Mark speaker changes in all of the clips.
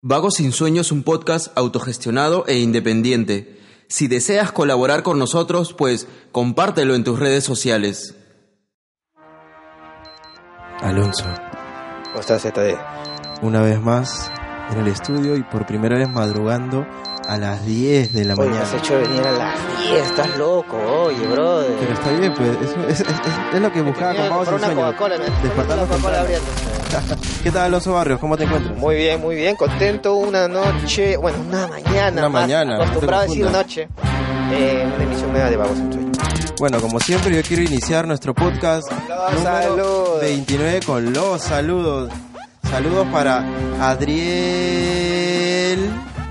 Speaker 1: Vagos sin Sueño es un podcast autogestionado e independiente. Si deseas colaborar con nosotros, pues compártelo en tus redes sociales.
Speaker 2: Alonso,
Speaker 3: ¿Cómo estás, ZD?
Speaker 2: una vez más en el estudio y por primera vez madrugando a las 10 de la
Speaker 3: Oye, me
Speaker 2: mañana.
Speaker 3: has hecho venir a las 10, estás loco, oye,
Speaker 2: Pero
Speaker 3: brother.
Speaker 2: está bien, pues, eso es, es- es- es lo que buscaba
Speaker 3: Tenía
Speaker 2: con
Speaker 3: que
Speaker 2: Vagos
Speaker 3: comprar
Speaker 2: sin
Speaker 3: una
Speaker 2: Sueño.
Speaker 3: Coca-Cola, me-
Speaker 2: Despertarnos
Speaker 3: una Coca-Cola
Speaker 2: temprano.
Speaker 3: abriéndose.
Speaker 2: ¿Qué tal, Alonso Barrios? ¿Cómo te encuentras?
Speaker 3: Muy bien, muy bien, contento, una noche, bueno, una mañana.
Speaker 2: Una
Speaker 3: más,
Speaker 2: mañana, no te
Speaker 3: Acostumbrado a decir
Speaker 2: confundas.
Speaker 3: noche. Eh, una emisión nueva de Vagos en Sueño.
Speaker 2: Bueno, como siempre, yo quiero iniciar nuestro podcast
Speaker 3: Los
Speaker 2: número
Speaker 3: saludos.
Speaker 2: 29 con los saludos. Saludos para Adriel,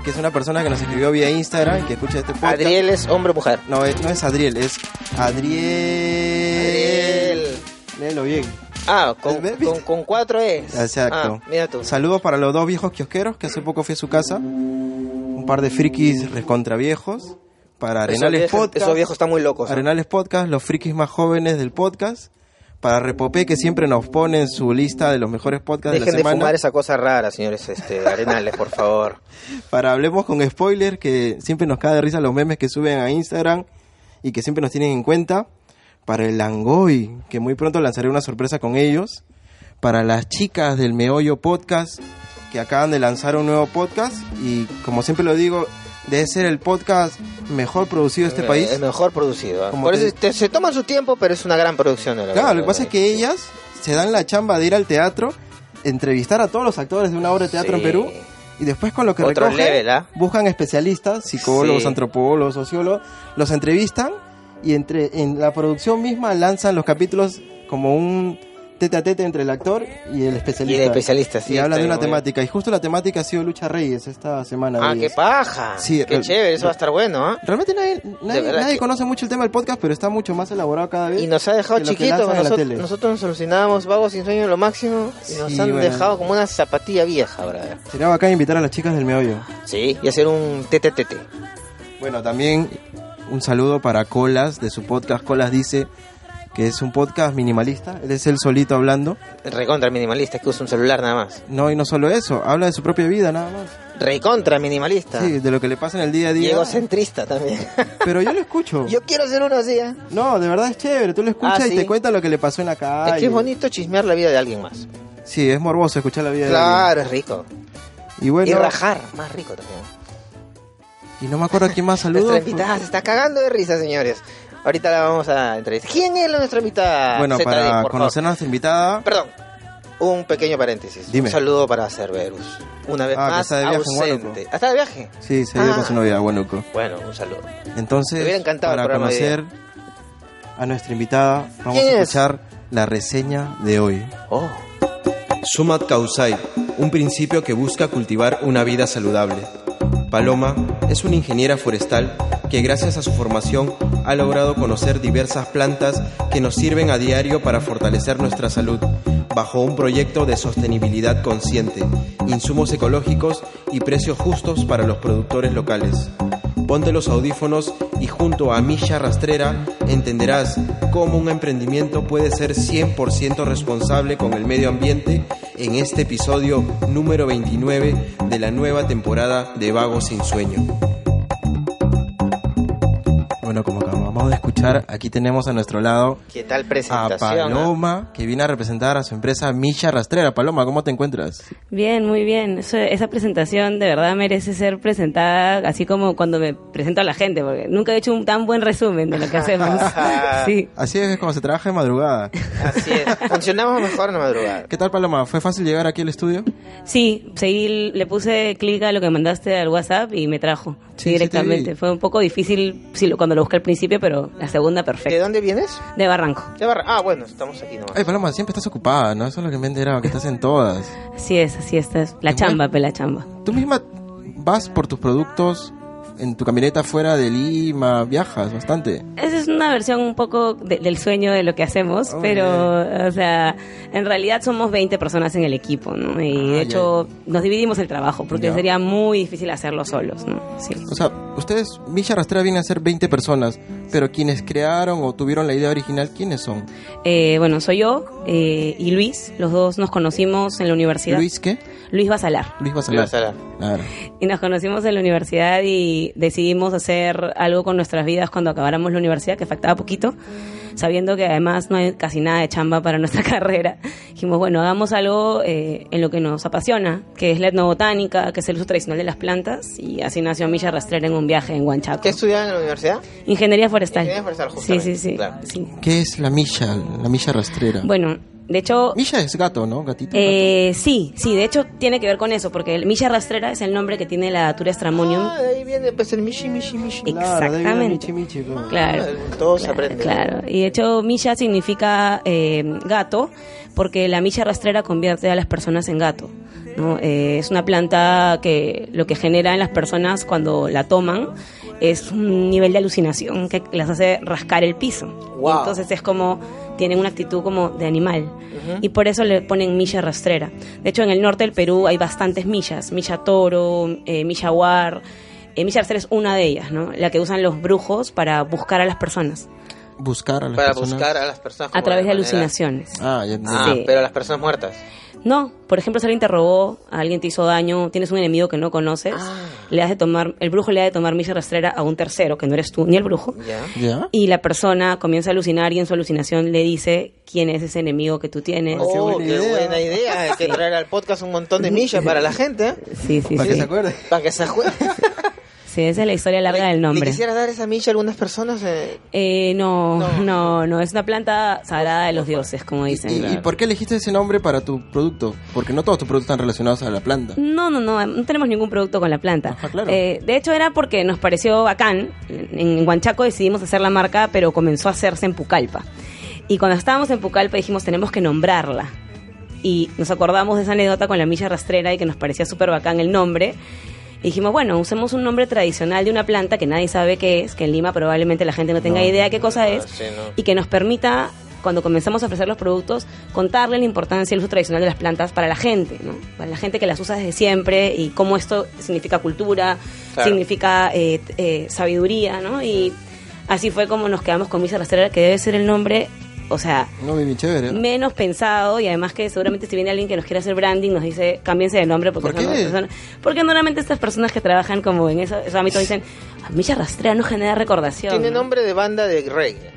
Speaker 2: que es una persona que nos escribió vía Instagram, que escucha este podcast.
Speaker 3: Adriel es hombre o mujer.
Speaker 2: No, es- no es Adriel, es Adriel.
Speaker 3: Adriel.
Speaker 2: Léelo bien.
Speaker 3: Ah, con,
Speaker 2: ¿Ves?
Speaker 3: con, con cuatro es.
Speaker 2: Exacto.
Speaker 3: Ah, mira tú.
Speaker 2: Saludos para los dos viejos kiosqueros que hace poco fui a su casa. Un par de frikis recontraviejos. Para Arenales
Speaker 3: esos, viejos,
Speaker 2: Podcast.
Speaker 3: esos viejos están muy locos. ¿eh?
Speaker 2: Arenales Podcast, los frikis más jóvenes del podcast. Para Repopé, que siempre nos pone en su lista de los mejores podcasts de
Speaker 3: Dejen
Speaker 2: la
Speaker 3: de
Speaker 2: semana.
Speaker 3: fumar esa cosa rara, señores este, Arenales, por favor.
Speaker 2: Para Hablemos con Spoiler, que siempre nos cae de risa los memes que suben a Instagram y que siempre nos tienen en cuenta. Para el Langoy, que muy pronto lanzaré una sorpresa con ellos. Para las chicas del Meollo Podcast, que acaban de lanzar un nuevo podcast. Y como siempre lo digo, debe ser el podcast mejor producido de este país.
Speaker 3: Es mejor producido. ¿eh?
Speaker 2: Como
Speaker 3: Por
Speaker 2: te-
Speaker 3: eso te- se toman su tiempo, pero es una gran producción. la verdad.
Speaker 2: Claro, lo que pasa es que ellas se dan la chamba de ir al teatro, entrevistar a todos los actores de una obra de teatro en
Speaker 3: Sí.
Speaker 2: Perú y después con lo que
Speaker 3: Otro
Speaker 2: recogen
Speaker 3: level, ¿ah?
Speaker 2: buscan especialistas, psicólogos,
Speaker 3: Sí.
Speaker 2: antropólogos, sociólogos, los entrevistan y entre en la producción misma lanzan los capítulos como un tete a tete entre el actor y el especialista.
Speaker 3: Y de especialistas, sí,
Speaker 2: Y hablan de
Speaker 3: está
Speaker 2: una
Speaker 3: bien, muy
Speaker 2: temática y justo la temática ha sido Lucha Reyes esta semana.
Speaker 3: Ah, qué
Speaker 2: Reyes.
Speaker 3: paja.
Speaker 2: Sí,
Speaker 3: qué
Speaker 2: eh,
Speaker 3: chévere, eso va a estar bueno, ¿ah?
Speaker 2: Realmente nadie, nadie-
Speaker 3: verdad
Speaker 2: nadie
Speaker 3: que-
Speaker 2: conoce mucho el tema del podcast, pero está mucho más elaborado cada vez.
Speaker 3: Y nos ha dejado
Speaker 2: que lo que
Speaker 3: chiquitos,
Speaker 2: lanzan en la
Speaker 3: nosotros,
Speaker 2: tele.
Speaker 3: nosotros nos solucionábamos vagos sin sueño lo máximo y nos
Speaker 2: Sí,
Speaker 3: han
Speaker 2: bueno.
Speaker 3: dejado como una zapatilla vieja, brother.
Speaker 2: Sería bacán invitar a las chicas del meollo.
Speaker 3: Sí, y hacer un TTTT.
Speaker 2: Bueno, también un saludo para Colas de su podcast. Colas dice que es un podcast minimalista. Él es el solito hablando.
Speaker 3: Recontra minimalista, que usa un celular nada más.
Speaker 2: No, y no solo eso, habla de su propia vida nada más.
Speaker 3: Recontra minimalista.
Speaker 2: Sí, de lo que le pasa en el día a
Speaker 3: y
Speaker 2: día.
Speaker 3: egocentrista también.
Speaker 2: Pero yo lo escucho.
Speaker 3: Yo quiero ser uno así, ¿eh?
Speaker 2: No, de verdad es chévere. Tú lo escuchas
Speaker 3: Ah,
Speaker 2: y
Speaker 3: sí.
Speaker 2: te cuenta lo que le pasó en la calle.
Speaker 3: Es que es bonito chismear la vida de alguien más.
Speaker 2: Sí, es morboso escuchar la vida de alguien.
Speaker 3: Claro, es rico.
Speaker 2: Y bueno,
Speaker 3: Y rajar, más rico también.
Speaker 2: y no me acuerdo a quién más saludo.
Speaker 3: Nuestra invitada se está cagando de risa, señores. Ahorita la vamos a entrevistar. ¿Quién es la- nuestra invitada?
Speaker 2: Bueno,
Speaker 3: ZD,
Speaker 2: para
Speaker 3: por favor?
Speaker 2: conocer a nuestra invitada,
Speaker 3: Perdón, un pequeño paréntesis.
Speaker 2: Dime.
Speaker 3: Un saludo para Cerberus. Una vez
Speaker 2: Ah, que
Speaker 3: más
Speaker 2: está de viaje en
Speaker 3: ausente.
Speaker 2: Huánuco.
Speaker 3: ¿Hasta de viaje?
Speaker 2: sí, se dio
Speaker 3: Ah.
Speaker 2: con su novia, Huánuco.
Speaker 3: Bueno, un saludo. Me
Speaker 2: Entonces,
Speaker 3: hubiera encantado el
Speaker 2: para
Speaker 3: programa de
Speaker 2: conocer a nuestra invitada, vamos
Speaker 3: ¿Quién
Speaker 2: a
Speaker 3: es?
Speaker 2: escuchar la reseña de hoy.
Speaker 3: Oh,
Speaker 1: Sumat Kausai, un principio que busca cultivar una vida saludable. Paloma es una ingeniera forestal que gracias a su formación ha logrado conocer diversas plantas que nos sirven a diario para fortalecer nuestra salud, bajo un proyecto de sostenibilidad consciente, insumos ecológicos y precios justos para los productores locales. Ponte los audífonos y junto a Misha Rastrera entenderás cómo un emprendimiento puede ser 100% responsable con el medio ambiente en este episodio número 29 de la nueva temporada de Vagos sin Sueño.
Speaker 2: Bueno, como acabamos de escuchar, aquí tenemos a nuestro lado
Speaker 3: ¿qué tal
Speaker 2: a
Speaker 3: presentación? ah?
Speaker 2: Paloma, que viene a representar a su empresa Misha Rastrera. Paloma, ¿cómo te encuentras?
Speaker 4: Bien, muy bien. Eso- esa presentación de verdad merece ser presentada así como cuando me presento a la gente, porque nunca he hecho un tan buen resumen de lo que hacemos. Sí.
Speaker 2: Así es como se trabaja de madrugada.
Speaker 3: Así es. Funcionamos mejor en la madrugada.
Speaker 2: ¿Qué tal, Paloma? ¿Fue fácil llegar aquí al estudio?
Speaker 4: Sí, seguí, le puse clic a lo que mandaste al WhatsApp y me trajo
Speaker 2: Sí, sí, te
Speaker 4: directamente.
Speaker 2: vi.
Speaker 4: Fue un poco difícil sí, lo- cuando lo busqué al principio, pero la segunda
Speaker 3: ¿De
Speaker 4: perfecta.
Speaker 3: dónde vienes?
Speaker 4: De Barranco.
Speaker 3: De Barra. Ah, bueno, estamos aquí nomás.
Speaker 2: Ay, Paloma, siempre estás ocupada, ¿no? Eso es lo que me he enterado, que estás en todas.
Speaker 4: Así es, así es. es La
Speaker 2: Qué
Speaker 4: chamba, pe, la chamba.
Speaker 2: Tú misma vas por tus productos en tu camioneta fuera de Lima, viajas bastante.
Speaker 4: Esa es una versión un poco de- del sueño de lo que hacemos,
Speaker 2: Oh,
Speaker 4: pero, o sea, en realidad somos 20 personas en el equipo, ¿no? Y
Speaker 2: Ah, ya,
Speaker 4: de hecho nos dividimos el trabajo, porque
Speaker 2: Ya.
Speaker 4: sería muy difícil hacerlo solos, ¿no? Sí.
Speaker 2: O sea, ustedes, Misha Rastrera viene a ser 20 personas. Pero quienes crearon o tuvieron la idea original, ¿quiénes son?
Speaker 4: Eh, bueno, soy yo eh, y Luis, los dos nos conocimos en la universidad.
Speaker 2: ¿Luis qué?
Speaker 4: Luis Basalar.
Speaker 2: Luis Basalar.
Speaker 3: Luis Basalar.
Speaker 2: Claro.
Speaker 4: Y nos conocimos en la universidad y decidimos hacer algo con nuestras vidas cuando acabáramos la universidad, que faltaba poquito, sabiendo que además no hay casi nada de chamba para nuestra carrera. Dijimos, bueno, hagamos algo eh, en lo que nos apasiona, que es la etnobotánica, que es el uso tradicional de las plantas, y así nació Milla Rastrera en un viaje en Huanchaco.
Speaker 3: ¿Qué estudiaban en la universidad?
Speaker 4: Ingeniería forestal.
Speaker 3: Ingeniería forestal,
Speaker 4: Sí,
Speaker 3: justamente,
Speaker 4: sí, sí.
Speaker 3: claro.
Speaker 4: sí.
Speaker 2: ¿Qué es la milla? La milla rastrera.
Speaker 4: Bueno, de hecho,
Speaker 2: Milla es gato, ¿no? Gatito.
Speaker 4: Eh, sí, sí, de hecho tiene que ver con eso, porque el Milla Rastrera es el nombre que tiene la Datura Stramonium.
Speaker 3: Ah, de ahí viene pues el mishi, mishi, mishi.
Speaker 4: Ex-
Speaker 2: Claro, debe haber
Speaker 4: exactamente.
Speaker 2: michi, michi, claro.
Speaker 4: Claro.
Speaker 3: Todo se
Speaker 4: claro,
Speaker 3: aprende.
Speaker 4: Claro, y de hecho Milla significa eh, gato, porque la Milla Rastrera convierte a las personas en gato. ¿no? Eh, es una planta que lo que genera en las personas cuando la toman es un nivel de alucinación que las hace rascar el piso.
Speaker 3: Wow.
Speaker 4: Entonces entonces es como tienen una actitud como de animal y por eso le ponen milla rastrera. De hecho, en el norte del Perú hay bastantes millas, milla toro, eh, milla guar. Eh, milla rastrera es una de ellas, ¿no? La que usan los brujos para buscar a las personas
Speaker 2: Buscar a las
Speaker 3: Para
Speaker 2: personas.
Speaker 3: buscar a las personas.
Speaker 4: a
Speaker 3: como
Speaker 4: través de
Speaker 3: manera-
Speaker 4: alucinaciones.
Speaker 2: Ah, ya entendí.
Speaker 3: Ah,
Speaker 4: Sí.
Speaker 3: pero las personas muertas.
Speaker 4: No, por ejemplo, si alguien te robó, alguien te hizo daño, tienes un enemigo que no conoces,
Speaker 2: Ah.
Speaker 4: le has de tomar, el brujo le ha de tomar milla rastrera a un tercero que no eres tú ni el brujo.
Speaker 3: Ya.
Speaker 2: ¿Ya?
Speaker 4: Y la persona comienza a alucinar y en su alucinación le dice quién es ese enemigo que tú tienes.
Speaker 3: Oh, qué buena
Speaker 2: buena
Speaker 3: idea.
Speaker 2: idea.
Speaker 3: Hay que traer al podcast un montón de millas para la gente. ¿eh?
Speaker 4: Sí, sí,
Speaker 2: Para que
Speaker 4: sí.
Speaker 2: se acuerde.
Speaker 3: Para que se acuerde.
Speaker 4: Sí, esa es la historia larga
Speaker 3: ¿Le-
Speaker 4: del
Speaker 3: ¿Le
Speaker 4: nombre.
Speaker 3: quisiera dar esa milla a algunas personas? eh?
Speaker 4: Eh, no,
Speaker 3: No.
Speaker 4: no, no, es una planta sagrada de los dioses, como dicen.
Speaker 2: ¿Y, y por qué elegiste ese nombre para tu producto? Porque no todos tus productos están relacionados a la planta.
Speaker 4: No, no, no, no tenemos ningún producto con la planta.
Speaker 2: Ajá, claro.
Speaker 4: Eh, de hecho, era porque nos pareció bacán. En Huanchaco decidimos hacer la marca, pero comenzó a hacerse en Pucallpa. Y cuando estábamos en Pucallpa dijimos, tenemos que nombrarla. Y nos acordamos de esa anécdota con la milla rastrera y que nos parecía súper bacán el nombre. Y dijimos, bueno, usemos un nombre tradicional de una planta que nadie sabe qué es, que en Lima probablemente la gente no tenga idea de qué cosa es,
Speaker 3: sí, no.
Speaker 4: y que nos permita, cuando comenzamos a ofrecer los productos, contarle la importancia del uso tradicional de las plantas para la gente, ¿no? Para la gente que las usa desde siempre y cómo esto significa cultura,
Speaker 3: Claro.
Speaker 4: significa eh, t- eh, sabiduría, ¿no? Y así fue como nos quedamos con Misa Rastrera, que debe ser el nombre, o sea,
Speaker 2: No, bien chévere. ¿eh?
Speaker 4: menos pensado y además que seguramente si viene alguien que nos quiere hacer branding nos dice cámbiense de nombre porque
Speaker 2: ¿Por
Speaker 4: son
Speaker 2: qué?
Speaker 4: malas personas". porque normalmente estas personas que trabajan como en eso- esos ámbitos dicen a mí ya rastrea no genera recordación
Speaker 3: Tiene nombre de banda de reggae.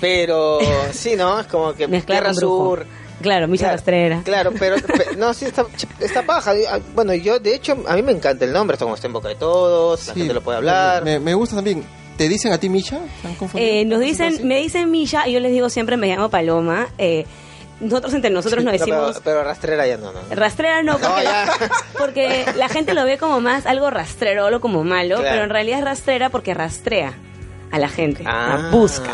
Speaker 3: Pero sí, ¿no? Es como que
Speaker 4: Mezclar
Speaker 3: Tierra
Speaker 4: con brujo.
Speaker 3: Sur.
Speaker 4: claro misa
Speaker 3: Claro,
Speaker 4: rastrera
Speaker 3: Claro, pero, pe- no, sí está, está paja. Ah, Bueno, yo de hecho, a mí me encanta el nombre, esto como está en boca de todos, la
Speaker 2: Sí.
Speaker 3: gente lo puede hablar.
Speaker 2: Me, me gusta también. ¿Te dicen a ti Misha? ¿Están confundidos?
Speaker 4: Eh, nos
Speaker 2: ¿Así,
Speaker 4: dicen
Speaker 2: así?
Speaker 4: me dicen Milla y yo les digo siempre me llamo Paloma eh, nosotros entre nosotros nos
Speaker 3: No,
Speaker 4: decimos
Speaker 3: pero, pero rastrera ya no, no.
Speaker 4: Rastrera no, porque,
Speaker 3: ya.
Speaker 4: porque la gente lo ve como más algo rastrero o como malo,
Speaker 3: Claro.
Speaker 4: pero en realidad es rastrera porque rastrea a la gente,
Speaker 3: Ah,
Speaker 4: Este, la busca.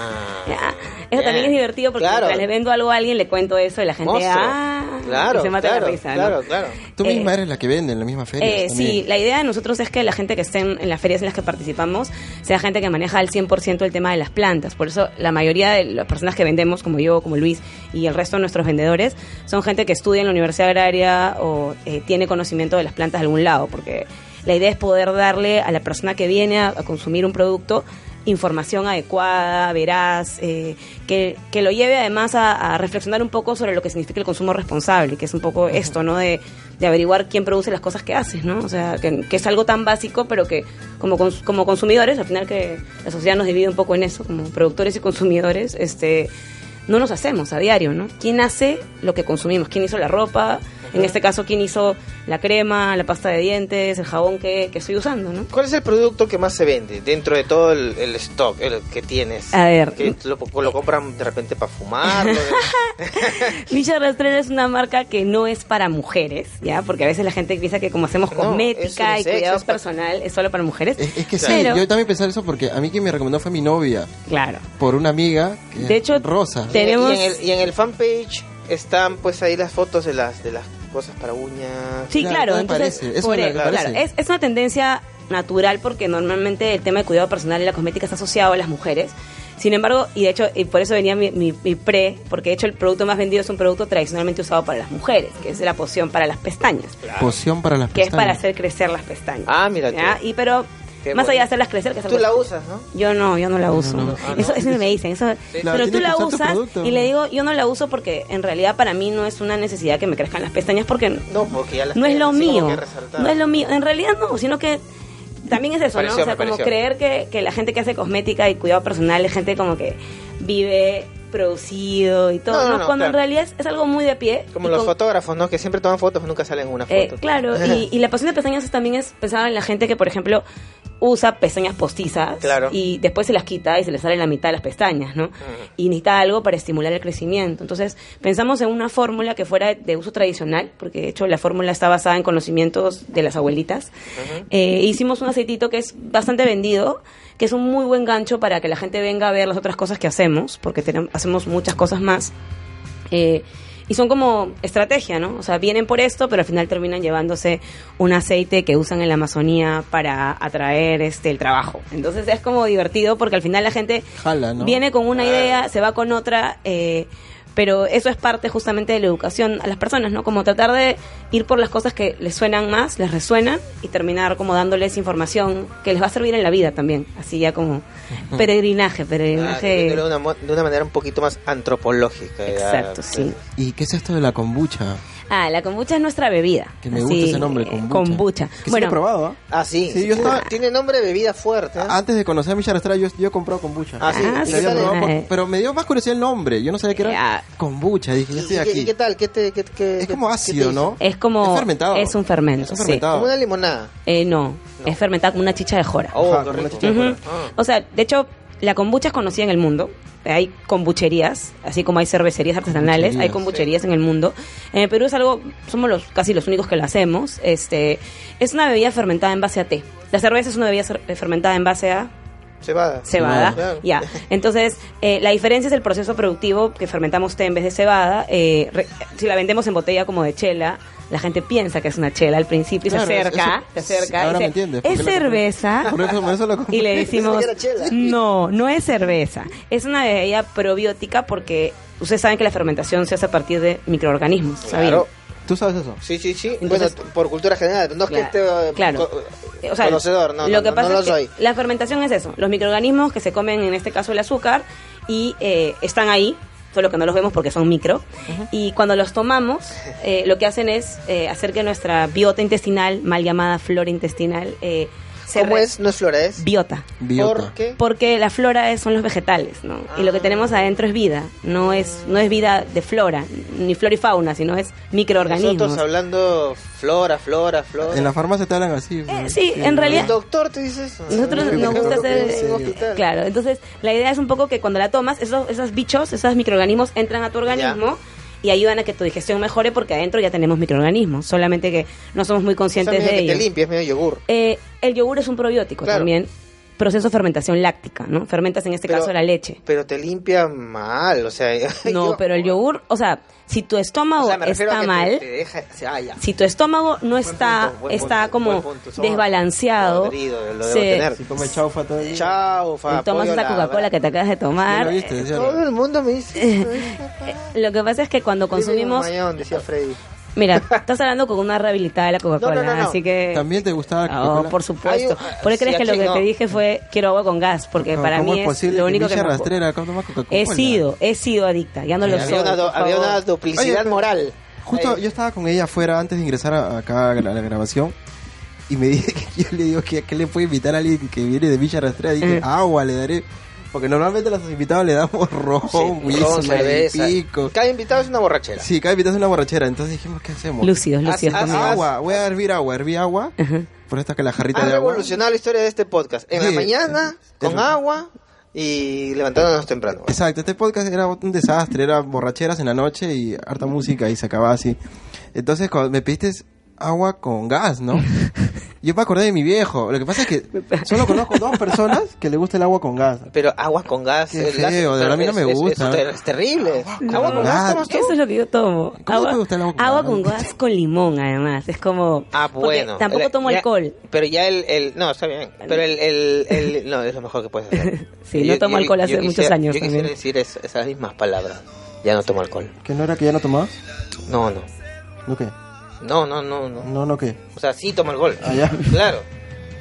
Speaker 4: Ya. Eso
Speaker 3: bien.
Speaker 4: también es divertido porque
Speaker 3: Claro.
Speaker 4: mientras le vendo algo a alguien, le cuento eso y la gente
Speaker 3: Monstruo.
Speaker 4: ah,
Speaker 3: claro,
Speaker 4: y se mata
Speaker 3: claro,
Speaker 4: la risa. ¿no?
Speaker 3: Claro, claro.
Speaker 2: Tú
Speaker 4: eh,
Speaker 2: misma eres la que vende en la misma feria.
Speaker 4: Eh, sí,
Speaker 2: también.
Speaker 4: la idea de nosotros es que la gente que esté en, en las ferias en las que participamos sea gente que maneja al 100% el tema de las plantas. Por eso la mayoría de las personas que vendemos, como yo, como Luis y el resto de nuestros vendedores, son gente que estudia en la universidad agraria o eh, tiene conocimiento de las plantas de algún lado. Porque la idea es poder darle a la persona que viene a, a consumir un producto información adecuada, veraz, eh, que, que lo lleve además a, a reflexionar un poco sobre lo que significa el consumo responsable, que es un poco esto, ¿no? De, de averiguar quién produce las cosas que haces, ¿no? O sea, que, que es algo tan básico, pero que como, cons- como consumidores, al final que la sociedad nos divide un poco en eso, como productores y consumidores, este no nos hacemos a diario, ¿no? ¿Quién hace lo que consumimos? ¿Quién hizo la ropa? En este caso, ¿quién hizo la crema, la pasta de dientes, el jabón que, que estoy usando, ¿no?
Speaker 3: ¿Cuál es el producto que más se vende dentro de todo el, el stock el que tienes?
Speaker 4: A ver.
Speaker 3: Que lo, lo compran de repente para fumar. lo de-
Speaker 4: Milla Rastrera es una marca que no es para mujeres, ¿ya? Porque a veces la gente piensa que como hacemos
Speaker 3: No,
Speaker 4: cosmética
Speaker 3: es
Speaker 4: y
Speaker 3: unisex,
Speaker 4: cuidado
Speaker 3: es para-
Speaker 4: personal, es solo para mujeres.
Speaker 2: Es, es que
Speaker 4: Pero-
Speaker 2: sí, yo también pensaba eso porque a mí quien me recomendó fue mi novia
Speaker 4: Claro.
Speaker 2: por una amiga. que
Speaker 4: De
Speaker 2: es
Speaker 4: hecho,
Speaker 2: Rosa.
Speaker 4: te- Tenemos-
Speaker 3: Y en, el, y en el fanpage están pues ahí las fotos de las, de las cosas para uñas.
Speaker 4: Sí,
Speaker 2: Claro,
Speaker 4: claro.
Speaker 2: no me
Speaker 4: entonces,
Speaker 2: parece, eso
Speaker 4: por
Speaker 2: me
Speaker 4: eso, claro,
Speaker 2: parece.
Speaker 4: es, es una tendencia natural porque normalmente el tema de cuidado personal y la cosmética está asociado a las mujeres. Sin embargo, y de hecho, y por eso venía mi, mi- mi pre, porque de hecho el producto más vendido es un producto tradicionalmente usado para las mujeres, que es la poción para las pestañas,
Speaker 2: Poción para las
Speaker 4: que es para
Speaker 2: pestañas.
Speaker 4: hacer crecer las pestañas.
Speaker 3: Ah, mira tú.
Speaker 4: ¿ya? Y pero
Speaker 3: Qué
Speaker 4: Más
Speaker 3: bonito.
Speaker 4: allá de hacerlas crecer, que es
Speaker 3: Tú
Speaker 4: algo-
Speaker 3: la usas, ¿no?
Speaker 4: Yo no, yo no la uso.
Speaker 2: no, no.
Speaker 3: Ah,
Speaker 4: Eso,
Speaker 3: ¿no?
Speaker 4: eso me dicen. Eso,
Speaker 2: Claro,
Speaker 4: pero
Speaker 2: tiene
Speaker 4: tú
Speaker 2: que
Speaker 4: la
Speaker 2: usar tu
Speaker 4: usas
Speaker 2: producto.
Speaker 4: y le digo, yo no la uso porque en realidad para mí no es una necesidad que me crezcan las pestañas porque
Speaker 3: No, porque ya las
Speaker 4: no es
Speaker 3: tienes
Speaker 4: lo
Speaker 3: así como
Speaker 4: mío.
Speaker 3: que resaltadas.
Speaker 4: No es lo mío. En realidad no, sino que también es eso,
Speaker 3: Pareció,
Speaker 4: ¿no? O sea,
Speaker 3: me
Speaker 4: como
Speaker 3: pareció.
Speaker 4: creer que, que la gente que hace cosmética y cuidado personal es gente como que vive producido y todo,
Speaker 3: No, no,
Speaker 4: ¿no?
Speaker 3: no,
Speaker 4: Cuando en
Speaker 3: claro.
Speaker 4: realidad es, es algo muy de pie.
Speaker 3: Como
Speaker 4: y
Speaker 3: los
Speaker 4: con-
Speaker 3: fotógrafos, ¿no? Que siempre toman fotos, nunca salen en una foto.
Speaker 4: eh, claro, y, y la pasión de pestañas es- también es pensar en la gente que, por ejemplo, usa pestañas postizas
Speaker 3: Claro.
Speaker 4: y después se las quita y se le sale la mitad de las pestañas, ¿no? Y necesita algo para estimular el crecimiento. Entonces, pensamos en una fórmula que fuera de uso tradicional, porque de hecho la fórmula está basada en conocimientos de las abuelitas. Eh, hicimos un aceitito que es bastante vendido, que es un muy buen gancho para que la gente venga a ver las otras cosas que hacemos, porque tenemos, hacemos muchas cosas más. Eh, y son como estrategia, ¿no? O sea, vienen por esto, pero al final terminan llevándose un aceite que usan en la Amazonía para atraer este el trabajo. Entonces es como divertido porque al final la gente
Speaker 2: Jala, ¿no?
Speaker 4: viene con una idea, se va con otra, eh, pero eso es parte justamente de la educación a las personas, ¿no? Como tratar de ir por las cosas que les suenan más, les resuenan y terminar como dándoles información que les va a servir en la vida también, así ya como peregrinaje,
Speaker 3: Ah, de,
Speaker 4: peregrinaje.
Speaker 3: una, mo- de una manera un poquito más antropológica. ya.
Speaker 4: Exacto, sí.
Speaker 2: ¿Y qué es esto de la kombucha?
Speaker 4: Ah, la kombucha es nuestra bebida.
Speaker 2: Que me gusta ese nombre,
Speaker 4: eh,
Speaker 2: kombucha.
Speaker 4: kombucha.
Speaker 2: Que sí lo he
Speaker 4: Bueno,
Speaker 2: probado, ¿ah?
Speaker 3: Ah, sí.
Speaker 2: Sí, yo estaba- Ah,
Speaker 3: Tiene nombre de bebida fuerte. ¿eh?
Speaker 2: Antes de conocer a Michelle Estrada, yo, yo he comprado kombucha.
Speaker 3: Ah, sí.
Speaker 4: Ah,
Speaker 2: Y
Speaker 3: ¿Y
Speaker 2: la
Speaker 3: qué
Speaker 2: había
Speaker 3: tal?
Speaker 4: sí.
Speaker 2: probado,
Speaker 4: eh. Ah.
Speaker 2: pero me dio más curiosidad el nombre. Yo no sabía que era
Speaker 4: Ya.
Speaker 2: kombucha. Dije,
Speaker 3: ¿Y-
Speaker 2: ya
Speaker 3: y
Speaker 2: estoy
Speaker 3: qué-
Speaker 2: aquí.
Speaker 3: y qué tal? ¿Qué te- qué- qué-
Speaker 2: Es
Speaker 3: qué-
Speaker 2: como
Speaker 3: qué te
Speaker 2: ácido,
Speaker 3: hizo?
Speaker 2: ¿no?
Speaker 4: Es como-
Speaker 2: Es fermentado.
Speaker 4: es un fermento,
Speaker 2: Es un
Speaker 4: sí.
Speaker 2: fermentado.
Speaker 3: Como una limonada.
Speaker 4: eh, no, es fermentada como una chicha de jora.
Speaker 3: Oh,
Speaker 2: Ajá,
Speaker 3: qué
Speaker 2: con
Speaker 3: rico.
Speaker 2: una chicha de
Speaker 4: Ujú.
Speaker 3: Ah.
Speaker 4: O sea, de hecho, la kombucha es conocida en el mundo. Hay kombucherías, así como hay cervecerías artesanales, hay kombucherías en el mundo. En Perú es algo, somos los casi los únicos que lo hacemos. Este, es una bebida fermentada en base a té. La cerveza es una bebida cer- fermentada en base a
Speaker 3: Cebada.
Speaker 4: cebada.
Speaker 3: Claro.
Speaker 4: Ya. Entonces, eh, la diferencia es el proceso productivo que fermentamos té en vez de cebada. eh, re- si la vendemos en botella como de chela, la gente piensa que es una chela al principio y
Speaker 2: Claro,
Speaker 4: se
Speaker 2: es-
Speaker 4: acerca,
Speaker 2: eso-
Speaker 4: se acerca. y
Speaker 2: ahora me
Speaker 4: dice,
Speaker 2: entiendes, ¿por
Speaker 4: Es
Speaker 2: qué la compré?
Speaker 4: cerveza.
Speaker 2: Por eso, por eso lo compré.
Speaker 4: Y le decimos,
Speaker 3: Pensé que era chela.
Speaker 4: no, no es cerveza, es una bebida probiótica porque ustedes saben que la fermentación se hace a partir de microorganismos, ¿sabían?
Speaker 3: Claro.
Speaker 2: ¿Tú sabes eso?
Speaker 3: Sí, sí, sí.
Speaker 4: Entonces-
Speaker 3: bueno, t- por cultura general, pero no es que
Speaker 4: Claro,
Speaker 3: esté eh,
Speaker 4: claro.
Speaker 3: co-
Speaker 4: O sea,
Speaker 3: conocedor, no,
Speaker 4: lo
Speaker 3: no,
Speaker 4: que
Speaker 3: no,
Speaker 4: pasa
Speaker 3: no lo
Speaker 4: es que
Speaker 3: soy.
Speaker 4: la fermentación es eso, los microorganismos que se comen, en este caso el azúcar, y eh, están ahí, solo que no los vemos porque son micro, y cuando los tomamos, eh, lo que hacen es eh, hacer que nuestra biota intestinal, mal llamada flora intestinal, eh, se
Speaker 3: ¿Cómo
Speaker 4: re-
Speaker 3: es? No es flora, es
Speaker 4: Biota.
Speaker 2: Biota.
Speaker 3: ¿Por qué?
Speaker 4: Porque la flora es- son los vegetales, ¿no? Y
Speaker 3: Ah.
Speaker 4: lo que tenemos adentro es vida, no es no es vida de flora, ni flora y fauna, sino es microorganismos.
Speaker 3: Nosotros hablando flora, flora, flora.
Speaker 2: En la farmacia te hablan así.
Speaker 4: Eh, sí, en realidad
Speaker 3: ¿El doctor te dice eso?
Speaker 4: nosotros
Speaker 2: Sí,
Speaker 4: nos
Speaker 2: creo
Speaker 4: gusta
Speaker 2: que
Speaker 4: hacer
Speaker 2: sí.
Speaker 3: En un hospital.
Speaker 4: claro, entonces la idea es un poco que cuando la tomas, esos esos bichos, esos microorganismos entran a tu organismo. Y ayudan a que tu digestión mejore porque adentro ya tenemos microorganismos, solamente que no somos muy
Speaker 3: O sea,
Speaker 4: conscientes
Speaker 3: medio
Speaker 4: de
Speaker 3: que te
Speaker 4: ellos.
Speaker 3: limpias, medio yogur.
Speaker 4: Eh, el yogur es un probiótico
Speaker 3: Claro.
Speaker 4: también, proceso de fermentación láctica, ¿no? Fermentas en este
Speaker 3: Pero-
Speaker 4: caso la leche.
Speaker 3: Pero te limpia mal, o sea...
Speaker 4: No,
Speaker 3: yo-
Speaker 4: pero el yogur, o sea, si tu
Speaker 3: O
Speaker 4: estómago
Speaker 3: sea, me refiero a
Speaker 4: está
Speaker 3: que te-
Speaker 4: mal,
Speaker 3: te deja- o sea, ah, ya.
Speaker 4: si tu estómago no está
Speaker 3: punto, buen
Speaker 4: está
Speaker 3: punto,
Speaker 4: como
Speaker 3: buen punto. Somos
Speaker 4: desbalanceado,
Speaker 3: podridos, lo debo
Speaker 4: se-
Speaker 3: tener.
Speaker 2: Si come chaufa todo el día.
Speaker 3: Chao, fa,
Speaker 4: te tomas
Speaker 3: pollo
Speaker 4: esa
Speaker 3: la-
Speaker 4: Coca-Cola que te acabas de
Speaker 2: Ya
Speaker 4: tomar.
Speaker 2: lo viste, ya
Speaker 3: Todo
Speaker 2: lo-
Speaker 3: el mundo me dice...
Speaker 4: eh, Lo que pasa es que cuando consumimos,
Speaker 3: Mayón, decía Freddy.
Speaker 4: mira, estás hablando con una rehabilitada de la Coca-Cola,
Speaker 3: No, no, no, no.
Speaker 4: así que
Speaker 2: También te gustaba la
Speaker 4: Oh,
Speaker 2: Coca-Cola?
Speaker 4: por supuesto.
Speaker 3: Hay un-
Speaker 4: ¿Por qué
Speaker 3: sí,
Speaker 4: crees que lo
Speaker 3: aquí
Speaker 4: que
Speaker 3: no.
Speaker 4: te dije fue quiero agua con gas? Porque
Speaker 2: No,
Speaker 4: Eh, para
Speaker 2: ¿cómo
Speaker 4: mí
Speaker 2: es
Speaker 4: es
Speaker 2: posible
Speaker 4: lo
Speaker 2: que
Speaker 4: único que
Speaker 2: Villa
Speaker 4: me-
Speaker 2: Rastrera toma Coca-Cola?
Speaker 4: he sido, he sido adicta, ya no lo soy.
Speaker 3: Había una, do-
Speaker 4: por
Speaker 3: había
Speaker 4: favor.
Speaker 3: una duplicidad
Speaker 2: Oye,
Speaker 3: moral.
Speaker 2: Justo
Speaker 3: Ahí.
Speaker 2: yo estaba con ella afuera antes de ingresar a- acá a la, a la grabación y me dije que yo le digo que, que le puedo invitar a alguien que viene de Villa Rastrera. Dije,
Speaker 4: Eh.
Speaker 2: agua le daré. Porque normalmente a los invitados le damos ron,
Speaker 3: Sí, ron,
Speaker 2: whisky,
Speaker 3: cerveza.
Speaker 2: pico.
Speaker 3: Cada invitado es una borrachera.
Speaker 2: Sí, cada invitado es una borrachera. Entonces dijimos, ¿qué hacemos?
Speaker 4: Lúcidos,
Speaker 3: Haz-
Speaker 4: lúcidos.
Speaker 3: haz-
Speaker 4: también.
Speaker 2: Agua, voy a hervir agua, herví agua. Por esto es que la jarrita
Speaker 3: Ha
Speaker 2: de agua.
Speaker 3: revolucionado la historia de este podcast. En
Speaker 2: Sí.
Speaker 3: la mañana, con
Speaker 2: Eso.
Speaker 3: agua y levantándonos temprano.
Speaker 4: Pues,
Speaker 2: Exacto, este podcast era un desastre, era borracheras en la noche y harta música y se acababa así. Entonces cuando me pediste agua con gas, ¿no? Yo me acordé de mi viejo. Lo que pasa es que solo conozco dos personas que le gusta el agua con gas.
Speaker 3: Pero agua con gas.
Speaker 2: Qué
Speaker 3: el gas-
Speaker 2: feo, de
Speaker 3: pero
Speaker 2: verdad a mí no
Speaker 3: es-
Speaker 2: me
Speaker 3: es-
Speaker 2: gusta.
Speaker 3: Es, ter- es terrible. Agua,
Speaker 2: gas.
Speaker 3: con gas tomas tú.
Speaker 4: Eso es lo que yo tomo.
Speaker 2: ¿Cómo te gusta el agua con
Speaker 4: agua
Speaker 2: gas?
Speaker 4: con gas con limón, además. Es como.
Speaker 3: Ah,
Speaker 4: porque
Speaker 3: bueno.
Speaker 4: Tampoco
Speaker 3: La-
Speaker 4: tomo
Speaker 3: ya-
Speaker 4: alcohol.
Speaker 3: Pero ya el, el- No, está bien. Pero el, el, el- No, es lo mejor que puedes hacer.
Speaker 4: Sí, no tomo alcohol hace muchos
Speaker 3: quisiera-
Speaker 4: años
Speaker 3: Yo quisiera
Speaker 4: también.
Speaker 3: decir es- esas mismas palabras. Ya no tomo alcohol.
Speaker 2: ¿Que no era que ya no tomabas?
Speaker 3: No, no.
Speaker 2: ¿No qué?
Speaker 3: No, no, no, no.
Speaker 2: No, no qué.
Speaker 3: O sea, sí tomo alcohol.
Speaker 2: Ah, ya.
Speaker 3: Claro.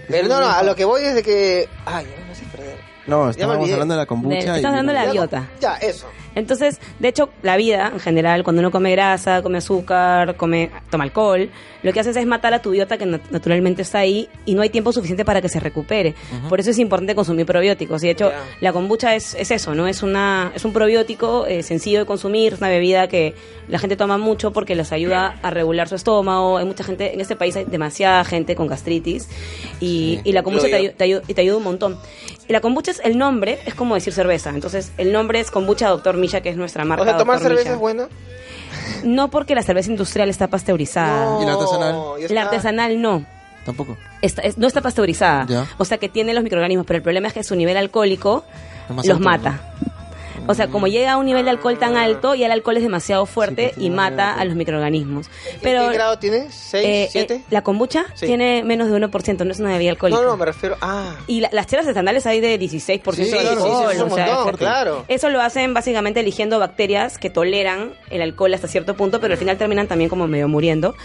Speaker 3: Pero no, no, a lo que voy es de que. Ay, no me haces perder.
Speaker 2: No,
Speaker 3: me
Speaker 2: estábamos
Speaker 3: olvidé.
Speaker 2: hablando de la kombucha.
Speaker 4: Estás
Speaker 2: y-
Speaker 4: hablando de la-
Speaker 3: Ya,
Speaker 4: gaviota.
Speaker 3: Ya, eso.
Speaker 4: Entonces, de hecho, la vida en general, cuando uno come grasa, come azúcar, come, toma alcohol, lo que haces es matar a tu biota que nat- naturalmente está ahí y no hay tiempo suficiente para que se recupere. Por eso es importante consumir probióticos. Y de hecho,
Speaker 3: Ya.
Speaker 4: la kombucha es, es eso, ¿no? Es, una, es un probiótico eh, sencillo de consumir, es una bebida que la gente toma mucho porque les ayuda a regular su estómago. Hay mucha gente, en este país hay demasiada gente con gastritis y, y la kombucha te,
Speaker 3: Incluido.
Speaker 4: ayu- te ayu- y te ayuda un montón. Y la kombucha es el nombre, es como decir cerveza. Entonces, el nombre es kombucha Doctor Misha, que es nuestra marca.
Speaker 3: O sea, tomar
Speaker 4: Dr.
Speaker 3: cerveza
Speaker 4: Misha.
Speaker 3: es bueno.
Speaker 4: No porque la cerveza industrial está pasteurizada.
Speaker 2: ¿Y la artesanal?
Speaker 3: ya
Speaker 4: Ah. La
Speaker 3: está.
Speaker 4: artesanal no.
Speaker 2: Tampoco.
Speaker 4: Está- es- no está pasteurizada.
Speaker 2: Ya.
Speaker 4: O sea que tiene los microorganismos, pero el problema es que su nivel alcohólico
Speaker 2: Es más
Speaker 4: los
Speaker 2: alto,
Speaker 4: mata. O sea, como llega a un nivel de alcohol tan
Speaker 3: Ah.
Speaker 4: alto, ya el alcohol es demasiado fuerte y mata a los microorganismos. Pero
Speaker 3: ¿Qué grado tiene?
Speaker 4: eh, eh,
Speaker 3: ¿Seis? ¿Siete?
Speaker 4: la kombucha
Speaker 3: Sí.
Speaker 4: tiene menos de 1%, no es una bebida alcohólica.
Speaker 3: No, no, me refiero. Ah.
Speaker 4: Y la- las chelas estatales hay de 16%
Speaker 3: Sí,
Speaker 4: de
Speaker 3: claro,
Speaker 4: alcohol.
Speaker 3: sí, es un
Speaker 4: o sea,
Speaker 3: montón,
Speaker 4: fuerte.
Speaker 3: claro.
Speaker 4: Eso lo hacen básicamente eligiendo bacterias que toleran el alcohol hasta cierto punto, pero al final terminan también como medio muriendo.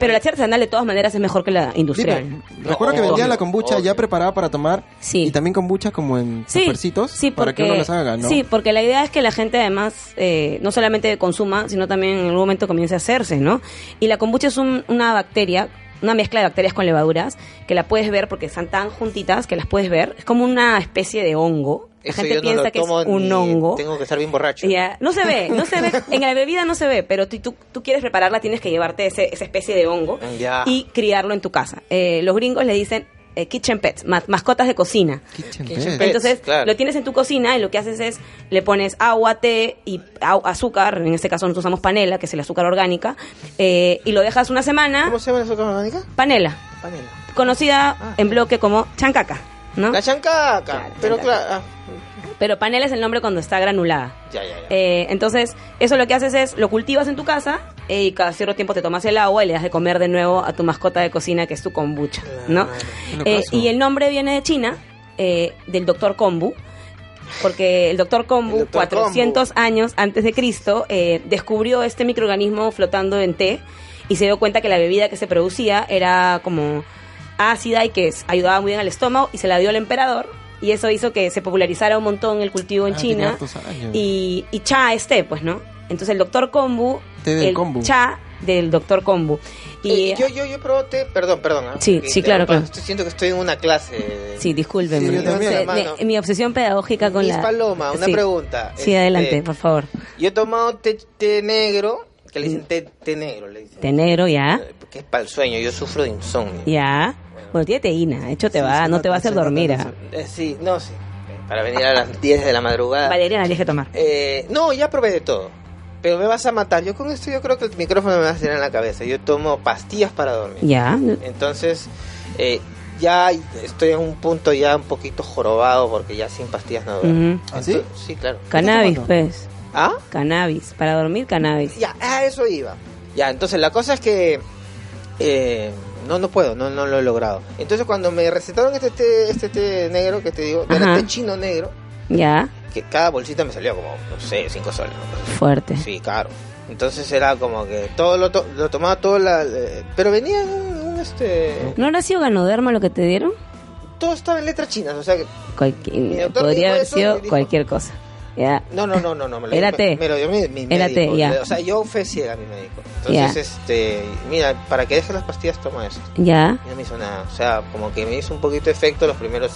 Speaker 4: Pero la chela artesanal de todas maneras es mejor que la industrial.
Speaker 2: Dime, recuerdo que
Speaker 3: No,
Speaker 2: vendían la
Speaker 3: obvio,
Speaker 2: kombucha
Speaker 3: obvio.
Speaker 2: ya preparada para tomar.
Speaker 4: Sí.
Speaker 2: Y también kombucha como en supercitos. para que uno las haga, ¿no?
Speaker 4: Sí, porque la idea es que la gente además eh, no solamente consuma, sino también en algún momento comience a hacerse, ¿no? Y la kombucha es un- una bacteria, una mezcla de bacterias con levaduras, que la puedes ver porque están tan juntitas que las puedes ver. Es como una especie de hongo. La
Speaker 3: Eso yo
Speaker 4: gente
Speaker 3: no
Speaker 4: piensa
Speaker 3: lo
Speaker 4: que es
Speaker 3: tomo
Speaker 4: un
Speaker 3: ni
Speaker 4: hongo.
Speaker 3: Tengo que estar bien borracho.
Speaker 4: Ya, No se ve, no se ve, en la bebida no se ve, pero tú, tú, tú quieres prepararla, tienes que llevarte ese, esa especie de hongo
Speaker 3: Ya.
Speaker 4: y criarlo en tu casa. Eh, los gringos le dicen eh, kitchen pets, ma- mascotas de cocina.
Speaker 2: Kitchen
Speaker 3: Kitchen
Speaker 2: Bed.
Speaker 3: Pets,
Speaker 4: Entonces,
Speaker 3: claro.
Speaker 4: lo tienes en tu cocina y lo que haces es le pones agua, té y au- azúcar, en este caso nosotros usamos panela, que es el azúcar orgánica, eh, y lo dejas una semana.
Speaker 3: ¿Cómo se llama la azúcar orgánica?
Speaker 4: Panela,
Speaker 3: Panela.
Speaker 4: conocida
Speaker 3: Ah.
Speaker 4: en bloque como chancaca, ¿no?
Speaker 3: La chancaca.
Speaker 4: Claro,
Speaker 3: pero
Speaker 4: chancaca.
Speaker 3: claro.
Speaker 4: Pero panela es el nombre cuando está granulada.
Speaker 3: ah, ya, ya, ya.
Speaker 4: Eh, entonces, eso lo que haces es, lo cultivas en tu casa eh, y cada cierto tiempo te tomas el agua y le das de comer de nuevo a tu mascota de cocina, que es tu kombucha, ¿no?
Speaker 3: Claro.
Speaker 4: Eh,
Speaker 2: locazo.
Speaker 4: y el nombre viene de China, eh, del doctor Kombu, porque el doctor Kombu,
Speaker 3: El Dr.
Speaker 4: 400 años antes de Cristo, eh, descubrió este microorganismo flotando en té y se dio cuenta que la bebida que se producía era como ácida y que es- ayudaba muy bien al estómago y se la dio al emperador. Y eso hizo que se popularizara un montón el cultivo en
Speaker 2: Ah, tiene
Speaker 4: China.
Speaker 2: hartos años.
Speaker 4: Y, y cha es té, pues, ¿no? Entonces el doctor Kombu,
Speaker 2: Té del
Speaker 4: el
Speaker 2: kombu.
Speaker 4: cha del doctor Kombu. Y
Speaker 3: Eh, yo, yo, yo probé té, perdón, perdón. ah,
Speaker 4: Sí,
Speaker 3: que
Speaker 4: sí, claro,
Speaker 3: interrumpa.
Speaker 4: claro.
Speaker 3: Estoy- Siento que estoy en una clase. de-
Speaker 4: Sí, discúlpeme.
Speaker 2: Sí, yo también,
Speaker 4: Me-
Speaker 3: hermano.
Speaker 4: me- mi obsesión pedagógica con
Speaker 3: Miss
Speaker 4: la...
Speaker 3: Paloma, una
Speaker 4: Sí.
Speaker 3: pregunta.
Speaker 4: Sí,
Speaker 3: Este,
Speaker 4: adelante, por favor. Mm.
Speaker 3: Yo he tomado té, té negro, que le dicen té, té negro, le dicen.
Speaker 4: Té negro, ya,
Speaker 3: Eh, Que es para el sueño, yo sufro de insomnio.
Speaker 4: ya. Bueno, tiene teína, de hecho te va, no te va a hacer dormir. ah.
Speaker 3: Eh, sí, no, sí. Eh, Para venir a las 10 de la madrugada.
Speaker 4: Valeriana tienes que tomar.
Speaker 3: Eh, no, ya probé de todo. Pero me vas a matar. Yo con esto yo creo que el micrófono me va a hacer en la cabeza. Yo tomo pastillas para dormir.
Speaker 4: Ya,
Speaker 3: Entonces, eh, ya estoy en un punto ya un poquito jorobado porque ya sin pastillas no duermo.
Speaker 4: ujú.
Speaker 2: ¿Ah, sí?
Speaker 3: Entonces- Sí, claro.
Speaker 4: cannabis, pues.
Speaker 3: ¿Ah?
Speaker 4: Cannabis, para dormir cannabis.
Speaker 3: Ya, a eso iba. Ya, entonces la cosa es que eh, no, no puedo, no, no lo he logrado. Entonces cuando me recetaron este té, este té negro que te digo,
Speaker 4: Ajá.
Speaker 3: era té chino negro,
Speaker 4: Ya,
Speaker 3: que cada bolsita me salió como, no sé, cinco soles. ¿no?
Speaker 4: fuerte.
Speaker 3: Sí, claro. Entonces era como que todo lo, to- lo tomaba todo la... eh, pero venía en un, un, este...
Speaker 4: ¿No habrá sido ganoderma lo que te dieron?
Speaker 3: Todo estaba en letras chinas, o sea que...
Speaker 4: Cualqui-
Speaker 3: doctor
Speaker 4: podría
Speaker 3: dijo
Speaker 4: haber
Speaker 3: eso y
Speaker 4: sido
Speaker 3: dijo-
Speaker 4: cualquier cosa. Ya.
Speaker 3: No, no, no, no, no. Me lo
Speaker 4: Era
Speaker 3: dijo-
Speaker 4: té.
Speaker 3: Me lo dio mi, mi
Speaker 4: Era
Speaker 3: médico.
Speaker 4: té, ya.
Speaker 3: O sea, yo fui ciega a mi médico.
Speaker 4: Ya.
Speaker 3: Entonces, este... Mira, para que dejes las pastillas, toma esto.
Speaker 4: Ya.
Speaker 3: Y No me hizo nada. O sea, como que me hizo un poquito de efecto los primeros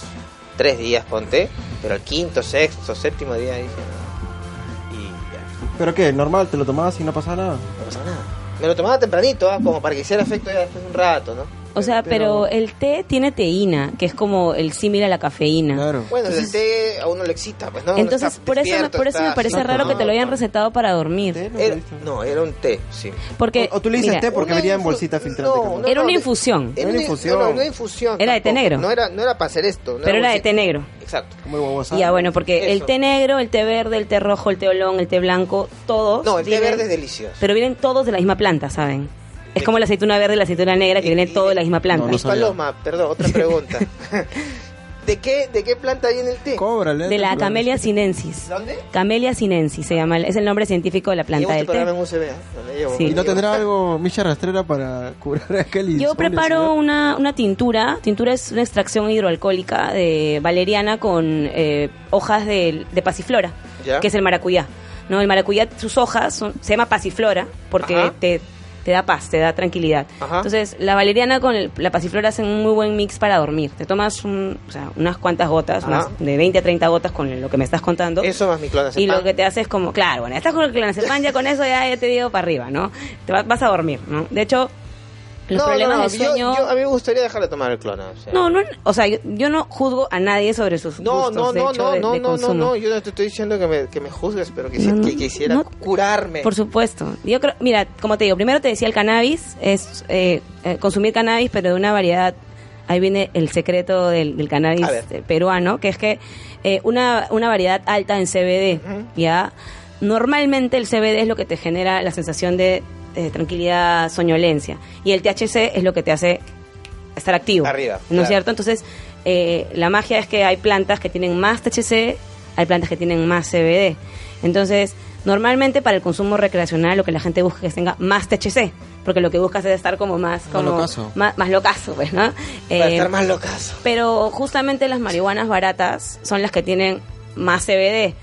Speaker 3: tres días, ponte. Pero el quinto, sexto, séptimo día dije no. Y ya,
Speaker 2: ¿Pero qué? ¿Normal? ¿Te lo tomabas y no pasaba nada?
Speaker 3: no pasó nada. Me lo tomaba tempranito, ah, como para que hiciera efecto ya después de un rato, ¿no?
Speaker 4: O sea, pero el té tiene teína, que es como el símil a la cafeína.
Speaker 2: Claro.
Speaker 3: Bueno, el té a uno le excita, pues, ¿no? Uno
Speaker 4: Entonces,
Speaker 3: está
Speaker 4: por eso, me,
Speaker 3: despierto,
Speaker 4: por eso me
Speaker 3: está
Speaker 4: parece
Speaker 3: así,
Speaker 4: raro que te lo hayan
Speaker 3: ¿no?
Speaker 4: recetado para
Speaker 2: ¿Té?
Speaker 4: dormir.
Speaker 2: No,
Speaker 3: Era-
Speaker 2: lo he visto.
Speaker 3: Eh, no, era un té, sí.
Speaker 4: Porque,
Speaker 2: O- o tú le dices
Speaker 4: mira,
Speaker 2: té porque
Speaker 3: Una
Speaker 2: venía en
Speaker 3: infu-
Speaker 2: bolsita filtrante, creo.
Speaker 4: Era una
Speaker 3: de-
Speaker 4: infusión.
Speaker 2: Era una infusión.
Speaker 3: no, no, una infusión.
Speaker 4: Era de té
Speaker 3: tampoco.
Speaker 4: negro.
Speaker 3: No era, no era para hacer esto. no
Speaker 4: pero era de
Speaker 3: bolsita.
Speaker 4: té negro.
Speaker 3: Exacto.
Speaker 2: Muy guabosa.
Speaker 4: Ya, ah, bueno, porque el
Speaker 3: Eso.
Speaker 4: té negro, el té verde, el té rojo, el té olón, el té blanco, todos.
Speaker 3: No, el té
Speaker 4: vienen-
Speaker 3: verde es delicioso.
Speaker 4: Pero vienen todos de la misma planta, ¿saben? Es como la aceituna verde y la aceituna negra que
Speaker 3: Y-
Speaker 4: viene
Speaker 3: y-
Speaker 4: todo de la misma planta.
Speaker 2: No, no
Speaker 3: Miss
Speaker 2: sabía.
Speaker 3: Paloma, perdón, otra pregunta. ¿De qué, ¿De qué planta viene el té?
Speaker 2: Cóbrale.
Speaker 4: De la
Speaker 2: cóbrale.
Speaker 4: Camellia sinensis.
Speaker 3: ¿Dónde?
Speaker 4: Camellia sinensis se llama, es el nombre científico de la planta
Speaker 3: Llevo
Speaker 4: del
Speaker 3: este programa
Speaker 4: té.
Speaker 3: en UCB. ¿eh? No le llevo,
Speaker 4: Sí.
Speaker 2: ¿Y
Speaker 3: le
Speaker 2: no
Speaker 3: llevo.
Speaker 2: tendrá algo Misha Rastrera para curar aquel
Speaker 4: Yo
Speaker 2: insomnio,
Speaker 4: preparo
Speaker 2: señor?
Speaker 4: una, una tintura. Tintura es una extracción hidroalcohólica de valeriana con eh, hojas de, de pasiflora,
Speaker 3: Ya.
Speaker 4: que es el maracuyá. ¿no? El maracuyá, sus hojas son- se llama pasiflora porque
Speaker 3: Ajá.
Speaker 4: te, te da paz, te da tranquilidad.
Speaker 3: Ajá.
Speaker 4: Entonces, la valeriana con el- la pasiflora hacen un muy buen mix para dormir. Te tomas un- o sea, unas cuantas gotas,
Speaker 3: Ajá.
Speaker 4: unas de 20 a 30 gotas con lo que me estás contando.
Speaker 3: Eso más mi
Speaker 4: Y
Speaker 3: clonazepam.
Speaker 4: lo que te hace es como, claro, bueno, estás con el clonazepam, ya con eso ya, ya te digo para arriba, ¿no? Te va- vas a dormir, ¿no? De hecho, los
Speaker 3: No,
Speaker 4: problemas
Speaker 3: no, no,
Speaker 4: de
Speaker 3: yo-
Speaker 4: sueño...
Speaker 3: Yo, a mí me gustaría dejar de tomar el clona. O sea.
Speaker 4: no, no, o sea, yo, yo no juzgo a nadie sobre sus
Speaker 3: No,
Speaker 4: gustos,
Speaker 3: no,
Speaker 4: de
Speaker 3: no,
Speaker 4: hecho,
Speaker 3: no,
Speaker 4: de-
Speaker 3: no,
Speaker 4: de
Speaker 3: no, no,
Speaker 4: consumo.
Speaker 3: no, yo no te estoy diciendo que me, que me juzgues, pero que, si-
Speaker 4: No, no,
Speaker 3: que quisiera
Speaker 4: no.
Speaker 3: curarme.
Speaker 4: Por supuesto. Yo creo, mira, como te digo, primero te decía el cannabis, es eh, eh, consumir cannabis, pero de una variedad. Ahí viene el secreto del, del cannabis
Speaker 3: A ver.
Speaker 4: eh, peruano, que es que eh, una, una variedad alta en CBD,
Speaker 3: Ujú.
Speaker 4: ¿ya? Normalmente el CBD es lo que te genera la sensación de eh, tranquilidad, soñolencia. Y el THC es lo que te hace estar activo.
Speaker 3: Arriba,
Speaker 4: ¿No
Speaker 3: claro.
Speaker 4: es cierto? Entonces, eh, la magia es que hay plantas que tienen más THC, hay plantas que tienen más CBD. Entonces, normalmente para el consumo recreacional lo que la gente busca es que tenga más THC, porque lo que buscas es estar como más... Como,
Speaker 2: locazo.
Speaker 4: Más, más locazo, pues, ¿no?
Speaker 3: Para
Speaker 4: Eh,
Speaker 3: estar más locazo.
Speaker 4: pero justamente las marihuanas baratas son las que tienen más CBD,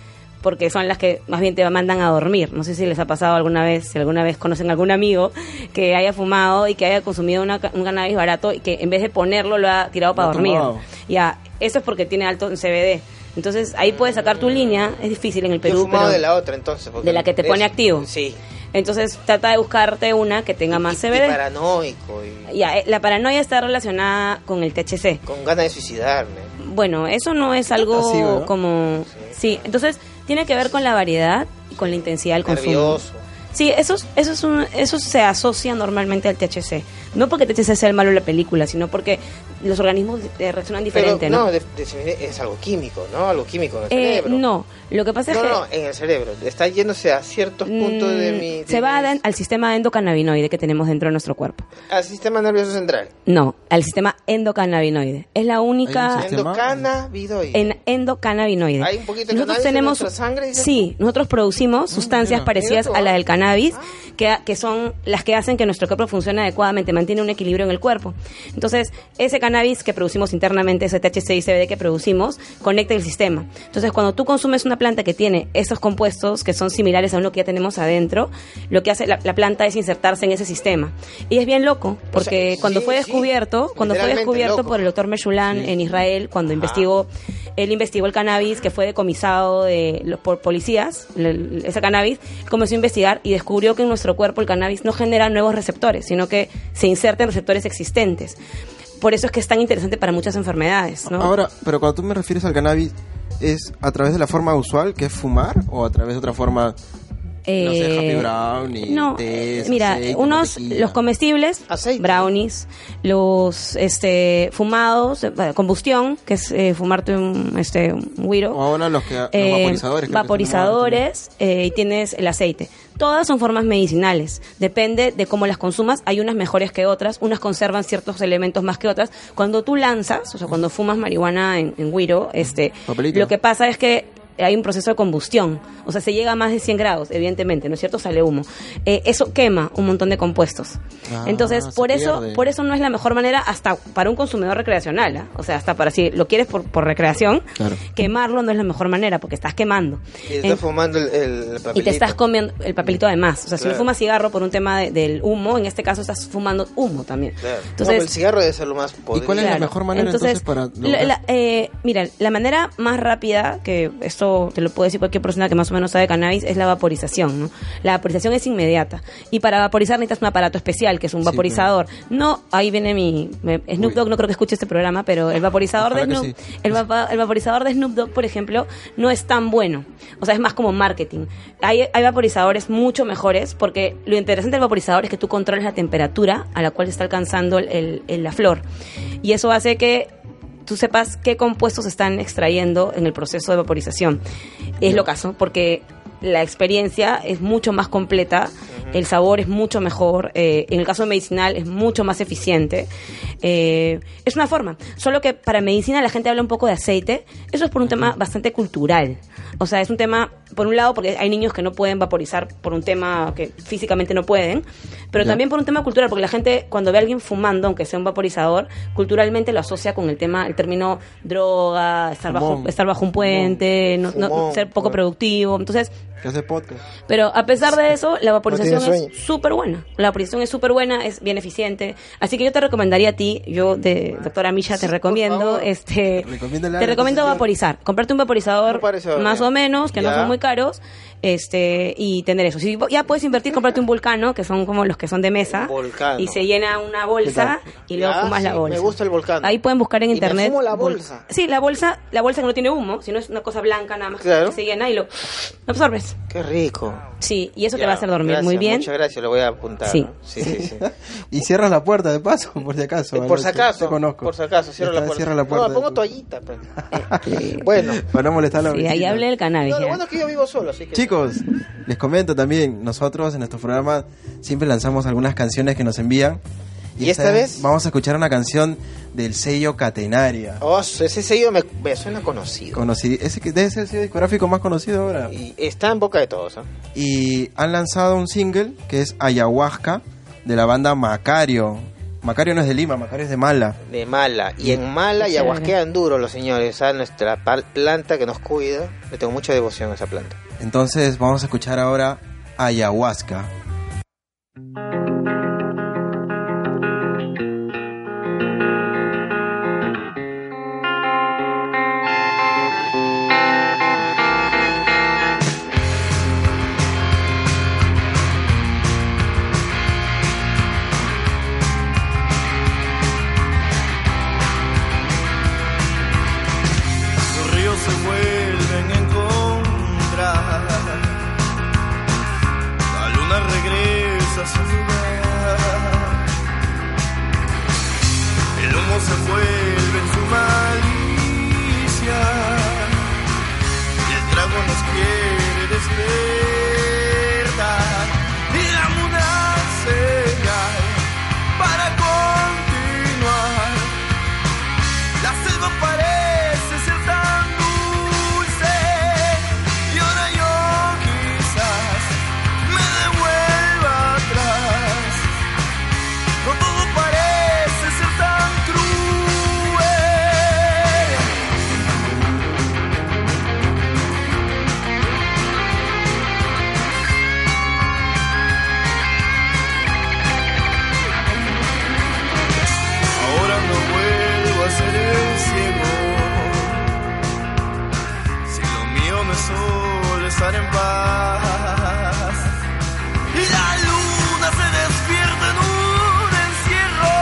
Speaker 4: porque son las que más bien te mandan a dormir. No sé si les ha pasado alguna vez, si alguna vez conocen algún amigo que haya fumado y que haya consumido una ca- un cannabis barato y que en vez de ponerlo lo ha tirado para
Speaker 2: Lo ha
Speaker 4: dormir.
Speaker 2: tomado.
Speaker 4: Ya, eso es porque tiene alto en CBD. Entonces ahí puedes sacar tu línea, es difícil en el
Speaker 3: yo he
Speaker 4: Perú.
Speaker 3: fumado
Speaker 4: pero-
Speaker 3: de la otra entonces. porque
Speaker 4: de la que te
Speaker 3: es-
Speaker 4: pone activo.
Speaker 3: Sí.
Speaker 4: Entonces trata de buscarte una que tenga más
Speaker 3: Y- y
Speaker 4: CBD.
Speaker 3: paranoico y
Speaker 4: Ya, eh, la paranoia está relacionada con el THC.
Speaker 3: con ganas de suicidarme.
Speaker 4: Bueno, eso no es algo
Speaker 2: Así, ¿verdad?
Speaker 4: como... Sí, entonces tiene que ver con la variedad y con la intensidad del consumo.
Speaker 3: Nervioso.
Speaker 4: Sí, eso, es- eso, es un- eso se asocia normalmente al THC. No porque el THC sea el malo de la película, sino porque los organismos eh,
Speaker 3: Pero
Speaker 4: reaccionan diferente,
Speaker 3: no,
Speaker 4: ¿no?
Speaker 3: de- de- es algo químico, ¿no? Algo químico en el
Speaker 4: Eh,
Speaker 3: cerebro.
Speaker 4: no, lo que pasa
Speaker 3: No,
Speaker 4: es que...
Speaker 3: no, en el cerebro. Está yéndose a ciertos puntos de
Speaker 4: mm,
Speaker 3: mi.
Speaker 4: se
Speaker 3: de
Speaker 4: va
Speaker 3: mi-
Speaker 4: a- al sistema endocannabinoide que tenemos dentro de nuestro cuerpo.
Speaker 3: al sistema nervioso central.
Speaker 4: No, al sistema endocannabinoide. Es la
Speaker 2: Hay
Speaker 4: única...
Speaker 2: un sistema-
Speaker 3: Endocannabinoide.
Speaker 4: Ah. en endocannabinoide.
Speaker 3: Hay un poquito de
Speaker 4: nosotros
Speaker 3: cannabis en
Speaker 4: tenemos,
Speaker 3: nuestra sangre, dices Mm,
Speaker 4: sí, nosotros producimos sustancias
Speaker 2: mira.
Speaker 4: parecidas
Speaker 3: Mira tú,
Speaker 4: a la
Speaker 3: ah.
Speaker 4: del cannabis, que, que son las que hacen que nuestro cuerpo funcione adecuadamente, mantiene un equilibrio en el cuerpo. Entonces, ese cannabis que producimos internamente, ese THC y CBD que producimos, conecta el sistema. Entonces, cuando tú consumes una planta que tiene esos compuestos que son similares a uno que ya tenemos adentro, lo que hace la, la planta es insertarse en ese sistema. Y es bien loco, porque
Speaker 3: sea,
Speaker 4: cuando
Speaker 3: sí,
Speaker 4: fue
Speaker 3: sí,
Speaker 4: descubierto, cuando fue
Speaker 3: literalmente
Speaker 4: descubierto
Speaker 3: loco.
Speaker 4: por el doctor Meshulan en Israel, cuando investigó, él investigó el cannabis que fue decomisado de, los- por policías, le- le- ese cannabis, comenzó a investigar y descubrió que en nuestro cuerpo el cannabis no genera nuevos receptores, sino que se inserta en receptores existentes. Por eso es que es tan interesante para muchas enfermedades, ¿no?
Speaker 2: Ahora, pero cuando tú me refieres al cannabis, ¿es a través de la forma usual, que es fumar, o a través de otra forma? no sé,
Speaker 4: Eh,
Speaker 2: Happy Brownie,
Speaker 4: no,
Speaker 2: té,
Speaker 4: eh, mira,
Speaker 2: aceite,
Speaker 4: unos
Speaker 2: mantequilla.
Speaker 4: los comestibles,
Speaker 3: Aceite.
Speaker 4: brownies, los este fumados, eh, combustión, que es eh, fumarte un este un güiro.
Speaker 2: O ahora los, que, los
Speaker 4: Eh,
Speaker 2: vaporizadores. creo que se llamaban
Speaker 4: vaporizadores, eh, y tienes el aceite. Todas son formas medicinales. Depende de cómo las consumas. Hay unas mejores que otras. Unas conservan ciertos elementos más que otras. Cuando tú lanzas, o sea, cuando fumas marihuana en, en guiro, este,
Speaker 2: Papelito.
Speaker 4: lo que pasa es que hay un proceso de combustión, o sea, se llega a más de 100 grados, evidentemente, ¿no es cierto? Sale humo. Eh, eso quema un montón de compuestos.
Speaker 2: Ah,
Speaker 4: Entonces,
Speaker 2: se
Speaker 4: por eso,
Speaker 2: pierde.
Speaker 4: por eso no es la mejor manera hasta para un consumidor recreacional, ¿ah? o sea, hasta para si lo quieres por, por recreación,
Speaker 2: Claro.
Speaker 4: quemarlo no es la mejor manera porque estás quemando.
Speaker 3: Y
Speaker 4: En-
Speaker 3: estás fumando el, el papelito.
Speaker 4: y te estás comiendo el papelito además. O sea, si no
Speaker 3: Claro.
Speaker 4: fumas cigarro por un tema de- del humo, en este caso estás fumando humo también.
Speaker 3: Claro. No,
Speaker 4: Entonces,
Speaker 3: pero el cigarro debe ser lo más podrido.
Speaker 2: cuál es la mejor manera, entonces, para lograr-
Speaker 4: la- la- eh, mira, la manera más rápida, que esto te lo puede decir cualquier persona que más o menos sabe de cannabis, es la vaporización. ¿no? La vaporización es inmediata. Y para vaporizar necesitas un aparato especial, que es un
Speaker 2: Sí,
Speaker 4: vaporizador. No, ahí viene mi... me- Snoop Dogg no creo que escuche este programa, pero el vaporizador, de
Speaker 2: Ojalá que
Speaker 4: Snoop,
Speaker 2: sí.
Speaker 4: el, vapa- el vaporizador de Snoop Dogg, por ejemplo, no es tan bueno. O sea, es más como marketing. Hay, hay vaporizadores mucho mejores porque lo interesante del vaporizador es que tú controlas la temperatura a la cual está alcanzando el- el- el- la flor. Y eso hace que tú sepas qué compuestos están extrayendo en el proceso de vaporización. Es lo caso, porque la experiencia es mucho más completa el sabor es mucho mejor, eh, en el caso medicinal es mucho más eficiente. Eh, es una forma, solo que para medicina la gente habla un poco de aceite, eso es por un tema bastante cultural. O sea, es un tema, por un lado, porque hay niños que no pueden vaporizar por un tema que físicamente no pueden, pero
Speaker 2: Ya.
Speaker 4: también por un tema cultural, porque la gente cuando ve a alguien fumando, aunque sea un vaporizador, culturalmente lo asocia con el tema, el término droga, estar, bajo,
Speaker 2: Fumón.
Speaker 4: estar bajo un puente, no- no-
Speaker 3: Fumón,
Speaker 4: ser poco
Speaker 3: bueno.
Speaker 4: productivo. Entonces,
Speaker 2: Que hace podcast.
Speaker 4: pero a pesar de eso, la vaporización
Speaker 3: sueño.
Speaker 4: es súper buena. La vaporización es súper buena, es bien eficiente. Así que yo te recomendaría a ti, yo de doctora Misha te recomiendo,
Speaker 3: favor.
Speaker 4: este,
Speaker 2: Recomiéndala
Speaker 4: te
Speaker 2: la
Speaker 4: recomiendo
Speaker 2: posición.
Speaker 4: vaporizar. Comprarte un vaporizador
Speaker 3: Un vaporizador,
Speaker 4: más
Speaker 3: ya.
Speaker 4: o menos, que no
Speaker 3: Ya.
Speaker 4: son muy caros, este, y tener eso. Si vo- ya puedes invertir, comprarte un vulcano, que son como los que son de mesa,
Speaker 3: Un Vulcano.
Speaker 4: y se llena una bolsa y luego
Speaker 3: Ya,
Speaker 4: fumas la
Speaker 3: sí,
Speaker 4: bolsa.
Speaker 3: me gusta el Vulcano.
Speaker 4: Ahí pueden buscar en
Speaker 3: Y me
Speaker 4: internet.
Speaker 3: fumo la
Speaker 4: vul-
Speaker 3: bolsa.
Speaker 4: Sí, la bolsa, la bolsa que no tiene humo, sino es una cosa blanca nada más
Speaker 3: Claro.
Speaker 4: que se llena y lo absorbes.
Speaker 3: Qué rico.
Speaker 4: Sí, y eso te
Speaker 3: Ya,
Speaker 4: va a hacer dormir
Speaker 3: gracias,
Speaker 4: muy bien.
Speaker 3: Muchas gracias, lo voy a apuntar.
Speaker 4: Sí.
Speaker 3: ¿no? Sí, sí, sí.
Speaker 2: Y cierras la puerta de paso, por si acaso.
Speaker 3: Eh,
Speaker 2: ¿vale?
Speaker 3: Por si
Speaker 2: Te-
Speaker 3: acaso,
Speaker 2: Te conozco.
Speaker 3: por si acaso, cierro la
Speaker 2: Está-
Speaker 3: puerta.
Speaker 2: Cierra la puerta.
Speaker 3: No, me pongo toallita. pues. bueno,
Speaker 2: Para no molestar a la
Speaker 4: Sí, ahí
Speaker 2: vecina.
Speaker 4: hablé del cannabis.
Speaker 3: no, lo
Speaker 4: ya.
Speaker 3: bueno es que yo vivo solo, así que.
Speaker 2: Chicos, les comento también, nosotros en nuestro programa siempre lanzamos algunas canciones que nos envían.
Speaker 3: ¿Y esta vez?
Speaker 2: Vamos a escuchar una canción del sello Catenaria.
Speaker 3: Oh, ese sello me, me suena conocido.
Speaker 2: Conocido, ese que debe ser el sello discográfico más conocido ahora.
Speaker 3: Y está en boca de todos. ¿ah?
Speaker 2: Y han lanzado un single que es Ayahuasca de la banda Macario. Macario no es de Lima, Macario es de Mala.
Speaker 3: De mala. Y en mala y
Speaker 4: Chévere.
Speaker 3: aguasquean duro los señores. A nuestra pal- planta que nos cuida. Le tengo mucha devoción a esa planta.
Speaker 2: Entonces vamos a escuchar ahora Ayahuasca.
Speaker 5: los ríos se vuelven a encontrar. La luna regresa a su lugar. El humo se vuelve en su malicia. Y el trago nos quiere despertar. Y la muda señal para continuar. La selva parece ser tan dulce y ahora yo quizás me devuelva atrás. No todo parece ser tan cruel. Ahora no vuelvo a ser el ciego. Si lo mío no es solo estar en paz. Y la luna se despierta en un encierro.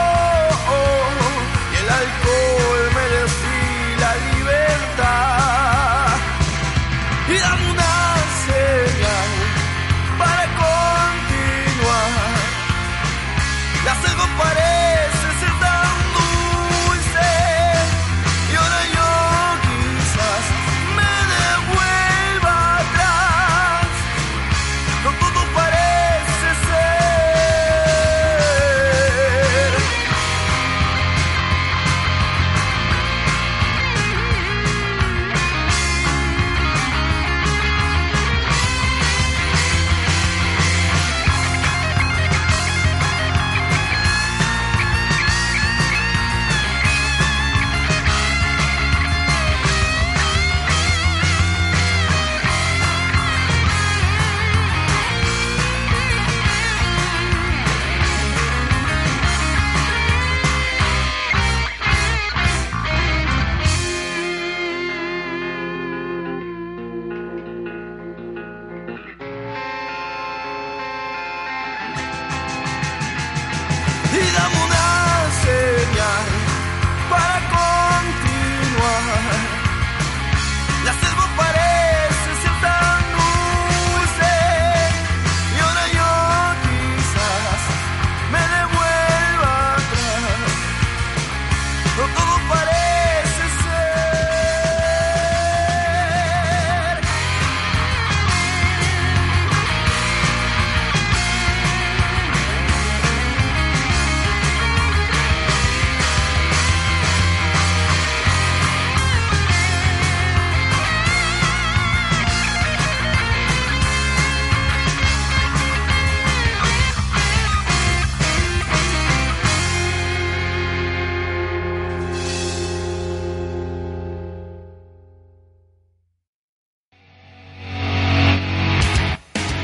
Speaker 5: Y el alcohol me desfila libertad. Y dame una señal para continuar. La selva parece ser tan dulce Y ahora yo quizás me devuelva atrás Então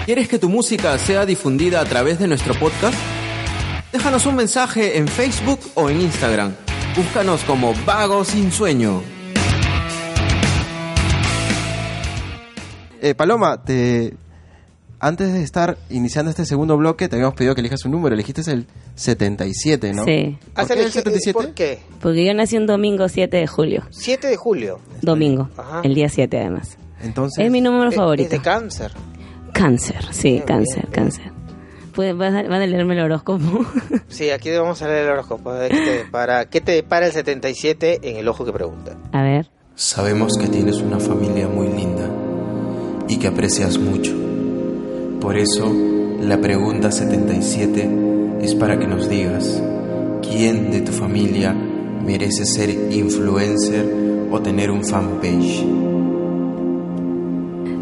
Speaker 1: ¿Quieres que tu música sea difundida a través de nuestro podcast? Déjanos un mensaje en Facebook o en Instagram. Búscanos como Vago Sin Sueño.
Speaker 2: Eh, Paloma, te... antes de estar iniciando este segundo bloque, te habíamos pedido que elijas un número. Elegiste el 77, ¿no?
Speaker 4: Sí.
Speaker 2: ¿Por qué el 77?
Speaker 3: ¿Por qué?
Speaker 4: Porque yo nací un domingo 7 de julio.
Speaker 3: 7 de julio.
Speaker 4: Domingo.
Speaker 3: Ajá.
Speaker 4: El día 7 además.
Speaker 2: Entonces,
Speaker 4: es mi número
Speaker 3: Es-
Speaker 4: favorito.
Speaker 3: Es de cáncer.
Speaker 4: Cáncer, sí,
Speaker 3: Bien,
Speaker 4: cáncer,
Speaker 3: bien, bien.
Speaker 4: cáncer. Pues, ¿Van a van a leerme el horóscopo?
Speaker 3: Sí, aquí vamos a leer el horóscopo. a ver qué te depara- ¿Qué te depara el 77 en el ojo que pregunta?
Speaker 4: a ver.
Speaker 1: Sabemos que tienes una familia muy linda y que aprecias mucho. Por eso, la pregunta 77 es para que nos digas, ¿quién de tu familia merece ser influencer o tener un fanpage?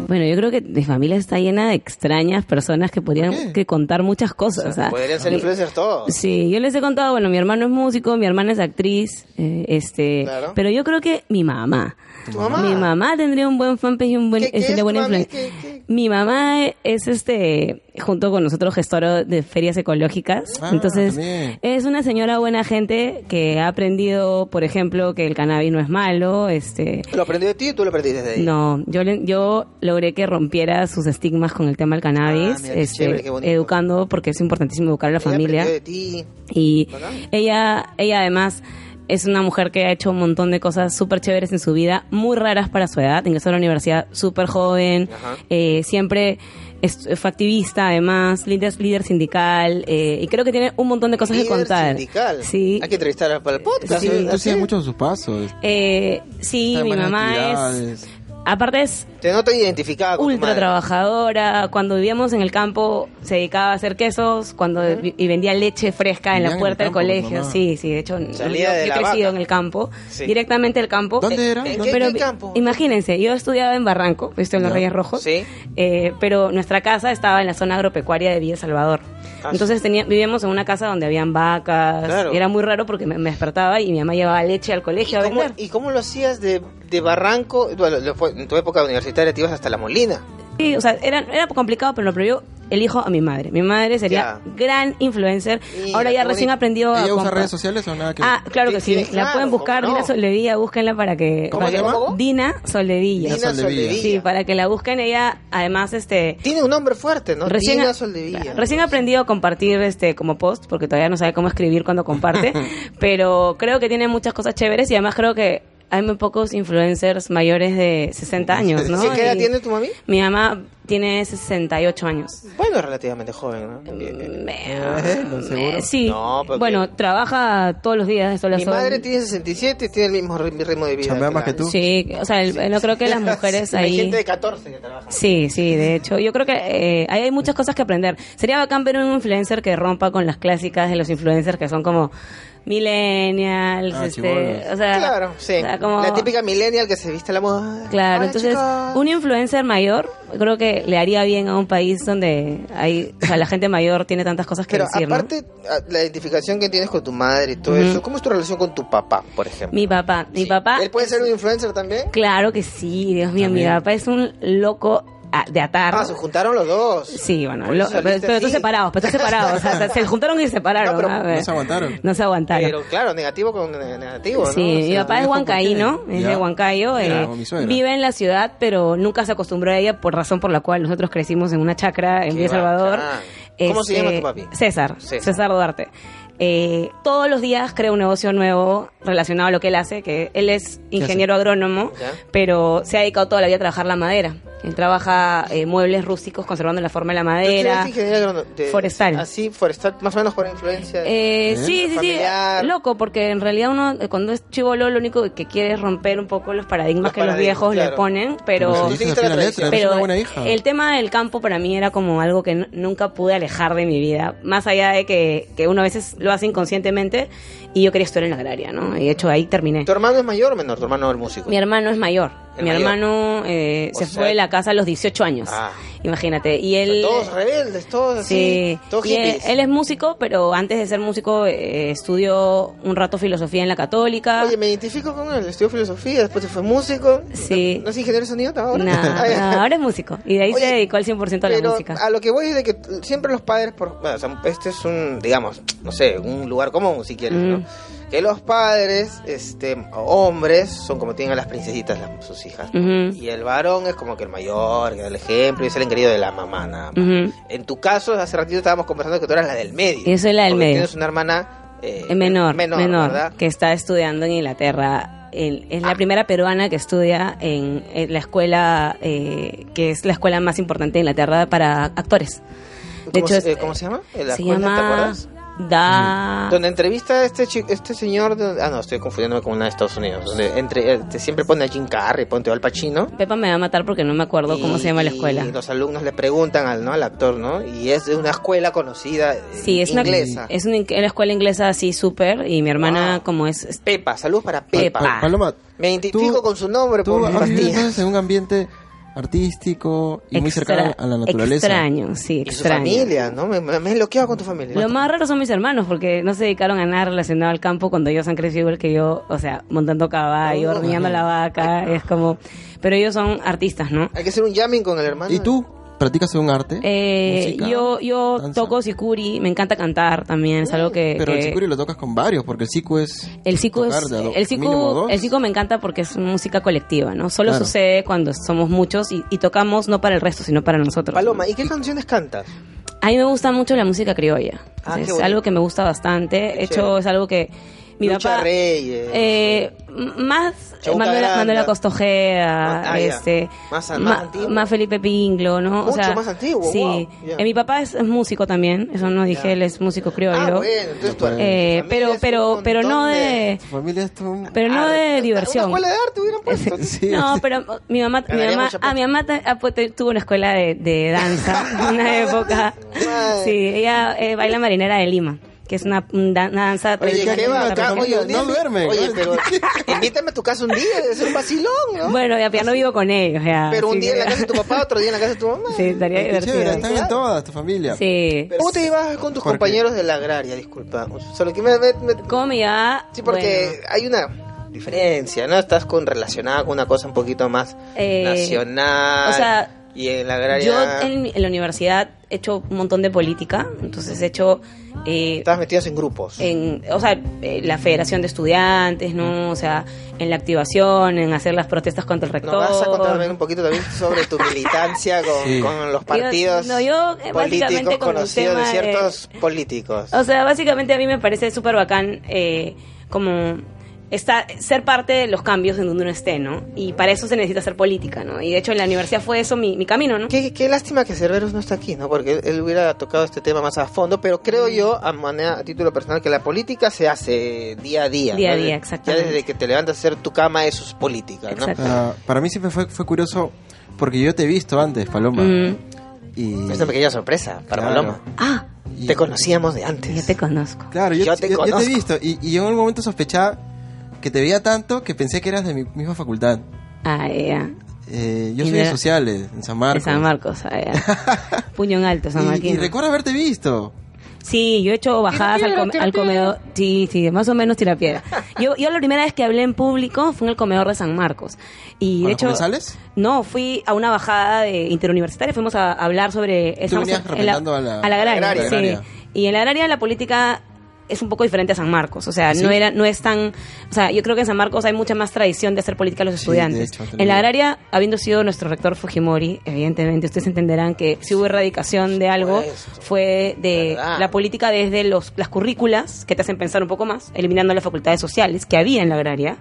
Speaker 4: Bueno, yo creo que mi familia está llena de extrañas personas que podrían que contar muchas cosas. o sea, eh,
Speaker 3: Podrían ser
Speaker 4: mi-
Speaker 3: influencers todos.
Speaker 4: Sí, yo les he contado, bueno, mi hermano es músico, mi hermana es actriz, eh, este,
Speaker 3: Claro.
Speaker 4: pero yo creo que mi mamá.
Speaker 3: ¿Tu mamá?
Speaker 4: Mi mamá tendría un buen fanpage y un buen,
Speaker 3: ¿Qué- qué
Speaker 4: sería
Speaker 3: es,
Speaker 4: buena
Speaker 3: mami?
Speaker 4: influencia.
Speaker 3: ¿Qué- qué?
Speaker 4: Mi mamá es este, junto con nosotros, gestora de ferias ecológicas.
Speaker 2: Ah,
Speaker 4: Entonces,
Speaker 2: también.
Speaker 4: es una señora buena gente que ha aprendido, por ejemplo, que el cannabis no es malo, este,
Speaker 3: ¿Lo aprendí de ti o tú lo aprendiste de ella?
Speaker 4: no, yo, le- yo logré que rompiera sus estigmas con el tema del cannabis,
Speaker 3: Ah, mira, qué
Speaker 4: este,
Speaker 3: chévere, qué bonito.
Speaker 4: educando, porque es importantísimo educar a la
Speaker 3: Ella
Speaker 4: familia.
Speaker 3: aprendió de ti.
Speaker 4: Y
Speaker 3: Bacán.
Speaker 4: ella, ella además es una mujer que ha hecho un montón de cosas súper chéveres en su vida, muy raras para su edad. Ingresó a la universidad súper joven,
Speaker 3: Ajá.
Speaker 4: eh, siempre es- fue activista además, líder, líder sindical, eh, y creo que tiene un montón de cosas que
Speaker 3: Líder
Speaker 4: contar.
Speaker 3: sindical.
Speaker 4: Sí.
Speaker 3: Hay que entrevistarla para el podcast.
Speaker 4: Sí,
Speaker 2: tú
Speaker 3: ¿no?
Speaker 2: sigues
Speaker 3: Sí.
Speaker 2: muchos de sus pasos.
Speaker 4: Eh, sí, mi mamá es... Aparte es
Speaker 3: Te noto identificada con tu
Speaker 4: ultra
Speaker 3: madre.
Speaker 4: trabajadora. Cuando vivíamos en el campo se dedicaba a hacer quesos cuando y vendía leche fresca
Speaker 2: Vivía
Speaker 4: en
Speaker 2: en
Speaker 4: la
Speaker 2: el
Speaker 4: puerta
Speaker 2: campo,
Speaker 4: del
Speaker 2: tu
Speaker 4: colegio.
Speaker 2: mamá.
Speaker 4: Sí, sí, de hecho
Speaker 3: Salía
Speaker 4: yo,
Speaker 3: de
Speaker 4: yo
Speaker 3: la
Speaker 4: he crecido
Speaker 3: vaca.
Speaker 4: en el campo,
Speaker 3: Sí.
Speaker 4: directamente el campo. Eh,
Speaker 2: ¿Dónde era?
Speaker 3: ¿En
Speaker 2: ¿Dónde?
Speaker 3: qué,
Speaker 4: Pero
Speaker 3: qué campo?
Speaker 4: imagínense, yo estudiaba en Barranco, yo estoy en los
Speaker 2: Ya.
Speaker 4: Reyes Rojos,
Speaker 3: Sí.
Speaker 4: eh, pero nuestra casa estaba en la zona agropecuaria de Villa Salvador.
Speaker 3: Ah,
Speaker 4: Entonces tenía- vivíamos en una casa donde habían vacas,
Speaker 3: Claro.
Speaker 4: y era muy raro porque me, me despertaba y mi mamá llevaba leche al
Speaker 3: ¿Y
Speaker 4: colegio a
Speaker 3: cómo,
Speaker 4: vender.
Speaker 3: y cómo lo hacías de, de Barranco? Bueno, lo fue- en tu época universitaria te ibas hasta La Molina.
Speaker 4: Sí, o sea, era, era complicado, pero no, pero yo elijo a mi madre. Mi madre sería
Speaker 3: Ya.
Speaker 4: gran influencer.
Speaker 3: Mira,
Speaker 4: Ahora
Speaker 3: qué
Speaker 4: ya
Speaker 3: bonito.
Speaker 4: recién aprendió a...
Speaker 2: ¿Ella usa
Speaker 4: comprar.
Speaker 2: redes sociales o nada que
Speaker 4: Ah, claro que
Speaker 3: Sí,
Speaker 4: sí.
Speaker 3: sí,
Speaker 4: La
Speaker 3: claro,
Speaker 4: pueden buscar,
Speaker 3: ¿cómo no?
Speaker 4: Dina Soledilla, búsquenla para que...
Speaker 2: ¿Cómo
Speaker 4: para
Speaker 2: se
Speaker 4: que-
Speaker 3: llama?
Speaker 4: Dina Soledilla.
Speaker 3: Dina
Speaker 2: Soldevilla.
Speaker 3: Soldevilla.
Speaker 4: Sí, para que la busquen. Ella, además, este...
Speaker 3: Tiene un nombre fuerte, ¿no?
Speaker 4: Recién,
Speaker 3: Dina
Speaker 4: ha-
Speaker 3: Soldevilla.
Speaker 4: recién ha aprendido a compartir este como post, porque todavía no sabe cómo escribir cuando comparte, pero creo que tiene muchas cosas chéveres y además creo que hay muy pocos influencers mayores de 60 años, ¿no?
Speaker 3: ¿Sí, ¿Qué edad
Speaker 4: Y-
Speaker 3: tiene tu mami?
Speaker 4: mi mamá tiene 68 años.
Speaker 3: Bueno, relativamente joven, ¿no? Eh,
Speaker 4: Eh, Sí.
Speaker 3: No, porque-
Speaker 4: Bueno, trabaja todos los días, eso lo
Speaker 3: Mi
Speaker 4: son-
Speaker 3: madre tiene 67 y tiene el mismo ri- ritmo de vida.
Speaker 2: Chambea
Speaker 3: que
Speaker 2: más
Speaker 3: la-
Speaker 2: que tú.
Speaker 4: Sí, o sea, el- no creo que las mujeres
Speaker 3: Sí, Hay
Speaker 4: ahí...
Speaker 3: gente de 14 que trabaja.
Speaker 4: Sí, sí, de hecho, yo creo que eh, ahí hay muchas cosas que aprender. Sería bacán ver un influencer que rompa con las clásicas de los influencers que son como millennials,
Speaker 2: Ah,
Speaker 4: este,
Speaker 2: chibolos.
Speaker 4: o sea,
Speaker 3: Claro, sí.
Speaker 4: o sea, como-
Speaker 3: La típica millennial que se viste a la moda.
Speaker 4: Claro,
Speaker 3: Hola,
Speaker 4: entonces
Speaker 3: chicos.
Speaker 4: un influencer mayor creo que le haría bien a un país donde hay, o sea, la gente mayor tiene tantas cosas que
Speaker 3: Pero
Speaker 4: decir, ¿no?
Speaker 3: aparte, a- la identificación que tienes con tu madre y todo
Speaker 4: Ujú.
Speaker 3: eso, ¿cómo es tu relación con tu papá, por ejemplo?
Speaker 4: Mi papá, mi
Speaker 3: Sí.
Speaker 4: papá
Speaker 3: ¿Él puede ser un influencer también?
Speaker 4: Claro que sí, Dios mío, mi papá es un loco ah, de atar.
Speaker 3: Ah, se juntaron los dos.
Speaker 4: Sí, bueno,
Speaker 3: Por
Speaker 4: lo-
Speaker 3: eso
Speaker 4: pero,
Speaker 3: saliste
Speaker 4: pero están
Speaker 3: así.
Speaker 4: separados, pero están separados. o sea, se juntaron y se separaron.
Speaker 3: No, pero
Speaker 4: ¿no?
Speaker 2: no se aguantaron.
Speaker 4: No se aguantaron.
Speaker 3: Pero claro, negativo con ne- negativo,
Speaker 4: Sí,
Speaker 3: ¿no? O
Speaker 4: mi
Speaker 3: sea,
Speaker 4: papá es
Speaker 2: ¿por qué?
Speaker 4: huancaíno, es
Speaker 2: Ya.
Speaker 4: de Huancayo,
Speaker 2: Ya,
Speaker 4: eh,
Speaker 2: como mi suegra.
Speaker 4: vive en la ciudad, pero nunca se acostumbró a ella por razón por la cual nosotros crecimos en una chacra en
Speaker 3: Qué
Speaker 4: Villa Salvador. Este,
Speaker 3: bacán. ¿Cómo se llama tu papi?
Speaker 4: César,
Speaker 3: César.
Speaker 4: César, Duarte. Eh, todos los días crea un negocio nuevo relacionado a lo que él hace, que él es ingeniero agrónomo,
Speaker 3: Ya.
Speaker 4: pero se ha dedicado toda la vida a trabajar la madera. Él trabaja eh, muebles rústicos conservando la forma de la
Speaker 3: ¿tú estudiaste
Speaker 4: madera.
Speaker 3: ingeniería agronó- de-
Speaker 4: forestal.
Speaker 3: Así, forestal, más o menos por influencia.
Speaker 4: Eh, sí, sí, sí,
Speaker 3: familiar.
Speaker 4: loco, porque en realidad uno eh, cuando es chivolo lo único que quiere es romper un poco los paradigmas
Speaker 3: Los
Speaker 4: que los
Speaker 3: paradigmas,
Speaker 4: viejos
Speaker 3: claro.
Speaker 4: le ponen, pero...
Speaker 2: Como
Speaker 3: Sí,
Speaker 2: se dice
Speaker 3: dijiste
Speaker 2: al
Speaker 3: la
Speaker 2: pie de la letra,
Speaker 3: tradición.
Speaker 2: eres
Speaker 4: Pero
Speaker 2: una buena hija.
Speaker 4: el tema del campo para mí era como algo que n- nunca pude alejar de mi vida, más allá de que, que uno a veces lo hace inconscientemente y yo quería estudiar en la agraria, ¿no? Y de hecho ahí terminé.
Speaker 3: ¿Tu hermano es mayor o menor? ¿Tu hermano el músico?
Speaker 4: Mi hermano es mayor,
Speaker 3: El
Speaker 4: Mi
Speaker 3: mayor.
Speaker 4: hermano eh,
Speaker 3: O
Speaker 4: se
Speaker 3: sea-
Speaker 4: fue de la casa a los 18 años.
Speaker 3: Ah.
Speaker 4: Imagínate. Y él.
Speaker 3: Todos rebeldes, todos así.
Speaker 4: Sí,
Speaker 3: Todos
Speaker 4: y él,
Speaker 3: hippies.
Speaker 4: él es músico, pero antes de ser músico eh, estudió un rato filosofía en la católica.
Speaker 3: Oye, me identifico con él. Estudió filosofía, después se fue músico.
Speaker 4: Sí.
Speaker 3: ¿No, no es ingeniero de sonido ahora?
Speaker 4: Nah,
Speaker 3: Ah, ya.
Speaker 4: nah, ahora es músico. Y de ahí
Speaker 3: Oye,
Speaker 4: se dedicó al 100% a la
Speaker 3: Pero
Speaker 4: música.
Speaker 3: a lo que voy es de que siempre los padres, por, bueno, o sea, este es un, digamos, no sé, un lugar común si quieres, ¿no?
Speaker 4: Mm.
Speaker 3: Que los padres, este, hombres, son como tienen a las princesitas, las- sus hijas. ¿no?
Speaker 4: Ujú.
Speaker 3: Y el varón es como que el mayor, que da el ejemplo, y es el querido de la mamá nada más.
Speaker 4: Ujú.
Speaker 3: En tu caso, hace ratito estábamos conversando que tú eras la del medio.
Speaker 4: Yo soy la del
Speaker 3: porque
Speaker 4: medio.
Speaker 3: Tienes una hermana eh,
Speaker 4: Es menor, menor,
Speaker 3: ¿verdad? Ah.
Speaker 4: que está estudiando en Inglaterra. El- es la primera peruana que estudia en, en la escuela, eh, que es la escuela más importante de Inglaterra para actores.
Speaker 3: ¿Cómo,
Speaker 4: De hecho,
Speaker 3: se, eh,
Speaker 4: es-
Speaker 3: ¿Cómo se llama? ¿La cuenta,
Speaker 4: se
Speaker 3: ¿Te
Speaker 4: llama Ah.
Speaker 3: acuerdas? Mm.
Speaker 4: Da...
Speaker 3: Donde entrevista a este chi- este señor. de- ah, no, estoy confundiéndome con una de Estados Unidos. Donde entre, eh, te- siempre pone a Jim Carrey, ponte al Pacino.
Speaker 4: Pepa me va a matar porque no me acuerdo cómo
Speaker 3: Y-
Speaker 4: se llama la
Speaker 3: Y
Speaker 4: escuela.
Speaker 3: los alumnos le preguntan al, ¿no? al actor, ¿no? Y es de una escuela conocida eh,
Speaker 4: Sí, es una,
Speaker 3: inglesa.
Speaker 4: es una, una escuela inglesa así súper y mi hermana
Speaker 3: Wow.
Speaker 4: como es... es-
Speaker 3: Pepa, salud para Pepa.
Speaker 4: Pepa.
Speaker 2: Paloma,
Speaker 3: Me identifico
Speaker 2: Tú-
Speaker 3: con su nombre
Speaker 2: tú
Speaker 3: por mi
Speaker 2: has vivido
Speaker 3: pastilla.
Speaker 2: entonces en un ambiente artístico y muy
Speaker 4: extra-
Speaker 2: cercano a la naturaleza.
Speaker 4: Extraño, sí,
Speaker 3: Y su
Speaker 4: extraño.
Speaker 3: familia, ¿no? Me, me, me he bloqueado con tu familia.
Speaker 4: Lo más raro son mis hermanos, porque no se dedicaron a nada relacionado al campo cuando ellos han crecido igual que yo, o sea, montando caballo,
Speaker 3: Oh.
Speaker 4: ordeñando la vaca, es como... Pero ellos son artistas, ¿no?
Speaker 3: Hay que hacer un jamming con el hermano.
Speaker 2: ¿Y tú practicas un arte?
Speaker 4: Eh,
Speaker 2: Música,
Speaker 4: yo yo
Speaker 2: danza.
Speaker 4: toco sicuri, me encanta cantar también, es algo que...
Speaker 2: Pero
Speaker 4: que-
Speaker 2: el sicuri lo tocas con varios, porque el siku es...
Speaker 4: el siku es-
Speaker 2: tocar de a do-
Speaker 4: el siku-
Speaker 2: mínimo dos.
Speaker 4: el siku me encanta porque es música colectiva, ¿no? Solo
Speaker 2: Claro.
Speaker 4: sucede cuando somos muchos y, y tocamos no para el resto, sino para nosotros.
Speaker 3: Paloma, ¿y qué canciones cantas?
Speaker 4: A mí me gusta mucho la música criolla.
Speaker 3: Ah, qué
Speaker 4: es
Speaker 3: bonito.
Speaker 4: algo que me gusta bastante.
Speaker 3: Qué
Speaker 4: De hecho,
Speaker 3: chévere.
Speaker 4: es algo que mi
Speaker 3: Lucha
Speaker 4: papá.
Speaker 3: Reyes.
Speaker 4: eh, m- más
Speaker 3: Chabuca
Speaker 4: Manuela,
Speaker 3: Granda.
Speaker 4: Manuela Costojea,
Speaker 3: Ah, ya.
Speaker 4: este,
Speaker 3: Más- más
Speaker 4: ma-
Speaker 3: antiguo.
Speaker 4: más Felipe Pinglo, ¿no?
Speaker 3: Mucho más antiguo,
Speaker 4: Sí.
Speaker 3: wow, ya.
Speaker 4: Eh, mi papá es, es músico también, eso no dije,
Speaker 3: Ya.
Speaker 4: él es músico criollo.
Speaker 3: Ah, bueno, entonces tu
Speaker 4: Eh,
Speaker 3: familia
Speaker 4: pero,
Speaker 3: es
Speaker 4: pero,
Speaker 3: un
Speaker 4: pero no
Speaker 3: montón
Speaker 4: de,
Speaker 2: Tu familia es todo un-
Speaker 4: pero no
Speaker 3: Ah,
Speaker 4: de diversión.
Speaker 3: Una escuela de arte hubieran puesto.
Speaker 2: Sí,
Speaker 4: No, pero mi mamá, mi
Speaker 3: Ganaría
Speaker 4: mamá,
Speaker 3: mucha plata.
Speaker 4: ah, mi mamá ta- ah, pues, te- tuvo una escuela de, de danza en una época.
Speaker 3: Madre.
Speaker 4: Sí, ella eh, baila marinera de Lima, que es una, un dan- una danza.
Speaker 3: Oye,
Speaker 2: ¿qué
Speaker 3: ¿qué
Speaker 2: va? Acá,
Speaker 3: bacán? Oye,
Speaker 2: no
Speaker 3: un día invi-
Speaker 2: duerme.
Speaker 3: Oye, pero invítame a tu casa un día, es un vacilón, ¿no?
Speaker 4: Bueno, ya, ya no vivo con ellos. Ya,
Speaker 3: pero un
Speaker 4: así
Speaker 3: día en la
Speaker 4: que-
Speaker 3: casa de tu papá, otro día en la casa de tu mamá.
Speaker 4: Sí, estaría
Speaker 2: Qué chévere,
Speaker 4: divertido.
Speaker 2: están en todas, tu familia.
Speaker 4: Sí.
Speaker 3: ¿Cómo te llevas con tus
Speaker 2: Jorge.
Speaker 3: compañeros de la agraria? Disculpa. Solo que me, me- me-
Speaker 4: ¿Cómo me llevaba?
Speaker 3: Sí, porque
Speaker 4: Bueno,
Speaker 3: hay una diferencia, ¿no? Estás con relacionada con una cosa un poquito más
Speaker 4: Eh,
Speaker 3: nacional.
Speaker 4: o sea,
Speaker 3: y en la agraria.
Speaker 4: yo en, en la universidad he hecho un montón de política, entonces he hecho. eh,
Speaker 3: Estabas metidos en grupos.
Speaker 4: en, o sea, eh, la Federación de Estudiantes, ¿no? O sea, en la activación, en hacer las protestas contra el rector.
Speaker 3: ¿Nos vas a contarme un poquito también sobre tu militancia con,
Speaker 2: Sí.
Speaker 3: con los partidos
Speaker 4: no, yo, eh, básicamente
Speaker 3: políticos
Speaker 4: con el
Speaker 3: conocidos de
Speaker 4: tema de-
Speaker 3: ciertos políticos?
Speaker 4: O sea, básicamente a mí me parece súper bacán eh, como esta- ser parte de los cambios en donde uno esté, ¿no? Y para eso se necesita hacer política, ¿no? Y de hecho en la universidad fue eso mi, mi camino, ¿no?
Speaker 3: Qué, qué lástima que Cerveros no está aquí, ¿no? Porque él, él hubiera tocado este tema más a fondo, pero
Speaker 4: Mm.
Speaker 3: creo yo, a, manera, a título personal, que la política se hace día a día.
Speaker 4: Día a
Speaker 3: ¿no?
Speaker 4: día,
Speaker 3: Ya
Speaker 4: exactamente.
Speaker 3: desde que te levantas a hacer tu cama, eso es política, ¿no?
Speaker 4: Exacto.
Speaker 2: Ah, para mí siempre fue, fue curioso, porque yo te he visto antes, Paloma.
Speaker 4: Mm.
Speaker 2: Y,
Speaker 3: Es una pequeña sorpresa para
Speaker 2: Claro.
Speaker 3: Paloma.
Speaker 4: Ah,
Speaker 2: y-
Speaker 3: Te conocíamos de
Speaker 4: yo
Speaker 3: antes.
Speaker 4: te conozco.
Speaker 2: Claro, yo, yo-
Speaker 3: Yo
Speaker 2: yo
Speaker 3: te
Speaker 2: te, he
Speaker 3: conozco.
Speaker 2: visto. Y, y yo en algún momento sospechaba que te veía tanto que pensé que eras de mi misma facultad.
Speaker 4: Ah, ya.
Speaker 2: Eh, yo
Speaker 4: Y
Speaker 2: soy de
Speaker 4: de-
Speaker 2: sociales, en San Marcos.
Speaker 4: De San Marcos, ah, ya. Puño en alto, San
Speaker 2: Y-
Speaker 4: Marquino.
Speaker 2: Y, recuerdo haberte visto.
Speaker 4: Sí, yo he hecho bajadas al, com- al comedor. Sí, sí, más o menos tira piedra. Yo, yo la primera vez que hablé en público fue en el comedor de San Marcos. Y
Speaker 2: ¿Con
Speaker 4: de
Speaker 2: los
Speaker 4: hecho,
Speaker 2: comensales?
Speaker 4: No, fui a una bajada de interuniversitaria, fuimos a, hablar sobre... estamos
Speaker 2: venías
Speaker 4: en la-
Speaker 2: representando a la-
Speaker 4: a la agraria,
Speaker 3: agraria.
Speaker 4: sí.
Speaker 2: Agraria.
Speaker 4: Y en la agraria la política es un poco diferente a San Marcos, o
Speaker 2: ¿Ah,
Speaker 4: sea, no era no es tan, o sea, yo creo que en San Marcos hay mucha más tradición de hacer política a los
Speaker 2: Sí, de
Speaker 4: estudiantes.
Speaker 2: hecho, te lo
Speaker 4: en la
Speaker 2: digo.
Speaker 4: agraria, habiendo sido nuestro rector Fujimori, evidentemente ustedes entenderán que si hubo erradicación de algo
Speaker 3: supuesto.
Speaker 4: fue de
Speaker 3: ¿Verdad?
Speaker 4: la política desde los, las currículas que te hacen pensar un poco más, eliminando las facultades sociales que había en la agraria.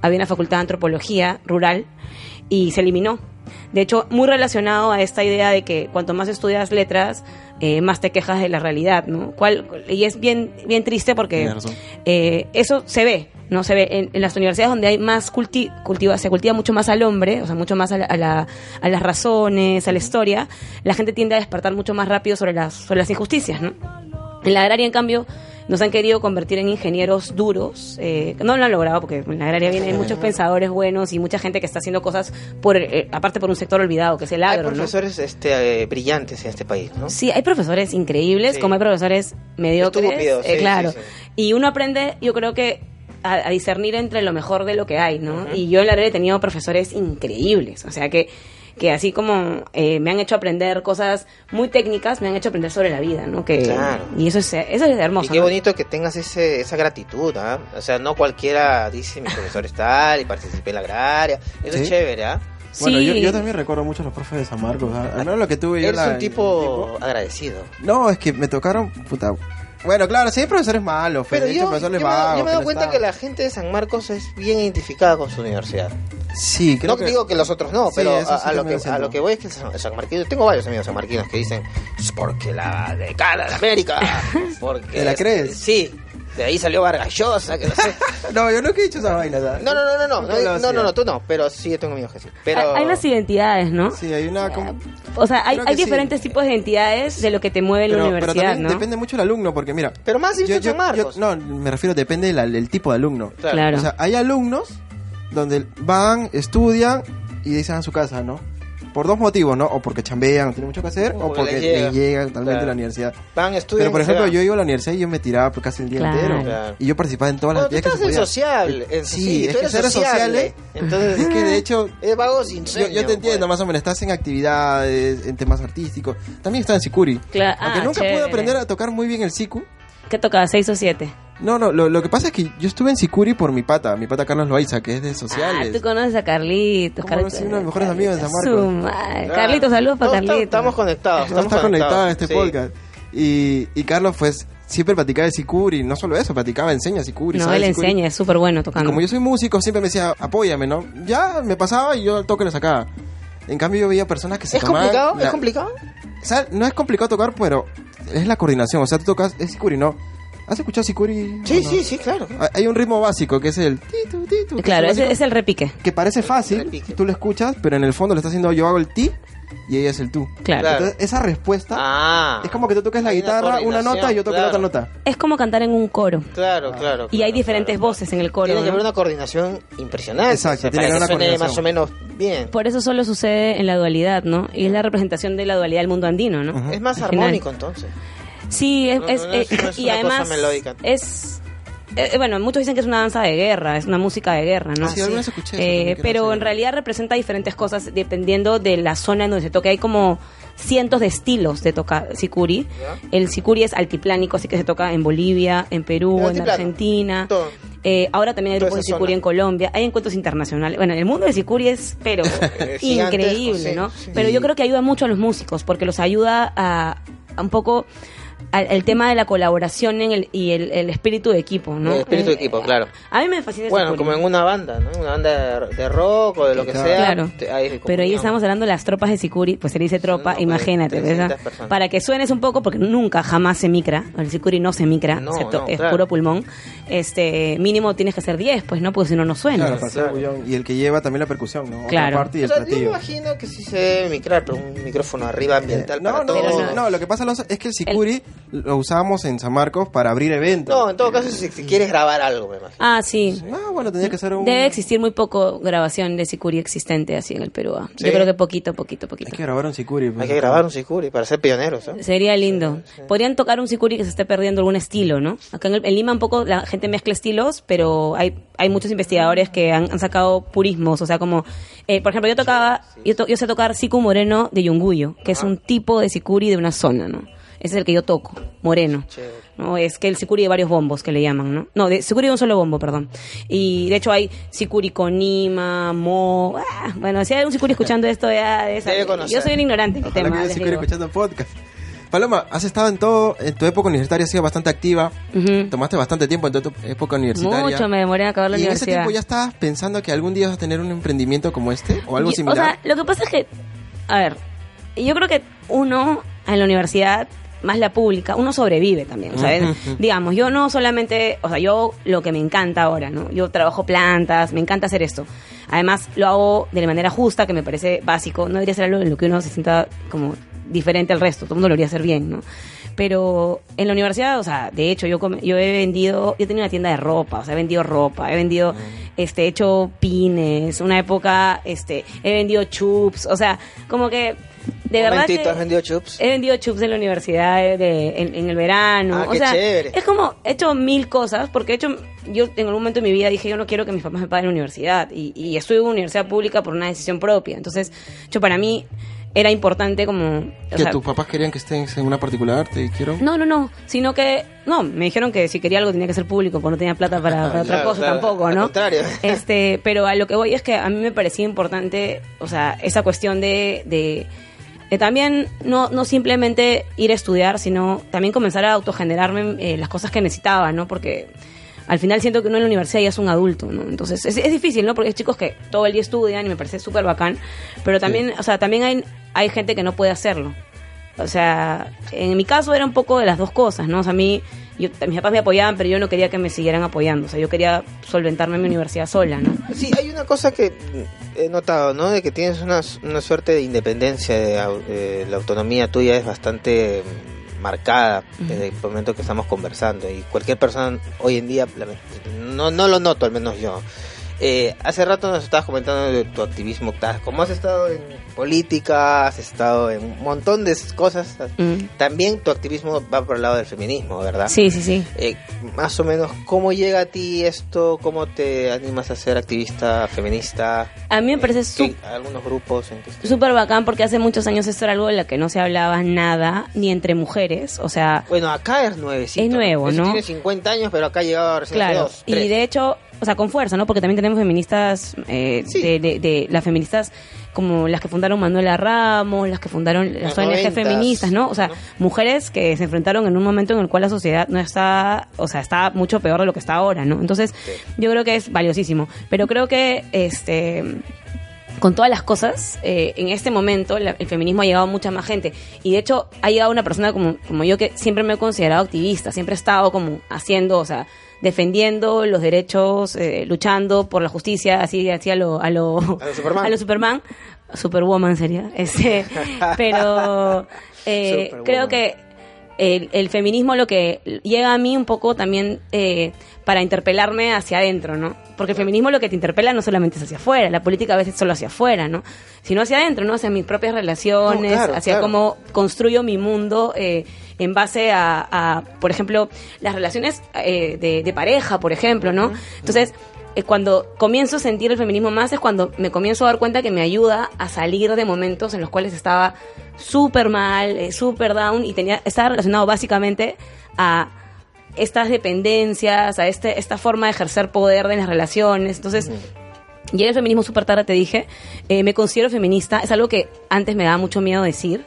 Speaker 4: Había una facultad de antropología rural y se eliminó. De hecho, muy relacionado a esta idea de que cuanto más estudias letras, eh, más te quejas de la realidad, ¿no? ¿Cuál, y es bien, bien triste porque
Speaker 2: Tienes razón.
Speaker 4: eh, eso se ve, ¿no? Se ve en, en las universidades donde hay más culti cultiva, se cultiva mucho más al hombre, o sea, mucho más a, la- a la- a las razones, a la historia, la gente tiende a despertar mucho más rápido sobre las, sobre las injusticias, ¿no? En la agraria, en cambio, Nos han querido convertir en ingenieros duros. eh, no lo han logrado porque en la agraria vienen muchos pensadores buenos y mucha gente que está haciendo cosas, por eh, aparte por un sector olvidado, que es el
Speaker 3: Hay
Speaker 4: agro. ¿no?
Speaker 3: profesores este, eh, brillantes en este país, ¿no?
Speaker 4: Sí, hay profesores increíbles,
Speaker 3: Sí.
Speaker 4: como hay profesores mediocres.
Speaker 3: Estúpidos, sí,
Speaker 4: eh, claro.
Speaker 3: sí, sí.
Speaker 4: Y uno aprende, yo creo que a, a discernir entre lo mejor de lo que hay, ¿no? Y yo en la red he tenido profesores increíbles, o sea que que así como eh, me han hecho aprender cosas muy técnicas, me han hecho aprender sobre la vida, ¿no? Que,
Speaker 3: Claro.
Speaker 4: Y eso es, eso es hermoso.
Speaker 3: Y qué
Speaker 4: ¿no?
Speaker 3: bonito que tengas ese, esa gratitud, ¿ah? O sea, no cualquiera dice mi profesor es tal y participé en la agraria. Eso es
Speaker 2: Sí.
Speaker 3: chévere, ¿ah?
Speaker 2: Bueno,
Speaker 4: Sí.
Speaker 2: yo, yo también recuerdo mucho a los profes de San Marcos. ¿ah? Al menos lo que tuve yo.
Speaker 3: Eres
Speaker 2: la- Pues
Speaker 3: un tipo agradecido.
Speaker 2: No, es que me tocaron. Puta. Bueno, claro, sí hay profesores malos.
Speaker 3: Pero
Speaker 2: hay
Speaker 3: yo, yo me,
Speaker 2: profesores
Speaker 3: he dado-
Speaker 2: vagos
Speaker 3: yo me he dado
Speaker 2: no
Speaker 3: cuenta que
Speaker 2: están.
Speaker 3: la gente de San Marcos es bien identificada con su universidad.
Speaker 2: Sí, creo
Speaker 3: no
Speaker 2: que.
Speaker 3: digo que los otros no,
Speaker 2: Sí,
Speaker 3: pero
Speaker 2: eso
Speaker 3: a,
Speaker 2: sí
Speaker 3: a lo
Speaker 2: también
Speaker 3: que,
Speaker 2: es
Speaker 3: a
Speaker 2: cierto.
Speaker 3: lo que voy es que San, San Marquino- yo tengo varios amigos sanmarquinos que dicen, "Es porque la decana de América, porque...
Speaker 2: ¿Te la crees?
Speaker 3: Sí, de ahí salió Vargas Llosa, que no sé.
Speaker 2: No, yo nunca he dicho esa vaina. ¿sabes?
Speaker 3: No, no, no, no, no,
Speaker 2: Nunca lo
Speaker 3: no, no, no,
Speaker 2: hacía.
Speaker 3: no, tú no, pero sí, yo tengo amigos que sí. Pero...
Speaker 4: Hay, hay unas identidades, ¿no?
Speaker 2: Sí, hay una. como-
Speaker 4: O sea, hay,
Speaker 2: Creo que
Speaker 4: hay
Speaker 2: sí.
Speaker 4: diferentes tipos de identidades de lo que te mueve la
Speaker 2: Pero, pero
Speaker 4: universidad,
Speaker 2: también
Speaker 4: ¿no?
Speaker 2: depende mucho el alumno, porque mira.
Speaker 3: Pero más si
Speaker 2: yo-
Speaker 3: en
Speaker 2: yo-
Speaker 3: San Marcos.
Speaker 2: yo- no, me refiero, depende del, del tipo de alumno.
Speaker 3: Claro.
Speaker 4: Claro.
Speaker 2: O sea, hay alumnos donde van, estudian y dicen a su casa, ¿no? Por dos motivos, ¿no? O porque chambean, no tienen mucho que hacer,
Speaker 3: O
Speaker 2: o
Speaker 3: porque
Speaker 2: porque
Speaker 3: les llega.
Speaker 2: les llega totalmente
Speaker 3: Claro.
Speaker 2: la universidad.
Speaker 3: Van, estudian...
Speaker 2: Pero por
Speaker 3: y se
Speaker 2: ejemplo,
Speaker 3: van.
Speaker 2: yo iba a la universidad y yo me tiraba pues, casi el día
Speaker 4: Claro.
Speaker 2: entero.
Speaker 3: Claro.
Speaker 2: Y yo participaba en todas las
Speaker 3: Bueno, tú
Speaker 2: actividades
Speaker 3: estás
Speaker 2: que
Speaker 3: en
Speaker 2: se podía.
Speaker 3: social, en
Speaker 2: Sí,
Speaker 3: sí,
Speaker 2: es
Speaker 3: tú
Speaker 2: que
Speaker 3: eres
Speaker 2: ser
Speaker 3: social,
Speaker 2: social,
Speaker 3: ¿eh? entonces
Speaker 2: Es que de hecho,
Speaker 3: es vago sin
Speaker 2: yo,
Speaker 3: sueño. pues.
Speaker 2: yo te entiendo más o menos, estás en actividades, en temas artísticos. También estaba en Sicuri.
Speaker 4: Cla-
Speaker 2: Aunque
Speaker 4: ah,
Speaker 2: nunca
Speaker 4: chévere.
Speaker 2: pude aprender a tocar muy bien el Siku.
Speaker 4: ¿Qué tocaba? ¿Seis o siete?
Speaker 2: No, no, lo, lo que pasa es que yo estuve en Sicuri por mi pata, mi pata Carlos Loaiza, que es de
Speaker 4: Ah,
Speaker 2: sociales.
Speaker 4: tú conoces a Carlitos.
Speaker 2: ¿Cómo
Speaker 4: Carlitos
Speaker 2: no? Sí, uno de los mejores amigos de San Marcos.
Speaker 4: Su madre. Eh, Carlitos, saludos para Carlitos.
Speaker 3: Estamos conectados,
Speaker 2: No
Speaker 3: estamos
Speaker 2: está conectado a este
Speaker 3: sí.
Speaker 2: podcast. Y, y Carlos, pues, siempre platicaba de Sicuri. No solo eso, platicaba, enseña Sicuri.
Speaker 4: No,
Speaker 2: sabe
Speaker 4: él
Speaker 2: Sicuri.
Speaker 4: enseña, es súper bueno
Speaker 2: Y
Speaker 4: tocando.
Speaker 2: como yo soy músico, siempre me decía, apóyame, ¿no? Ya me pasaba y yo al toque lo sacaba. En cambio, yo veía personas que se
Speaker 3: ¿Es
Speaker 2: tomaban
Speaker 3: complicado? ¿Es
Speaker 2: la-
Speaker 3: complicado?
Speaker 2: O sea, no es complicado tocar, pero es la coordinación. O sea, tú tocas, es Sicuri, ¿no. ¿Has escuchado Sicuri?
Speaker 3: Sí,
Speaker 2: ¿O no?
Speaker 3: sí, sí, claro.
Speaker 2: Hay- Hay un ritmo básico que es el. ti, tu, ti, tu, que
Speaker 4: claro,
Speaker 2: es
Speaker 4: ese
Speaker 2: el básico,
Speaker 4: es el repique.
Speaker 2: Que parece fácil,
Speaker 3: Repique.
Speaker 2: tú lo escuchas, pero en el fondo lo está haciendo yo hago el ti y ella es el tú.
Speaker 4: Claro.
Speaker 3: Claro.
Speaker 2: Entonces, esa respuesta
Speaker 3: Ah.
Speaker 2: es como que tú toques la
Speaker 3: Hay una
Speaker 2: guitarra una,
Speaker 3: coordinación,
Speaker 2: nota y yo toco
Speaker 3: claro.
Speaker 2: la otra nota.
Speaker 4: Es como cantar en un coro.
Speaker 3: Claro,
Speaker 2: Ah.
Speaker 3: claro.
Speaker 4: Y hay
Speaker 3: claro,
Speaker 4: diferentes
Speaker 3: claro.
Speaker 4: voces en el coro.
Speaker 3: Tiene que
Speaker 4: ¿no?
Speaker 3: haber una coordinación impresionante.
Speaker 2: Exacto,
Speaker 3: o sea,
Speaker 2: tiene
Speaker 3: para que
Speaker 2: que haber
Speaker 3: suene
Speaker 2: una
Speaker 3: más o menos bien.
Speaker 4: Por eso solo sucede en la dualidad, ¿no? Y es la representación de la dualidad del mundo andino, ¿no?
Speaker 2: Ajá.
Speaker 3: Es más
Speaker 4: Al final.
Speaker 3: armónico entonces.
Speaker 4: Sí, es,
Speaker 3: No,
Speaker 4: es-
Speaker 3: no, no es-
Speaker 4: eh,
Speaker 3: no es
Speaker 4: y
Speaker 3: una
Speaker 4: además
Speaker 3: cosa melódica.
Speaker 4: es eh, eh, bueno, muchos dicen que es una danza de guerra, es una música de guerra, ¿no?
Speaker 2: Ah, sí, alguna vez escuché eso
Speaker 4: Eh,
Speaker 2: también, que
Speaker 4: pero
Speaker 2: era
Speaker 4: en
Speaker 2: así.
Speaker 4: realidad representa diferentes cosas dependiendo de la zona en donde se toque. Hay como cientos de estilos de tocar sicuri. El sicuri es altiplánico, así que se toca en Bolivia, en Perú,
Speaker 3: El
Speaker 4: en
Speaker 3: altiplano,
Speaker 4: Argentina.
Speaker 3: todo.
Speaker 4: Eh, ahora también hay
Speaker 3: Toda
Speaker 4: grupos de
Speaker 3: esa
Speaker 4: sicuri
Speaker 3: zona.
Speaker 4: en Colombia, hay encuentros internacionales. Bueno, el mundo de sicuri es, pero
Speaker 3: Gigantesco,
Speaker 4: increíble,
Speaker 3: Eh, sí,
Speaker 4: ¿no?
Speaker 3: sí.
Speaker 4: Pero yo creo que ayuda mucho a los músicos porque los ayuda a, a un poco al, al tema de la colaboración en el, y el, el espíritu de equipo, ¿no?
Speaker 3: El espíritu de
Speaker 4: Eh,
Speaker 3: equipo, claro.
Speaker 4: A mí me fascina ese
Speaker 3: Bueno,
Speaker 4: público.
Speaker 3: como en una banda, ¿no? Una banda de- de rock o de lo que
Speaker 2: Claro.
Speaker 3: sea.
Speaker 4: Claro.
Speaker 3: te- hay
Speaker 4: Pero ahí
Speaker 3: comunión.
Speaker 4: estamos hablando de las tropas de Sicuri, pues se le dice tropa,
Speaker 3: No, pues,
Speaker 4: imagínate,
Speaker 3: 300
Speaker 4: ¿verdad?
Speaker 3: personas.
Speaker 4: Para que suenes un poco, porque nunca jamás se micra, el Sicuri no se micra,
Speaker 3: No,
Speaker 4: se to-
Speaker 3: no,
Speaker 4: es
Speaker 3: claro.
Speaker 4: puro pulmón. Este, mínimo tienes que hacer 10, pues no, porque si no, no suena.
Speaker 2: Claro, para hacer bullón. Y el que lleva también la percusión, ¿no? Otra
Speaker 4: Claro.
Speaker 2: parte y
Speaker 3: O
Speaker 2: el
Speaker 3: sea, yo me
Speaker 2: platillo.
Speaker 3: imagino que sí se debe micrar, pero un micrófono arriba ambiental
Speaker 2: no,
Speaker 3: para
Speaker 2: no,
Speaker 3: todos.
Speaker 2: no, no, lo que pasa Alonso, es que el sicuri lo usábamos en San Marcos para abrir eventos.
Speaker 3: No, en todo caso, si, si quieres grabar algo, me imagino.
Speaker 4: Ah, sí.
Speaker 2: Ah, bueno, tenía que ser un...
Speaker 4: Debe existir muy poco grabación de Sicuri existente así en el Perú. ah.
Speaker 3: Sí.
Speaker 4: Yo creo que poquito, poquito, poquito.
Speaker 2: Hay que grabar un sicuri. pues.
Speaker 3: Hay que grabar un sicuri para ser pioneros, ¿eh? ¿no?
Speaker 4: Sería lindo. Podrían tocar un sicuri que se esté perdiendo algún estilo, ¿no? Acá en, el- en Lima un poco la gente mezcla estilos, pero hay, hay muchos investigadores que han, han sacado purismos. O sea, como, eh, por ejemplo, yo tocaba, yo, to- yo sé tocar sicu moreno de Yunguyo, que es un tipo de sicuri de una zona, ¿no? Ese es el que yo toco, moreno.
Speaker 3: Chévere.
Speaker 4: ¿no? Es que el sicuri de varios bombos que le llaman, ¿no? No, de sicuri de un solo bombo, perdón. Y de hecho hay sicuri con Nima, mo. ah, bueno, si hay un sicuri escuchando esto ya de esa-
Speaker 3: Debe conocer.
Speaker 4: Yo soy un ignorante en el
Speaker 2: Ojalá
Speaker 4: tema.
Speaker 2: que haya
Speaker 4: les
Speaker 2: sicuri
Speaker 4: digo.
Speaker 2: escuchando podcast. Paloma, has estado en todo, en tu época universitaria has sido bastante activa,
Speaker 4: Ujú.
Speaker 2: tomaste bastante tiempo en tu época universitaria.
Speaker 4: Mucho me demoré en acabar la
Speaker 2: ¿Y en ese
Speaker 4: universidad.
Speaker 2: tiempo ya estabas pensando que algún día vas a tener un emprendimiento como este o algo
Speaker 4: Y-
Speaker 2: similar?
Speaker 4: O sea, lo que pasa es que, a ver, yo creo que uno en la universidad, más la pública, uno sobrevive también, ¿sabes? Digamos, yo no solamente, o sea, yo hago lo que me encanta ahora, ¿no? Yo trabajo plantas, me encanta hacer esto. Además, lo hago de la manera justa, que me parece básico. No debería ser algo en lo que uno se sienta como diferente al resto, todo el mundo lo debería hacer bien, ¿no? Pero en la universidad, o sea, de hecho, yo, come- yo he vendido, yo tenía una tienda de ropa, o sea, he vendido ropa, he vendido, este, he hecho pines, una época, este, he vendido chups, o sea, como que, de
Speaker 3: Un
Speaker 4: verdad.
Speaker 3: momentito,
Speaker 4: que-
Speaker 3: ¿has vendido chups?
Speaker 4: He vendido chups en la universidad eh, de- en, en el verano.
Speaker 3: Ah,
Speaker 4: o
Speaker 3: qué
Speaker 4: sea,
Speaker 3: chévere.
Speaker 4: es como, he hecho mil cosas, porque he hecho, yo en algún momento de mi vida dije, yo no quiero que mis papás me paguen la universidad, y, y estuve en una universidad pública por una decisión propia. Entonces, yo para mí era importante como... o
Speaker 2: ¿Que
Speaker 4: sea,
Speaker 2: tus papás querían que estés en una particular? ¿Te dijeron?
Speaker 4: no, no, no, sino que, no, me dijeron que si quería algo tenía que ser público, porque no tenía plata para, para otra
Speaker 3: Claro,
Speaker 4: cosa
Speaker 3: claro,
Speaker 4: tampoco,
Speaker 3: al
Speaker 4: ¿no?
Speaker 3: contrario.
Speaker 4: Este, pero a lo que voy es que a mí me parecía importante, o sea, esa cuestión de, de, de Eh, también no, no simplemente ir a estudiar, sino también comenzar a autogenerarme eh, las cosas que necesitaba, ¿no? Porque al final siento que uno en la universidad ya es un adulto, ¿no? Entonces es, es difícil, ¿no? Porque hay chicos que todo el día estudian y me parece súper bacán, pero también, o sea, también hay, hay gente que no puede hacerlo. O sea, en mi caso era un poco de las dos cosas, ¿no? O sea, a mí, yo- mis papás me apoyaban, pero yo no quería que me siguieran apoyando. O sea, yo quería solventarme en mi universidad sola, ¿no?
Speaker 3: Sí, hay una cosa que he notado, ¿no? De que tienes una, una suerte de independencia, de au- eh, la autonomía tuya es bastante mm, marcada desde el momento que estamos conversando y cualquier persona hoy en día, lame- no, no lo noto, al menos yo. Eh, hace rato nos estabas comentando de tu activismo, ta- cómo has estado en política, has estado en un montón de cosas.
Speaker 4: Mm.
Speaker 3: También tu activismo va por el lado del feminismo, ¿verdad?
Speaker 4: Sí, sí, sí.
Speaker 3: Eh, más o menos, ¿cómo llega a ti esto? ¿Cómo te animas a ser activista feminista?
Speaker 4: A mí me parece
Speaker 3: Eh,
Speaker 4: sup-
Speaker 3: que algunos grupos en que estés-
Speaker 4: Súper bacán porque hace muchos años esto era algo de lo que no se hablaba nada, ni entre mujeres. O sea,
Speaker 3: Bueno, acá es nuevecito.
Speaker 4: Es nuevo,
Speaker 3: Eso
Speaker 4: ¿no?
Speaker 3: Tiene 50 años, pero acá llegaba recién hace
Speaker 4: claro.
Speaker 3: dos,
Speaker 4: y
Speaker 3: tres.
Speaker 4: de hecho, o sea, con fuerza, ¿no? Porque también tenemos feministas, eh,
Speaker 3: Sí.
Speaker 4: de, de- de- las feministas como las que fundaron Manuela Ramos, las que fundaron las
Speaker 3: Las
Speaker 4: ONG
Speaker 3: noventas,
Speaker 4: feministas, ¿no? O sea,
Speaker 3: ¿no?
Speaker 4: mujeres que se enfrentaron en un momento en el cual la sociedad no está, o sea, está mucho peor de lo que está ahora, ¿no? Entonces, yo creo que es valiosísimo. Pero creo que, este, con todas las cosas, eh, en este momento la- el feminismo ha llegado a mucha más gente. Y de hecho ha llegado una persona como, como yo que siempre me he considerado activista, siempre he estado como haciendo, o sea, defendiendo los derechos, eh, luchando por la justicia, así, así a lo... A lo,
Speaker 3: A lo Superman.
Speaker 4: a lo Superman. Superwoman sería. Este, pero eh,
Speaker 3: Superwoman.
Speaker 4: creo que el, el feminismo lo que llega a mí un poco también eh, para interpelarme hacia adentro, ¿no? Porque el feminismo lo que te interpela no solamente es hacia afuera, la política a veces solo hacia afuera, ¿no? Sino hacia adentro, ¿no? Hacia mis propias relaciones,
Speaker 3: No, claro,
Speaker 4: hacia
Speaker 3: claro.
Speaker 4: cómo construyo mi mundo eh, en base a, a, por ejemplo, las relaciones eh, de, de pareja, por ejemplo, ¿no? Entonces, eh, cuando comienzo a sentir el feminismo más es cuando me comienzo a dar cuenta que me ayuda a salir de momentos en los cuales estaba súper mal, eh, súper down y tenía estaba relacionado básicamente a estas dependencias, a este, esta forma de ejercer poder de las relaciones. Entonces, Llegué al feminismo súper tarde, te dije. Eh, me considero feminista. Es algo que antes me daba mucho miedo decir.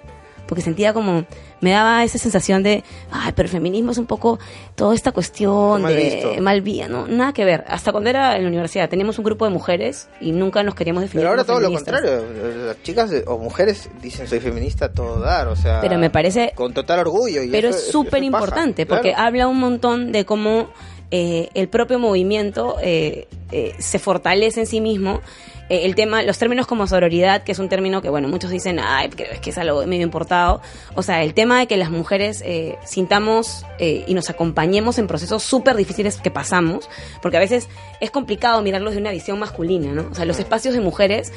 Speaker 4: Porque sentía como. Me daba esa sensación de. Ay, pero el feminismo es un poco. Toda esta cuestión
Speaker 3: Mal
Speaker 4: de.
Speaker 3: visto.
Speaker 4: Mal vía, ¿no? Nada que ver. Hasta cuando era en la universidad. Teníamos un grupo de mujeres. Y nunca nos queríamos definir.
Speaker 3: Pero ahora
Speaker 4: como
Speaker 3: todo lo
Speaker 4: feministas.
Speaker 3: contrario. Las chicas eh, o mujeres dicen soy feminista a todo dar, o sea.
Speaker 4: Pero me parece-
Speaker 3: Con total orgullo. y
Speaker 4: Pero
Speaker 3: eso-
Speaker 4: es
Speaker 3: eso- eso
Speaker 4: súper importante
Speaker 3: pasa,
Speaker 4: porque ah,
Speaker 3: claro.
Speaker 4: habla un montón de cómo eh, el propio movimiento eh, eh, se fortalece en sí mismo. Eh, el tema, los términos como sororidad, que es un término que, bueno, muchos dicen, ay, creo es que es algo medio importado. O sea, el tema de que las mujeres eh, sintamos eh, y nos acompañemos en procesos súper difíciles que pasamos, porque a veces es complicado mirarlos de una visión masculina, ¿no? O sea,
Speaker 3: Mm.
Speaker 4: los espacios de mujeres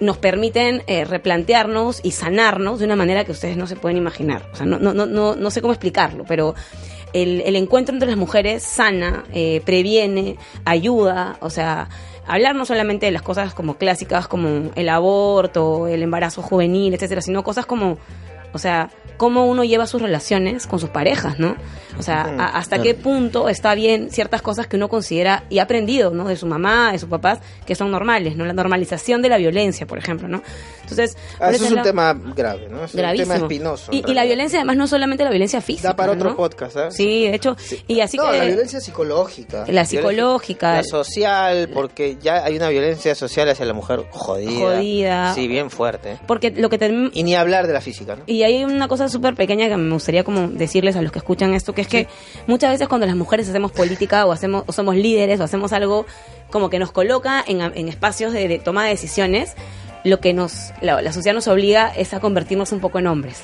Speaker 4: nos permiten eh, replantearnos y sanarnos de una manera que ustedes no se pueden imaginar. O sea, no, no, no, no, no sé cómo explicarlo, pero el, el encuentro entre las mujeres sana, eh, previene, ayuda, o sea, hablar no solamente de las cosas como clásicas como el aborto, el embarazo juvenil, etcétera, sino cosas como, o sea, cómo uno lleva sus relaciones con sus parejas, ¿no? O sea,
Speaker 3: Ujú.
Speaker 4: a- hasta qué punto está bien ciertas cosas que uno considera y ha aprendido, ¿no? De su mamá, de sus papás, que son normales, ¿no? La normalización de la violencia, por ejemplo, ¿no? Entonces,
Speaker 3: Ah,
Speaker 4: por
Speaker 3: eso es
Speaker 4: lado,
Speaker 3: un tema grave, ¿no? Es
Speaker 4: gravísimo.
Speaker 3: un tema espinoso. en
Speaker 4: y, y la
Speaker 3: realidad.
Speaker 4: violencia, además, no solamente la violencia física.
Speaker 3: Da para otro
Speaker 4: ¿no?
Speaker 3: podcast, ¿eh?
Speaker 4: Sí, de hecho. Y así
Speaker 3: no,
Speaker 4: que.
Speaker 3: la violencia psicológica.
Speaker 4: La psicológica.
Speaker 3: La social, porque ya hay una violencia social hacia la mujer jodida.
Speaker 4: Jodida.
Speaker 3: Sí, bien fuerte.
Speaker 4: Porque lo que tenemos.
Speaker 3: Y ni hablar de la física, ¿no?
Speaker 4: Y hay una cosa súper pequeña que me gustaría como decirles a los que escuchan esto, que es que muchas veces cuando las mujeres hacemos política o hacemos o somos líderes o hacemos algo como que nos coloca en, en espacios de, de toma de decisiones, lo que nos la, la sociedad nos obliga es a convertirnos un poco en hombres.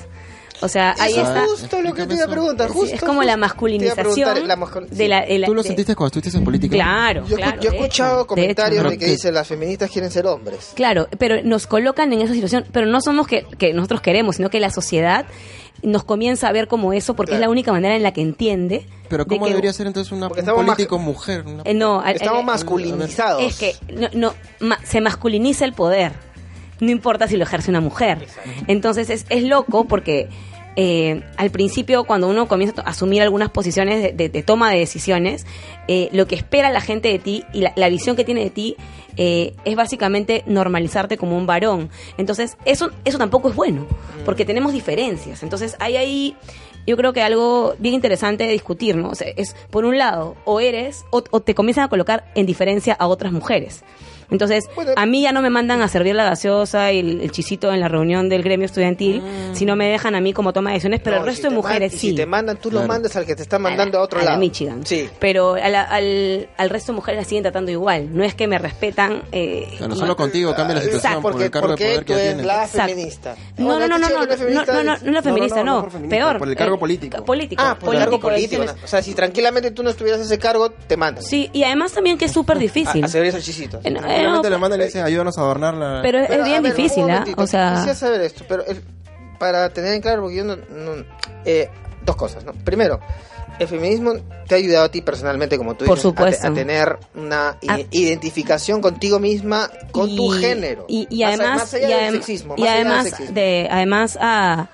Speaker 4: O sea, ahí
Speaker 3: Eso es
Speaker 4: está.
Speaker 3: justo lo que te iba a preguntar.
Speaker 4: Sí,
Speaker 3: Justo,
Speaker 4: es como la
Speaker 3: justo. Te iba a
Speaker 4: masculinización
Speaker 3: preguntar, la mascul-
Speaker 4: de la... de la-
Speaker 2: ¿Tú lo
Speaker 4: de-
Speaker 2: sentiste cuando estuviste en política?
Speaker 4: Claro,
Speaker 3: Yo, escu-
Speaker 4: claro.
Speaker 3: yo he
Speaker 4: de
Speaker 3: escuchado
Speaker 4: hecho,
Speaker 3: comentarios
Speaker 4: hecho.
Speaker 3: de,
Speaker 2: ¿no?
Speaker 3: que
Speaker 2: Sí.
Speaker 3: dicen las feministas quieren ser hombres.
Speaker 4: Claro, pero nos colocan en esa situación, pero no somos que, que nosotros queremos, sino que la sociedad nos comienza a ver como eso porque
Speaker 3: Claro.
Speaker 4: es la única manera en la que entiende.
Speaker 2: Pero
Speaker 4: de
Speaker 2: ¿cómo
Speaker 4: que-
Speaker 2: debería ser entonces una
Speaker 3: Porque
Speaker 2: un
Speaker 3: estamos más-
Speaker 2: político mujer? Una-
Speaker 4: Eh, no, al-
Speaker 3: Estamos
Speaker 4: al-
Speaker 3: masculinizados.
Speaker 4: Es que no, no, ma- se masculiniza el poder. No importa si lo ejerce una mujer. Entonces es, es loco porque eh, al principio cuando uno comienza a to- asumir algunas posiciones de, de- de toma de decisiones, eh, lo que espera la gente de ti y la, la visión que tiene de ti eh, es básicamente normalizarte como un varón. Entonces eso, eso tampoco es bueno porque tenemos diferencias. Entonces hay ahí yo creo que algo bien interesante de discutir, ¿no? O sea, es, por un lado, o eres, o, o te comienzan a colocar en diferencia a otras mujeres. Entonces,
Speaker 3: Bueno.
Speaker 4: a mí ya no me mandan a servir la gaseosa y el, el chisito en la reunión del gremio estudiantil, sino me dejan a mí como toma de decisiones, pero
Speaker 3: Ah. No,
Speaker 4: el
Speaker 3: y si
Speaker 4: resto de
Speaker 3: te man-
Speaker 4: mujeres
Speaker 3: y
Speaker 4: sí.
Speaker 3: Si te mandan, tú lo
Speaker 2: Claro.
Speaker 3: mandas al que te está mandando a,
Speaker 4: la-
Speaker 3: otro
Speaker 4: la
Speaker 3: lado.
Speaker 4: Michigan.
Speaker 3: Sí.
Speaker 4: Pero a la- al, al resto de mujeres la siguen tratando igual. No es que me respetan. eh,
Speaker 2: O sea, no
Speaker 4: y-
Speaker 2: solo contigo cambia la
Speaker 4: Exacto.
Speaker 2: situación por
Speaker 3: porque,
Speaker 2: el cargo de
Speaker 3: porque
Speaker 2: poder
Speaker 3: tú
Speaker 2: que ya
Speaker 3: eres
Speaker 2: tienes.
Speaker 3: la
Speaker 4: Exacto.
Speaker 3: Ah, feminista.
Speaker 4: No, no,
Speaker 3: Ahora,
Speaker 4: no, no,
Speaker 3: tú
Speaker 4: no,
Speaker 3: eres
Speaker 4: no,
Speaker 3: feminista,
Speaker 4: no, no,
Speaker 3: dices-
Speaker 4: no la
Speaker 2: no,
Speaker 4: feminista, no,
Speaker 2: por feminista,
Speaker 4: peor.
Speaker 2: por el cargo
Speaker 4: eh,
Speaker 2: político.
Speaker 4: ca- político.
Speaker 3: Ah, por cargo
Speaker 4: político,
Speaker 3: político.
Speaker 4: decisiones.
Speaker 3: O sea, si tranquilamente tú no estuvieras ese cargo, te mandan. Ah,
Speaker 4: Sí, y además también que es súper difícil.
Speaker 3: A, a servir esos chisitos.
Speaker 4: Eh, no, eh, no,
Speaker 2: Realmente le mandan y le dicen, ayúdanos a adornar la...
Speaker 4: pero es-
Speaker 3: Pero,
Speaker 4: es bien
Speaker 3: a ver, un
Speaker 4: difícil, ¿ah?
Speaker 3: momentito,
Speaker 4: O sea,
Speaker 3: Quisiera saber esto, pero el- para tener en claro, porque yo no. no- eh, dos cosas, ¿no? Primero, el feminismo te ha ayudado a ti personalmente, como tú
Speaker 4: Por
Speaker 3: dices, a te-
Speaker 4: supuesto.
Speaker 3: A, tener una i-
Speaker 4: Ah.
Speaker 3: identificación contigo misma, con tu
Speaker 4: y-
Speaker 3: género.
Speaker 4: Y, y
Speaker 3: Más a-
Speaker 4: además,
Speaker 3: Más allá
Speaker 4: y
Speaker 3: del
Speaker 4: adem-
Speaker 3: sexismo.
Speaker 4: y
Speaker 3: más allá del
Speaker 4: además,
Speaker 3: sexismo.
Speaker 4: de, además a,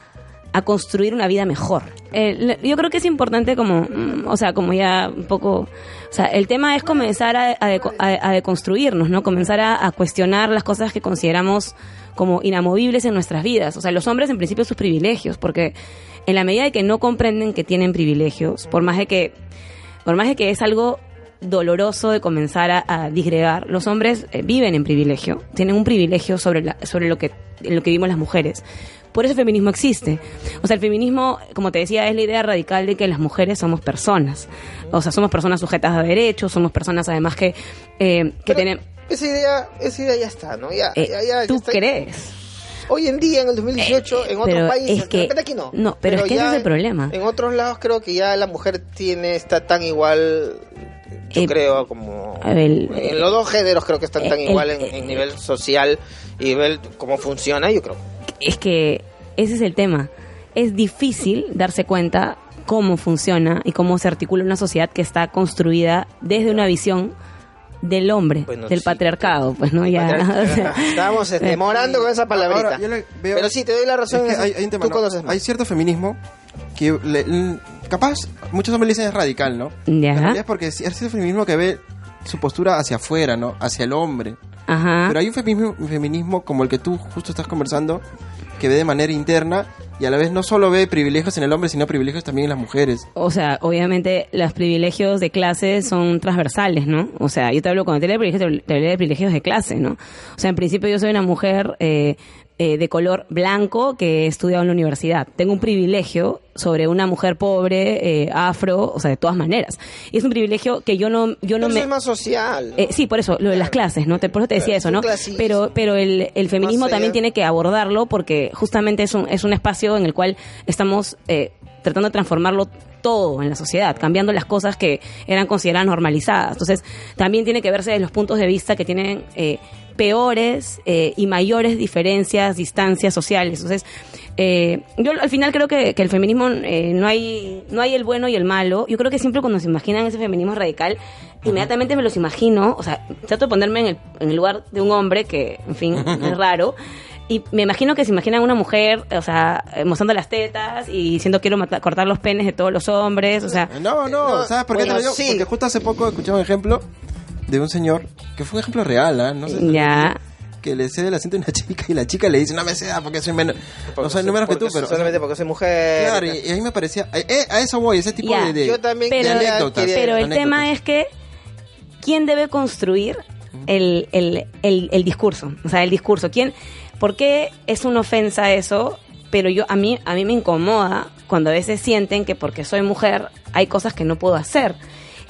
Speaker 4: a construir una vida mejor. Eh, le- yo creo que es importante como, mm, o sea, como ya un poco, o sea, el tema es comenzar a, a deco- a- a deconstruirnos, ¿no? Comenzar a, a cuestionar las cosas que consideramos como inamovibles en nuestras vidas. O sea, los hombres en principio sus privilegios, porque en la medida de que no comprenden que tienen privilegios, por más de que por más de que es algo doloroso de comenzar a, a disgregar, los hombres eh, viven en privilegio, tienen un privilegio sobre, la- sobre lo, que, en lo que vivimos las mujeres. Por eso el feminismo existe. O sea, el feminismo, como te decía, es la idea radical de que las mujeres somos personas. O sea, somos personas sujetas a derechos, somos personas además que, eh, que
Speaker 3: Pero
Speaker 4: tenemos...
Speaker 3: Esa idea, esa idea ya está, ¿no? Ya,
Speaker 4: eh,
Speaker 3: ya, ya- ya
Speaker 4: ¿Tú
Speaker 3: está.
Speaker 4: crees?
Speaker 3: Hoy en día, en el 2018,
Speaker 4: Eh,
Speaker 3: en otros
Speaker 4: pero
Speaker 3: países,
Speaker 4: es que-
Speaker 3: de repente aquí no.
Speaker 4: no, pero es que ese
Speaker 3: ya
Speaker 4: es el problema.
Speaker 3: En otros lados creo que ya la mujer tiene está tan igual, yo
Speaker 4: Eh,
Speaker 3: creo, como...
Speaker 4: a ver, eh, el-
Speaker 3: en los dos géneros creo que están tan
Speaker 4: el-
Speaker 3: igual en,
Speaker 4: el-
Speaker 3: en nivel social y nivel cómo funciona, yo creo.
Speaker 4: es que ese es el tema. Es difícil darse cuenta cómo funciona y cómo se articula una sociedad que está construida desde una visión del hombre,
Speaker 3: Bueno,
Speaker 4: del
Speaker 3: sí,
Speaker 4: patriarcado, pues no ya. o sea, eh,
Speaker 3: Estamos este, demorando con esa palabrita.
Speaker 2: Ahora, yo le veo-
Speaker 3: Pero sí, te doy la razón.
Speaker 2: Es
Speaker 3: en
Speaker 2: que
Speaker 3: eso.
Speaker 2: hay, hay un tema,
Speaker 3: Tú
Speaker 2: ¿no?
Speaker 3: conoces más.
Speaker 2: Hay cierto feminismo que le- l- capaz muchos hombres le dicen es radical, ¿no?
Speaker 4: Ya.
Speaker 2: En realidad es porque es cierto feminismo que ve su postura hacia afuera, ¿no? Hacia el hombre.
Speaker 4: Ajá.
Speaker 2: Pero hay un feminismo, un feminismo como el que tú justo estás conversando que ve de manera interna y a la vez no solo ve privilegios en el hombre, sino privilegios también en las mujeres.
Speaker 4: O sea, obviamente los privilegios de clase son transversales, ¿no? O sea, yo te hablo cuando te hablo de privilegios, te hablo de privilegios de clase, ¿no? O sea, en principio yo soy una mujer eh, eh, de color blanco que he estudiado en la universidad. Tengo un privilegio sobre una mujer pobre, eh, afro, o sea, de todas maneras. Y es un privilegio que yo no,
Speaker 3: Pero
Speaker 4: yo no
Speaker 3: eso
Speaker 4: me...
Speaker 3: es más social. ¿no?
Speaker 4: Eh, sí, por eso, lo de las clases, ¿no? Te, por eso te decía
Speaker 3: Es
Speaker 4: eso,
Speaker 3: un
Speaker 4: ¿no?
Speaker 3: clasismo.
Speaker 4: Pero, pero el, el feminismo
Speaker 3: Más allá.
Speaker 4: también tiene que abordarlo porque justamente es un, es un espacio en el cual estamos eh, tratando de transformarlo todo en la sociedad, cambiando las cosas que eran consideradas normalizadas. Entonces, también tiene que verse desde los puntos de vista que tienen eh, peores eh, y mayores diferencias, distancias sociales. Entonces, eh, yo al final creo que, que el feminismo eh, no hay no hay el bueno y el malo. Yo creo que siempre cuando se imaginan ese feminismo radical, inmediatamente me los imagino, o sea, trato de ponerme en el, en el lugar de un hombre que, en fin, es raro. Y me imagino que se imaginan una mujer, o sea, eh, mostrando las tetas y diciendo quiero mata- cortar los penes de todos los hombres, o sea,
Speaker 2: Eh, No, no,
Speaker 3: no,
Speaker 2: ¿sabes por qué
Speaker 3: bueno,
Speaker 2: te lo digo?
Speaker 3: sí.
Speaker 2: Porque justo hace poco escuché un ejemplo de un señor que fue un ejemplo real, ¿ah? No sé si-
Speaker 4: ya.
Speaker 2: que le cede el asiento a una chica y la chica le dice, no me ceda porque soy menos,
Speaker 3: Porque
Speaker 2: no soy
Speaker 3: soy-
Speaker 2: menos que
Speaker 3: porque
Speaker 2: tú, pero...
Speaker 3: Solamente porque soy mujer.
Speaker 2: Claro, y, y a mí me parecía, eh, eh, a eso voy, ese tipo
Speaker 4: Ya.
Speaker 2: de, de-
Speaker 3: Yo también
Speaker 4: Pero-
Speaker 3: quería-
Speaker 2: anécdotas.
Speaker 3: quería-
Speaker 4: Pero el
Speaker 2: anécdotas.
Speaker 4: tema es que quién debe construir el, el- el- el discurso, o sea, el discurso. ¿Quién? ¿Por qué es una ofensa eso? Pero yo a mí a mí me incomoda cuando a veces sienten que porque soy mujer hay cosas que no puedo hacer.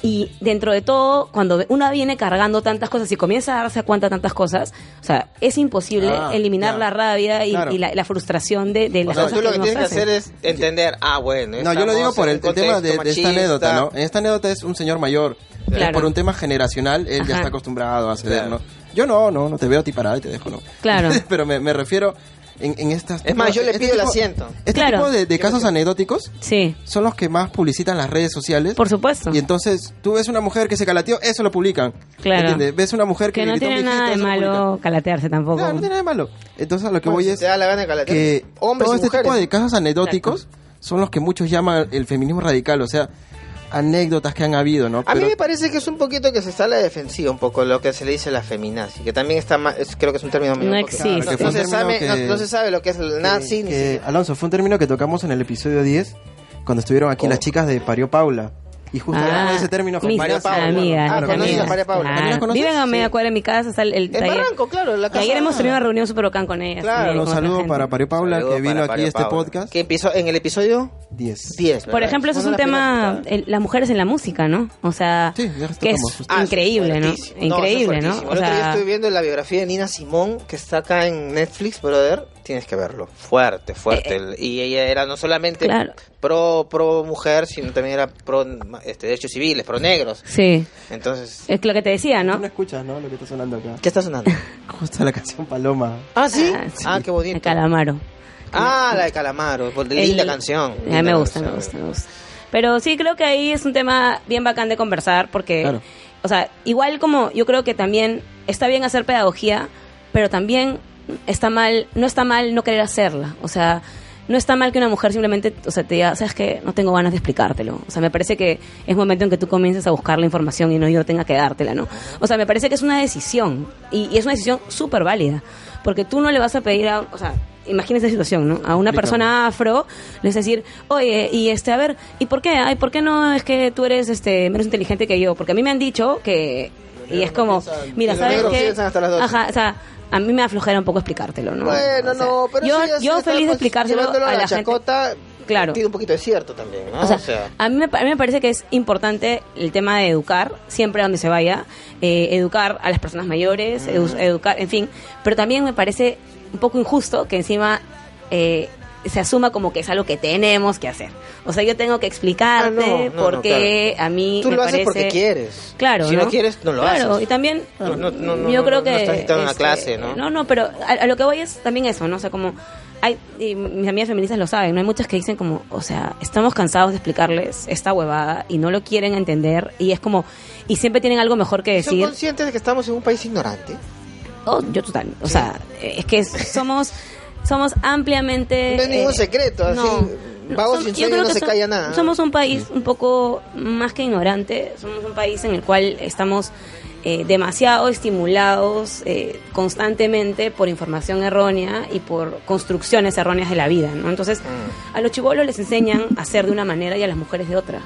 Speaker 4: Y dentro de todo, cuando uno viene cargando tantas cosas y comienza a darse cuenta de tantas cosas, o sea, es imposible
Speaker 2: Ah,
Speaker 4: eliminar
Speaker 2: ya.
Speaker 4: la rabia y,
Speaker 2: Claro.
Speaker 4: y la, la frustración de, de
Speaker 3: O
Speaker 4: las
Speaker 3: sea,
Speaker 4: cosas
Speaker 3: tú lo que
Speaker 4: nos
Speaker 3: tienes que hacer
Speaker 4: hacen.
Speaker 3: es entender, ah, bueno.
Speaker 2: No, yo lo
Speaker 3: estamos
Speaker 2: digo por
Speaker 3: en
Speaker 2: el,
Speaker 3: un
Speaker 2: el tema de,
Speaker 3: contexto
Speaker 2: de esta anécdota, ¿no?
Speaker 3: machista.
Speaker 2: En esta anécdota es un señor mayor. que
Speaker 4: Claro.
Speaker 2: Por un tema generacional, él ya
Speaker 4: Ajá.
Speaker 2: está acostumbrado a ceder,
Speaker 3: Claro.
Speaker 2: ¿no? Yo no, no, no te veo a ti parado y te dejo, ¿no.
Speaker 4: Claro.
Speaker 2: Pero me, me refiero en, en estas...
Speaker 3: Es más, yo le
Speaker 2: este
Speaker 3: pido el
Speaker 2: tipo-
Speaker 3: asiento.
Speaker 2: Este
Speaker 4: Claro.
Speaker 2: tipo de, de casos anecdóticos
Speaker 4: Sí,
Speaker 2: son los que más publicitan las redes sociales.
Speaker 4: por supuesto.
Speaker 2: Y entonces, tú ves una mujer que se calateó, eso lo publican.
Speaker 4: Claro.
Speaker 2: ¿Entiendes? Ves una mujer que,
Speaker 4: que
Speaker 2: le
Speaker 4: no
Speaker 2: gritó a un
Speaker 4: tiene
Speaker 2: viejito,
Speaker 4: nada de
Speaker 2: eso lo
Speaker 4: malo calatearse
Speaker 2: publican.
Speaker 4: tampoco.
Speaker 2: Claro, Ah, no tiene nada de malo. Entonces, a lo que
Speaker 3: Bueno,
Speaker 2: voy
Speaker 3: si
Speaker 2: es
Speaker 3: te da la gana de calatear,
Speaker 2: que
Speaker 3: hombres
Speaker 2: todo
Speaker 3: y
Speaker 2: este
Speaker 3: mujeres.
Speaker 2: tipo de casos anecdóticos son los que muchos llaman el feminismo radical, o sea, anécdotas que han habido, ¿no?
Speaker 3: A mí
Speaker 2: Pero-
Speaker 3: me parece que es un poquito que se está a la defensiva un poco lo que se le dice la feminazi, que también está ma- es- creo que es un término medio
Speaker 4: No
Speaker 3: un poco-
Speaker 4: existe.
Speaker 3: No,
Speaker 4: Claro, que fue
Speaker 3: no
Speaker 4: un
Speaker 3: se
Speaker 2: término
Speaker 3: sabe, no,
Speaker 2: que-
Speaker 3: no se sabe lo que es el nazi, ni
Speaker 2: que-
Speaker 3: siquiera.
Speaker 2: Alonso, fue un término que tocamos en el episodio 10, cuando estuvieron aquí
Speaker 3: Oh.
Speaker 2: las chicas de Parió Paula. Y justo hablamos de ese término
Speaker 4: Ah, mis
Speaker 3: María Paula.
Speaker 4: amigas,
Speaker 3: Ah,
Speaker 4: mis
Speaker 3: ¿conoces a
Speaker 4: amigas.
Speaker 3: María Paula?
Speaker 4: Claro.
Speaker 2: ¿También la conoces?
Speaker 4: Viven a media
Speaker 2: Sí.
Speaker 4: cuadra de mi casa, está el, el
Speaker 3: En
Speaker 4: taller.
Speaker 3: Barranco, claro, en la
Speaker 4: Y
Speaker 3: casa.
Speaker 4: ayer hemos tenido una
Speaker 3: Ah.
Speaker 4: reunión súper bacán con ellas.
Speaker 3: Claro,
Speaker 2: Claro,
Speaker 4: también,
Speaker 2: un
Speaker 4: con otra
Speaker 2: saludo
Speaker 4: gente.
Speaker 2: para Parió Paula,
Speaker 3: Saludo
Speaker 2: que vino
Speaker 3: para
Speaker 2: aquí
Speaker 3: María
Speaker 2: a este
Speaker 3: Paula.
Speaker 2: podcast.
Speaker 3: Que empezó en el episodio
Speaker 2: 10.
Speaker 3: 10.
Speaker 4: Por ejemplo, eso es un tema, el- las mujeres en la música, ¿no? O sea,
Speaker 2: Sí, ya se
Speaker 4: que es
Speaker 2: tocamos, justo.
Speaker 3: Ah,
Speaker 4: increíble, ¿no? Increíble, ¿no?
Speaker 3: O
Speaker 4: O sea,
Speaker 3: estoy viendo la biografía de Nina Simón que está acá en Netflix, brother. Tienes que verlo. Fuerte, fuerte. El- y ella era no solamente
Speaker 4: Eh, Claro.
Speaker 3: pro pro mujer, sino también era pro este, derechos civiles, pro negros.
Speaker 4: sí.
Speaker 3: Entonces,
Speaker 4: Es lo que te decía,
Speaker 2: Tú
Speaker 4: ¿no?
Speaker 2: no escuchas, ¿no? Lo que está sonando acá.
Speaker 3: ¿qué está sonando?
Speaker 2: Justo la canción Paloma.
Speaker 3: ah, ¿sí?
Speaker 4: Ah, sí.
Speaker 3: Ah, qué bonito.
Speaker 4: El calamaro.
Speaker 3: Ah, la de Calamaro. por-
Speaker 4: El-
Speaker 3: Linda canción.
Speaker 4: A mí me gusta, me gusta, me gusta. Pero sí creo que ahí es un tema bien bacán de conversar porque,
Speaker 2: Claro.
Speaker 4: o sea, igual como yo creo que también está bien hacer pedagogía, pero también está mal, no está mal no querer hacerla. O sea, no está mal que una mujer simplemente, o sea, te diga, sabes que no tengo ganas de explicártelo. O sea, me parece que es momento en que tú comiences a buscar la información y no yo tenga que dártela, ¿no? O sea, me parece que es una decisión y, y es una decisión súper válida porque tú no le vas a pedir a, o sea, imagínese esa situación, ¿no? A una
Speaker 2: Explícame.
Speaker 4: persona afro, no es decir, oye, y este, a ver, ¿y por qué? Ay, ¿por qué no es que tú eres este menos inteligente que yo? Porque a mí me han dicho que y es como, mira,
Speaker 3: Los
Speaker 4: ¿sabes
Speaker 3: negros
Speaker 4: qué?
Speaker 3: piensan hasta las doce.
Speaker 4: Ajá, o sea, a mí me aflojera un poco explicártelo, ¿no?
Speaker 3: Bueno,
Speaker 4: O sea,
Speaker 3: no, pero
Speaker 4: yo
Speaker 3: eso ya se
Speaker 4: yo
Speaker 3: está,
Speaker 4: feliz de
Speaker 3: pues,
Speaker 4: explicárselo
Speaker 3: llevándolo
Speaker 4: a la, gente.
Speaker 3: chacota.
Speaker 4: Claro.
Speaker 3: Tiene un poquito de cierto también, ¿no?
Speaker 4: O sea, a, mí me, pa- a mí me parece que es importante el tema de educar, siempre a donde se vaya, eh, educar a las personas mayores, edu-
Speaker 3: Mm.
Speaker 4: educar, en fin, pero también me parece un poco injusto que encima eh, se asuma como que es algo que tenemos que hacer. O sea, yo tengo que explicarte
Speaker 3: Ah, no, no,
Speaker 4: por qué
Speaker 3: no, claro.
Speaker 4: a mí
Speaker 3: Tú
Speaker 4: me
Speaker 3: lo haces
Speaker 4: parece-
Speaker 3: porque quieres.
Speaker 4: Claro,
Speaker 3: Si no quieres, no lo
Speaker 4: Claro,
Speaker 3: haces.
Speaker 4: y también
Speaker 3: Claro, no- no- no-
Speaker 4: yo
Speaker 3: no-
Speaker 4: creo
Speaker 3: no
Speaker 4: que... este,
Speaker 3: estás dictando una clase, ¿no?
Speaker 4: No, no, pero a, a lo que voy es también eso, ¿no? O sea, como... Hay, y mis amigas feministas lo saben, ¿no? Hay muchas que dicen como, o sea, estamos cansados de explicarles esta huevada y no lo quieren entender y es como... Y siempre tienen algo mejor que
Speaker 3: ¿Son
Speaker 4: decir.
Speaker 3: conscientes de que estamos en un país ignorante?
Speaker 4: Oh, yo total. O sea, eh, es que somos... Somos ampliamente...
Speaker 3: No hay ningún
Speaker 4: eh,
Speaker 3: secreto, así, vagos sin
Speaker 4: yo
Speaker 3: sueño
Speaker 4: creo
Speaker 3: no
Speaker 4: que
Speaker 3: se
Speaker 4: so-
Speaker 3: calla nada.
Speaker 4: Somos un país un poco más que ignorante, somos un país en el cual estamos eh, demasiado estimulados eh, constantemente por información errónea y por construcciones erróneas de la vida, ¿no? Entonces, a los chivolos les enseñan a ser de una manera y a las mujeres de otra.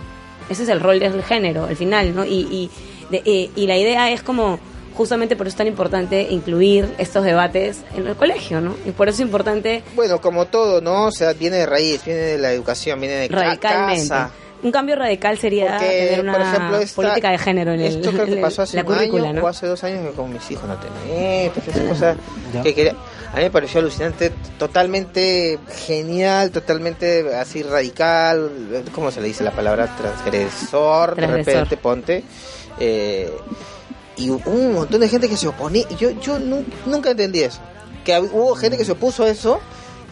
Speaker 4: Ese es el rol del género, al final, ¿no? Y, y, de- eh, y la idea es como, justamente por eso es tan importante incluir estos debates en el colegio, ¿no? Y por eso es importante
Speaker 3: Bueno, como todo, ¿no? O sea, viene de raíz, viene de la educación, viene de ca-
Speaker 4: radicalmente.
Speaker 3: casa.
Speaker 4: Un cambio radical sería
Speaker 3: Porque,
Speaker 4: tener una
Speaker 3: por ejemplo, esta-
Speaker 4: política de género en el,
Speaker 3: esto creo
Speaker 4: en
Speaker 3: que
Speaker 4: el-
Speaker 3: pasó hace
Speaker 4: la
Speaker 3: un
Speaker 4: currícula,
Speaker 3: año
Speaker 4: ¿no?
Speaker 3: o hace dos años que con mis hijos no te metas, esa cosa
Speaker 2: Ya.
Speaker 3: que quería- a mí me pareció alucinante, totalmente genial, totalmente así radical, ¿cómo se le dice la palabra? Transgresor, de
Speaker 4: Transgresor.
Speaker 3: repente, ponte. Eh, y hubo un montón de gente que se oponía, y yo, yo nu- nunca entendí eso, que hab- hubo gente que se opuso a eso.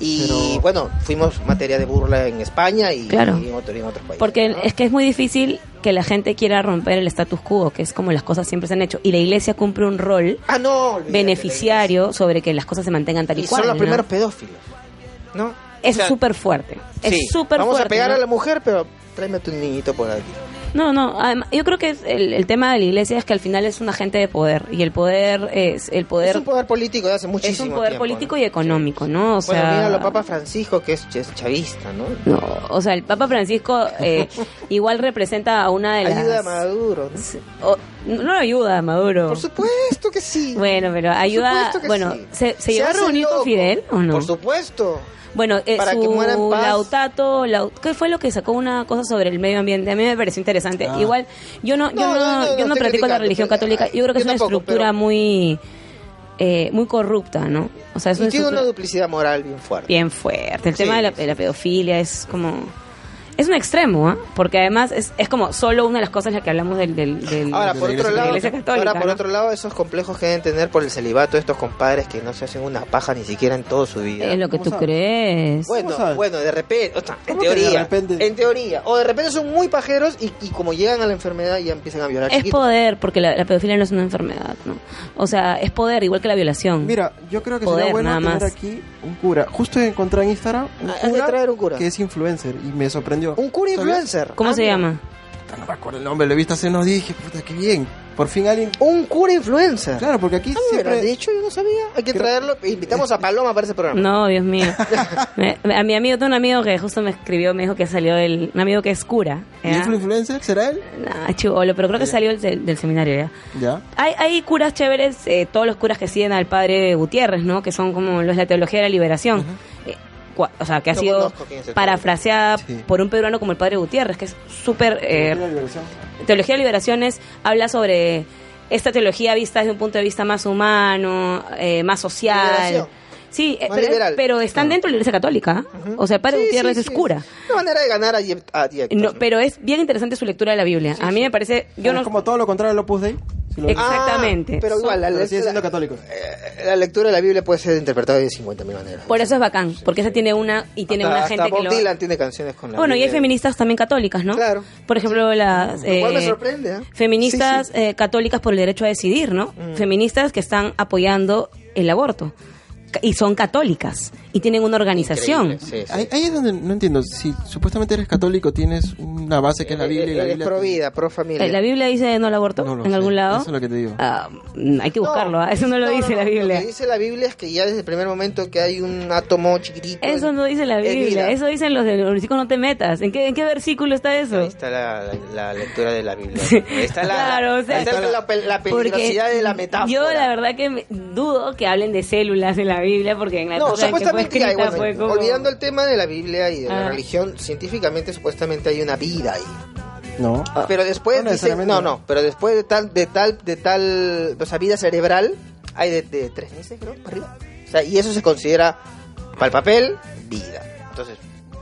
Speaker 3: Y
Speaker 2: Pero-
Speaker 3: bueno, fuimos materia de burla en España y,
Speaker 4: Claro.
Speaker 3: y en, otro- y en otros países.
Speaker 4: Porque
Speaker 3: ¿no?
Speaker 4: es que es muy difícil que la gente quiera romper el status quo, que es como las cosas siempre se han hecho. Y la iglesia cumple un rol
Speaker 3: Ah, no, olvídate,
Speaker 4: beneficiario sobre que las cosas se mantengan tal y,
Speaker 3: Y
Speaker 4: cual.
Speaker 3: son los
Speaker 4: ¿no?
Speaker 3: primeros pedófilos. ¿No?
Speaker 4: Es
Speaker 3: O sea,
Speaker 4: súper fuerte. Es
Speaker 3: sí,
Speaker 4: súper
Speaker 3: Vamos
Speaker 4: fuerte.
Speaker 3: a pegar
Speaker 4: ¿no?
Speaker 3: a la mujer, pero tráeme a tu niñito por aquí.
Speaker 4: No, no, adem- yo creo que es el, el tema de la iglesia es que al final es un agente de poder y el poder es el poder
Speaker 3: es un poder político de hace muchísimo
Speaker 4: es un poder
Speaker 3: tiempo,
Speaker 4: político
Speaker 3: ¿no?
Speaker 4: y económico, ¿no? O sea,
Speaker 3: Bueno, mira lo Papa Francisco, que es ch- chavista, ¿no?
Speaker 4: No, o sea, el Papa Francisco eh, igual representa a una de las...
Speaker 3: Ayuda a Maduro, ¿no?
Speaker 4: o- No, no lo ayuda a Maduro.
Speaker 3: Por supuesto que sí.
Speaker 4: Bueno, pero
Speaker 3: Por
Speaker 4: ayuda.
Speaker 3: supuesto que
Speaker 4: Bueno,
Speaker 3: sí.
Speaker 4: ¿se, se llegó a
Speaker 3: hace
Speaker 4: reunir con
Speaker 3: loco.
Speaker 4: Fidel o no?
Speaker 3: Por supuesto.
Speaker 4: Bueno, eh,
Speaker 3: Para
Speaker 4: su
Speaker 3: que muera en paz.
Speaker 4: Lautato, Lau- ¿qué fue lo que sacó una cosa sobre el medio ambiente? A mí me pareció interesante.
Speaker 2: Ah.
Speaker 4: Igual, yo no, yo
Speaker 3: No,
Speaker 4: no,
Speaker 3: no, no, no
Speaker 4: yo no
Speaker 3: estoy
Speaker 4: practico la
Speaker 3: criticando,
Speaker 4: religión
Speaker 3: pero-
Speaker 4: católica. Yo creo
Speaker 3: yo
Speaker 4: que es una
Speaker 3: tampoco,
Speaker 4: estructura
Speaker 3: pero-
Speaker 4: muy, eh, muy corrupta, ¿no? O sea, es una
Speaker 3: Y tiene una
Speaker 4: estructura
Speaker 3: duplicidad moral bien fuerte.
Speaker 4: bien fuerte. El
Speaker 3: Sí,
Speaker 4: tema de la,
Speaker 3: sí.
Speaker 4: de la pedofilia es como es un extremo, ¿ah? Porque además es, es como solo una de las cosas en las que hablamos del, del, del-
Speaker 3: Ahora
Speaker 2: de
Speaker 3: por,
Speaker 2: la Iglesia
Speaker 3: otro lado,
Speaker 4: Católica. Iglesia Católica,
Speaker 3: ahora, por
Speaker 4: ¿no?
Speaker 3: otro lado, esos complejos que deben tener por el celibato estos compadres que no se hacen una paja ni siquiera en toda su vida.
Speaker 4: es lo que
Speaker 2: ¿Cómo
Speaker 4: tú
Speaker 2: sabes?
Speaker 4: crees.
Speaker 2: ¿Cómo
Speaker 3: Bueno,
Speaker 2: sabes?
Speaker 3: bueno, de repente, o sea, en
Speaker 2: ¿Cómo que de
Speaker 3: teoría,
Speaker 2: repente?
Speaker 3: en teoría, o de repente son muy pajeros y, y como llegan a la enfermedad ya empiezan a violar
Speaker 4: es
Speaker 3: chiquitos.
Speaker 4: poder, porque la, la pedofilia no es una enfermedad, ¿no? O sea, es poder, igual que la violación.
Speaker 2: Mira, yo creo que
Speaker 4: Mm. Poder,
Speaker 2: sería bueno
Speaker 4: nada
Speaker 2: tener
Speaker 4: más.
Speaker 2: aquí un cura. Justo encontré en Instagram un
Speaker 3: Ah, hay que
Speaker 2: cura,
Speaker 3: traer un cura.
Speaker 2: que es influencer y me sorprendió.
Speaker 3: Un cura
Speaker 2: ¿Sabías?
Speaker 3: influencer.
Speaker 4: ¿Cómo
Speaker 3: Ah,
Speaker 4: se
Speaker 3: mira.
Speaker 4: llama?
Speaker 2: Puta, No me acuerdo el nombre, lo he visto hace unos días y dije, puta, qué bien. Por fin alguien...
Speaker 3: Un cura influencer.
Speaker 2: Claro, porque aquí
Speaker 3: Ah, me hubieras
Speaker 2: siempre...
Speaker 3: dicho, yo no sabía. Hay que
Speaker 2: Creo-
Speaker 3: traerlo. Invitamos a Paloma para ese programa.
Speaker 4: No, Dios mío. Me- a mi amigo, tengo un amigo que justo me escribió, me dijo que salió el. Un amigo que es cura.
Speaker 2: ¿Y
Speaker 4: ¿ya?
Speaker 2: es un influencer? ¿Será él?
Speaker 4: Nah, chivolo, pero creo que salió del, del seminario ya.
Speaker 2: Ya.
Speaker 4: Hay, hay curas chéveres, eh, todos los curas que siguen al padre Gutiérrez, ¿no? Que son como los de la teología de la liberación. Eh, cua- o sea, que ha
Speaker 3: No
Speaker 4: sido
Speaker 3: conozco quién es el
Speaker 4: parafraseada
Speaker 2: Sí.
Speaker 4: por un peruano como el padre Gutiérrez, que es súper eh,
Speaker 2: Mira la versión.
Speaker 4: Teología de Liberaciones habla sobre esta teología vista desde un punto de vista más humano, eh, más social.
Speaker 3: Liberación.
Speaker 4: Sí, eh,
Speaker 3: Más
Speaker 4: pero,
Speaker 3: liberal.
Speaker 4: pero están dentro de la iglesia católica. ¿ah? O sea, el padre
Speaker 3: Sí,
Speaker 4: Gutiérrez
Speaker 3: sí,
Speaker 4: es
Speaker 3: sí.
Speaker 4: cura.
Speaker 3: Una manera de ganar a, die- a diectos,
Speaker 4: No,
Speaker 3: ¿no?
Speaker 4: pero es bien interesante su lectura de la Biblia. a mí me parece. Yo
Speaker 2: Es
Speaker 4: no, Eh,
Speaker 2: como todo lo contrario al Opus Dei. Si lo-
Speaker 4: Ex-
Speaker 3: Ah,
Speaker 4: exactamente.
Speaker 3: pero igual, la,
Speaker 2: Pero
Speaker 3: le-
Speaker 2: sigue siendo
Speaker 3: la-
Speaker 2: católicos.
Speaker 3: eh, la lectura de la Biblia puede ser interpretada de 50.000 maneras.
Speaker 4: por eso es bacán, porque esa tiene una y tiene
Speaker 3: Hasta-
Speaker 4: una
Speaker 3: hasta
Speaker 4: gente que
Speaker 3: Bob
Speaker 4: lo.
Speaker 3: Dylan tiene canciones con la
Speaker 4: Bueno, y hay
Speaker 3: Biblia.
Speaker 4: feministas también católicas, ¿no?
Speaker 3: Claro.
Speaker 4: Por ejemplo, las.
Speaker 3: Lo cual me
Speaker 4: eh,
Speaker 3: sorprende, ¿eh?
Speaker 4: Feministas
Speaker 3: Sí, Mm. sí.
Speaker 4: eh, católicas por el derecho a decidir, ¿no? Feministas que están apoyando el aborto. Ca- Y son católicas. Y tienen una organización.
Speaker 3: Increíble, sí, sí.
Speaker 2: Ahí, ahí es donde no entiendo. Si supuestamente eres católico, tienes una base que es la Biblia y la
Speaker 3: Eres
Speaker 2: Biblia...
Speaker 3: Eh, pro vida, pro familia.
Speaker 4: Eh, La Biblia dice no al aborto
Speaker 2: No lo
Speaker 4: en
Speaker 2: sé,
Speaker 4: algún lado.
Speaker 2: eso es lo que te digo.
Speaker 4: Ah, mm, hay que buscarlo, ¿ah? eso no lo dice la
Speaker 3: no,
Speaker 4: Biblia.
Speaker 3: Lo que dice la Biblia es que ya desde el primer momento que hay un átomo chiquitito.
Speaker 4: Eso
Speaker 3: en-
Speaker 4: no dice la
Speaker 3: en
Speaker 4: Biblia,
Speaker 3: vida.
Speaker 4: eso dicen los de los chicos no te metas. ¿En qué, en qué versículo está
Speaker 3: Ahí
Speaker 4: eso?
Speaker 3: está la, la- la lectura de la Biblia. Ahí está la,
Speaker 4: Claro, o sea,
Speaker 3: ahí está la, pe- la peligrosidad
Speaker 4: porque
Speaker 3: de la metáfora.
Speaker 4: Yo la verdad que me- dudo que hablen de células en la Biblia porque en la
Speaker 3: No,
Speaker 4: cosa en que fue
Speaker 3: supuestamente
Speaker 4: escrita
Speaker 3: hay, bueno,
Speaker 4: fue como...
Speaker 3: olvidando el tema de la Biblia y de
Speaker 4: Ah.
Speaker 3: la religión, científicamente supuestamente hay una vida ahí.
Speaker 2: No.
Speaker 4: Ah.
Speaker 3: Pero después
Speaker 2: No
Speaker 3: dicen-
Speaker 2: necesariamente.
Speaker 3: no, no, pero después de tal de tal de tal, o sea, vida cerebral hay de, de tres meses, creo, para arriba. O sea, y eso se considera para el papel vida. Entonces,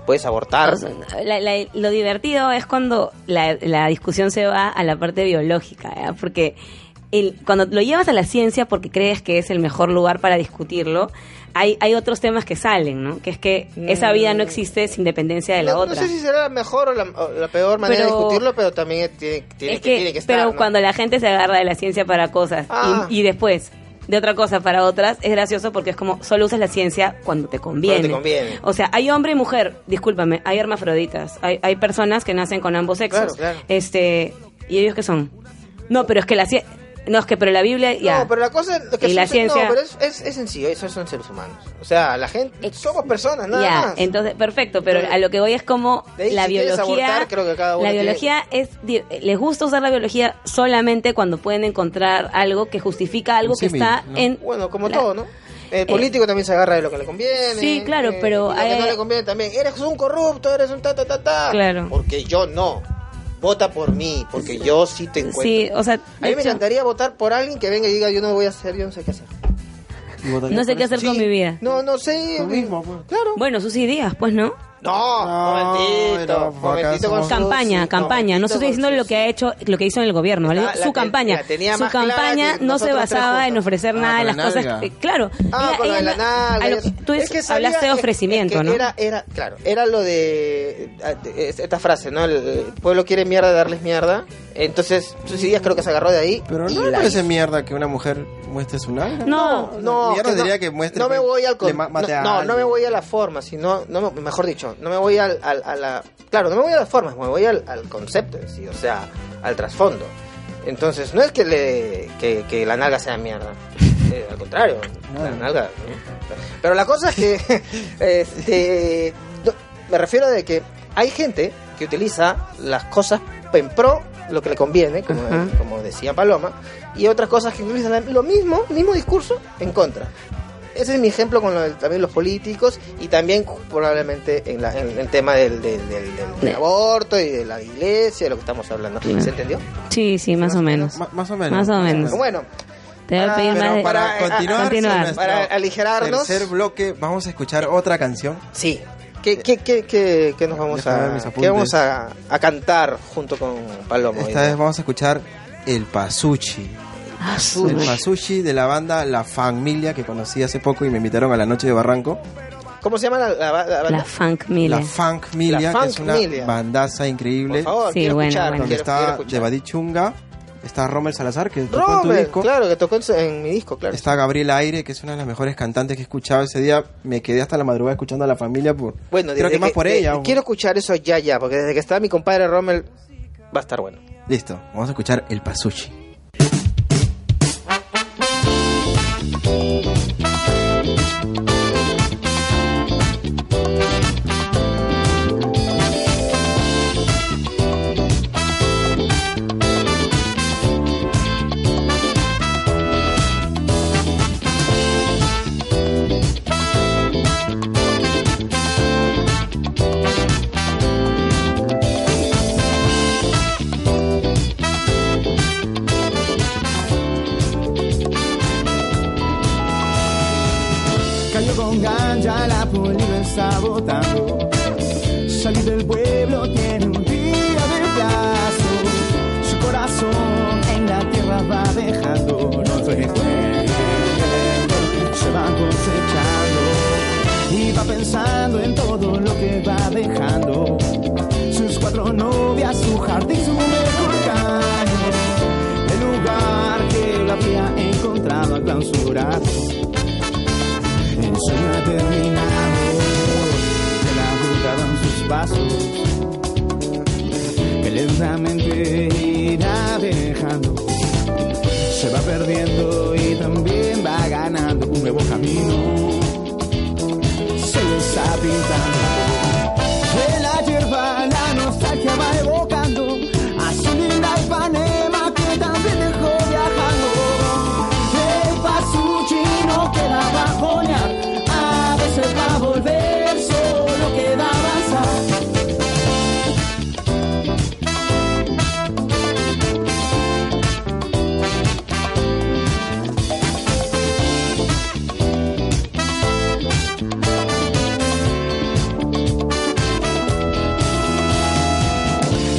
Speaker 3: puedes abortar.
Speaker 4: O sea, la- la- lo divertido es cuando la, la discusión se va a la parte biológica, ¿ya? porque el, cuando lo llevas a la ciencia porque crees que es el mejor lugar para discutirlo, hay, hay otros temas que salen, ¿no? Que es que esa vida no existe sin dependencia de la
Speaker 3: Mm. no, no
Speaker 4: otra.
Speaker 3: sé si será la mejor o la, o la peor manera
Speaker 4: Pero-
Speaker 3: de discutirlo, pero también tiene, tiene,
Speaker 4: es
Speaker 3: que, tiene que estar.
Speaker 4: pero
Speaker 3: ¿no?
Speaker 4: cuando la gente se agarra de la ciencia para cosas y-
Speaker 3: Ah.
Speaker 4: y, después de otra cosa para otras, es gracioso porque es como solo usas la ciencia cuando te
Speaker 3: Cuando
Speaker 4: conviene.
Speaker 3: te conviene.
Speaker 4: O sea, hay hombre y mujer, discúlpame, hay hermafroditas, hay, hay personas que nacen con ambos sexos.
Speaker 3: Claro, claro.
Speaker 4: Este, ¿y ellos qué son? No, pero es que la ciencia no, es que pero la Biblia ya.
Speaker 3: No, pero la cosa es que
Speaker 4: Y la
Speaker 3: son-
Speaker 4: ciencia-
Speaker 3: No, pero es, es, es sencillo, esos son seres humanos. O sea, la gente
Speaker 4: Ex-
Speaker 3: somos personas nada
Speaker 4: ya,
Speaker 3: más.
Speaker 4: entonces, perfecto, pero a lo que voy es como
Speaker 3: De ahí,
Speaker 4: la
Speaker 3: si quieres
Speaker 4: biología.
Speaker 3: abortar, creo que cada uno
Speaker 4: la
Speaker 3: tiene-
Speaker 4: biología es. di- Les gusta usar la biología solamente cuando pueden encontrar algo que justifica algo
Speaker 2: Un
Speaker 4: que
Speaker 2: símil,
Speaker 4: está
Speaker 2: ¿no?
Speaker 4: en.
Speaker 3: Bueno, como
Speaker 4: la- eh,
Speaker 3: todo, ¿no? El político también se agarra de lo que le conviene. eh,
Speaker 4: Sí, claro, pero
Speaker 3: y Lo que no
Speaker 4: hay-
Speaker 3: le conviene también. Eres un corrupto, eres un ta, ta, ta, ta.
Speaker 4: Claro.
Speaker 3: Porque yo no. Vota por mí, porque yo sí te encuentro.
Speaker 4: Sí, o sea.
Speaker 3: a mí
Speaker 4: de
Speaker 3: me
Speaker 4: hecho,
Speaker 3: encantaría votar por alguien que venga y diga, yo no voy a hacer, yo no sé qué hacer.
Speaker 2: Y votaría
Speaker 4: no sé
Speaker 2: por
Speaker 4: qué
Speaker 2: eso.
Speaker 4: hacer con
Speaker 3: Sí.
Speaker 4: mi vida.
Speaker 3: No, no sé.
Speaker 2: Tú
Speaker 3: eh,
Speaker 2: mismo, pues.
Speaker 3: Claro.
Speaker 4: Bueno, sus ideas, pues, ¿no?
Speaker 3: No,
Speaker 2: No,
Speaker 3: momentito.
Speaker 2: no,
Speaker 3: momentito con
Speaker 2: acá somos-
Speaker 3: sus-
Speaker 4: Campaña,
Speaker 3: sí,
Speaker 4: campaña.
Speaker 3: momentito
Speaker 4: No estoy
Speaker 3: con
Speaker 4: diciendo
Speaker 3: sus-
Speaker 4: lo que ha hecho, lo que hizo en el gobierno. ¿vale?
Speaker 3: La- la
Speaker 4: su
Speaker 3: te-
Speaker 4: campaña,
Speaker 3: la tenía
Speaker 4: su
Speaker 3: más clara
Speaker 4: campaña
Speaker 3: que
Speaker 4: no se
Speaker 3: nosotros tres
Speaker 4: basaba en
Speaker 3: juntos.
Speaker 4: ofrecer
Speaker 2: Ah,
Speaker 4: nada de
Speaker 2: con
Speaker 4: las
Speaker 2: la
Speaker 4: cosas.
Speaker 2: nalga.
Speaker 4: que- claro.
Speaker 3: Ah,
Speaker 4: Ella-
Speaker 3: con lo de
Speaker 4: ella
Speaker 3: la
Speaker 4: no-
Speaker 3: nalga,
Speaker 4: a lo
Speaker 3: eso.
Speaker 4: que- tú
Speaker 3: Es que sabía-
Speaker 4: hablaste de
Speaker 3: es-
Speaker 4: ofrecimiento,
Speaker 3: es que
Speaker 4: ¿no?
Speaker 3: Era, era, claro, era lo de ah, de- es- esta frase, ¿no? El, eh, pueblo quiere mierda, darles mierda. Entonces, sus ideas creo que se agarró de ahí.
Speaker 2: Pero
Speaker 3: y
Speaker 2: no me
Speaker 3: la
Speaker 2: parece
Speaker 3: hizo.
Speaker 2: mierda que una mujer muestre su nalga.
Speaker 4: No,
Speaker 3: No,
Speaker 2: Mierda
Speaker 3: que no,
Speaker 2: diría que muestre
Speaker 3: no me
Speaker 2: que
Speaker 3: voy al con-
Speaker 2: le ma- mate
Speaker 3: no,
Speaker 2: a
Speaker 3: no, no
Speaker 2: alguien.
Speaker 3: me voy a la forma, sino no me- mejor dicho, no me voy al, al- a la claro, no me voy a las formas, me voy al, al concepto, en sí, o sea, al trasfondo. Entonces, no es que le que, que la nalga sea mierda. Eh, al contrario, la
Speaker 2: Claro.
Speaker 3: nalga. Pero la cosa es que este, no, me refiero de que hay gente que utiliza las cosas en pro lo que le conviene, como,
Speaker 4: Ajá.
Speaker 3: como decía Paloma, y otras cosas que utilizan la- lo mismo, mismo discurso, en contra. Ese es mi ejemplo con lo del- también los políticos y también probablemente en, la- en el tema del, del- del- del- del
Speaker 4: Sí.
Speaker 3: aborto y de la iglesia, de lo que estamos hablando.
Speaker 4: Claro.
Speaker 3: ¿Se entendió?
Speaker 4: Sí, sí, más o menos.
Speaker 2: Ma- más o menos.
Speaker 4: Más o menos.
Speaker 3: Bueno,
Speaker 4: Te voy a
Speaker 3: Ah,
Speaker 4: pedir
Speaker 3: pero
Speaker 4: más de-
Speaker 2: Para
Speaker 3: eh,
Speaker 2: continuar,
Speaker 4: continuar.
Speaker 2: con nuestro
Speaker 3: Para aligerarnos.
Speaker 2: Tercer bloque, vamos a escuchar otra canción.
Speaker 3: sí. ¿Qué, qué, qué, qué- qué nos vamos
Speaker 2: Déjame ver
Speaker 3: a,
Speaker 2: mis
Speaker 3: qué
Speaker 2: apuntes.
Speaker 3: vamos a, a cantar junto con Paloma?
Speaker 2: Esta vez vamos a escuchar El Pasuchi.
Speaker 4: Ah, su-
Speaker 2: El Pasuchi de la banda La Familia que conocí hace poco y me invitaron a la noche de Barranco.
Speaker 3: ¿Cómo se llama la, la, la banda?
Speaker 4: La funk mile.
Speaker 2: La Funk Milia,
Speaker 3: La
Speaker 2: que es una
Speaker 3: Funkmilia.
Speaker 2: bandaza increíble.
Speaker 3: Por favor,
Speaker 4: Sí,
Speaker 3: quiero
Speaker 4: bueno,
Speaker 3: escuchar.
Speaker 4: bueno.
Speaker 2: Donde
Speaker 3: quiero- quiero
Speaker 2: está
Speaker 3: escuchar.
Speaker 2: Devadí Chunga, está Rommel Salazar, que tocó en tu
Speaker 3: Rommel,
Speaker 2: disco.
Speaker 3: claro, que tocó en, su- en mi disco, claro.
Speaker 2: Está Gabriela Aire, que es una de las mejores cantantes que he escuchado ese día. Me quedé hasta la madrugada escuchando a la familia por...
Speaker 3: Bueno,
Speaker 2: creo
Speaker 3: desde
Speaker 2: que más por
Speaker 3: de-
Speaker 2: ella.
Speaker 3: de- quiero escuchar eso ya, ya, porque desde que está mi compadre Rommel va a estar bueno.
Speaker 2: Listo, vamos a escuchar El Pasuchi.
Speaker 6: Cayó con ganja, la policía está votando. Salir del pueblo tiene un día de plazo. Su corazón en la tierra va dejando. No se se va cosechando. Y va pensando en todo lo que va dejando. Sus cuatro novias, su jardín, su mejor caño. El lugar que la había encontrado clausurado el sueño ha terminado. Se la juzgaron sus pasos, que lentamente irá dejando. Se va perdiendo y también va ganando un nuevo camino. Se le está pintando. De la hierba la nostalgia va evocando a su linda Ipanema que también dejó viajando. El pasuchi no queda bajonear, a veces va a volver, solo queda avanzar.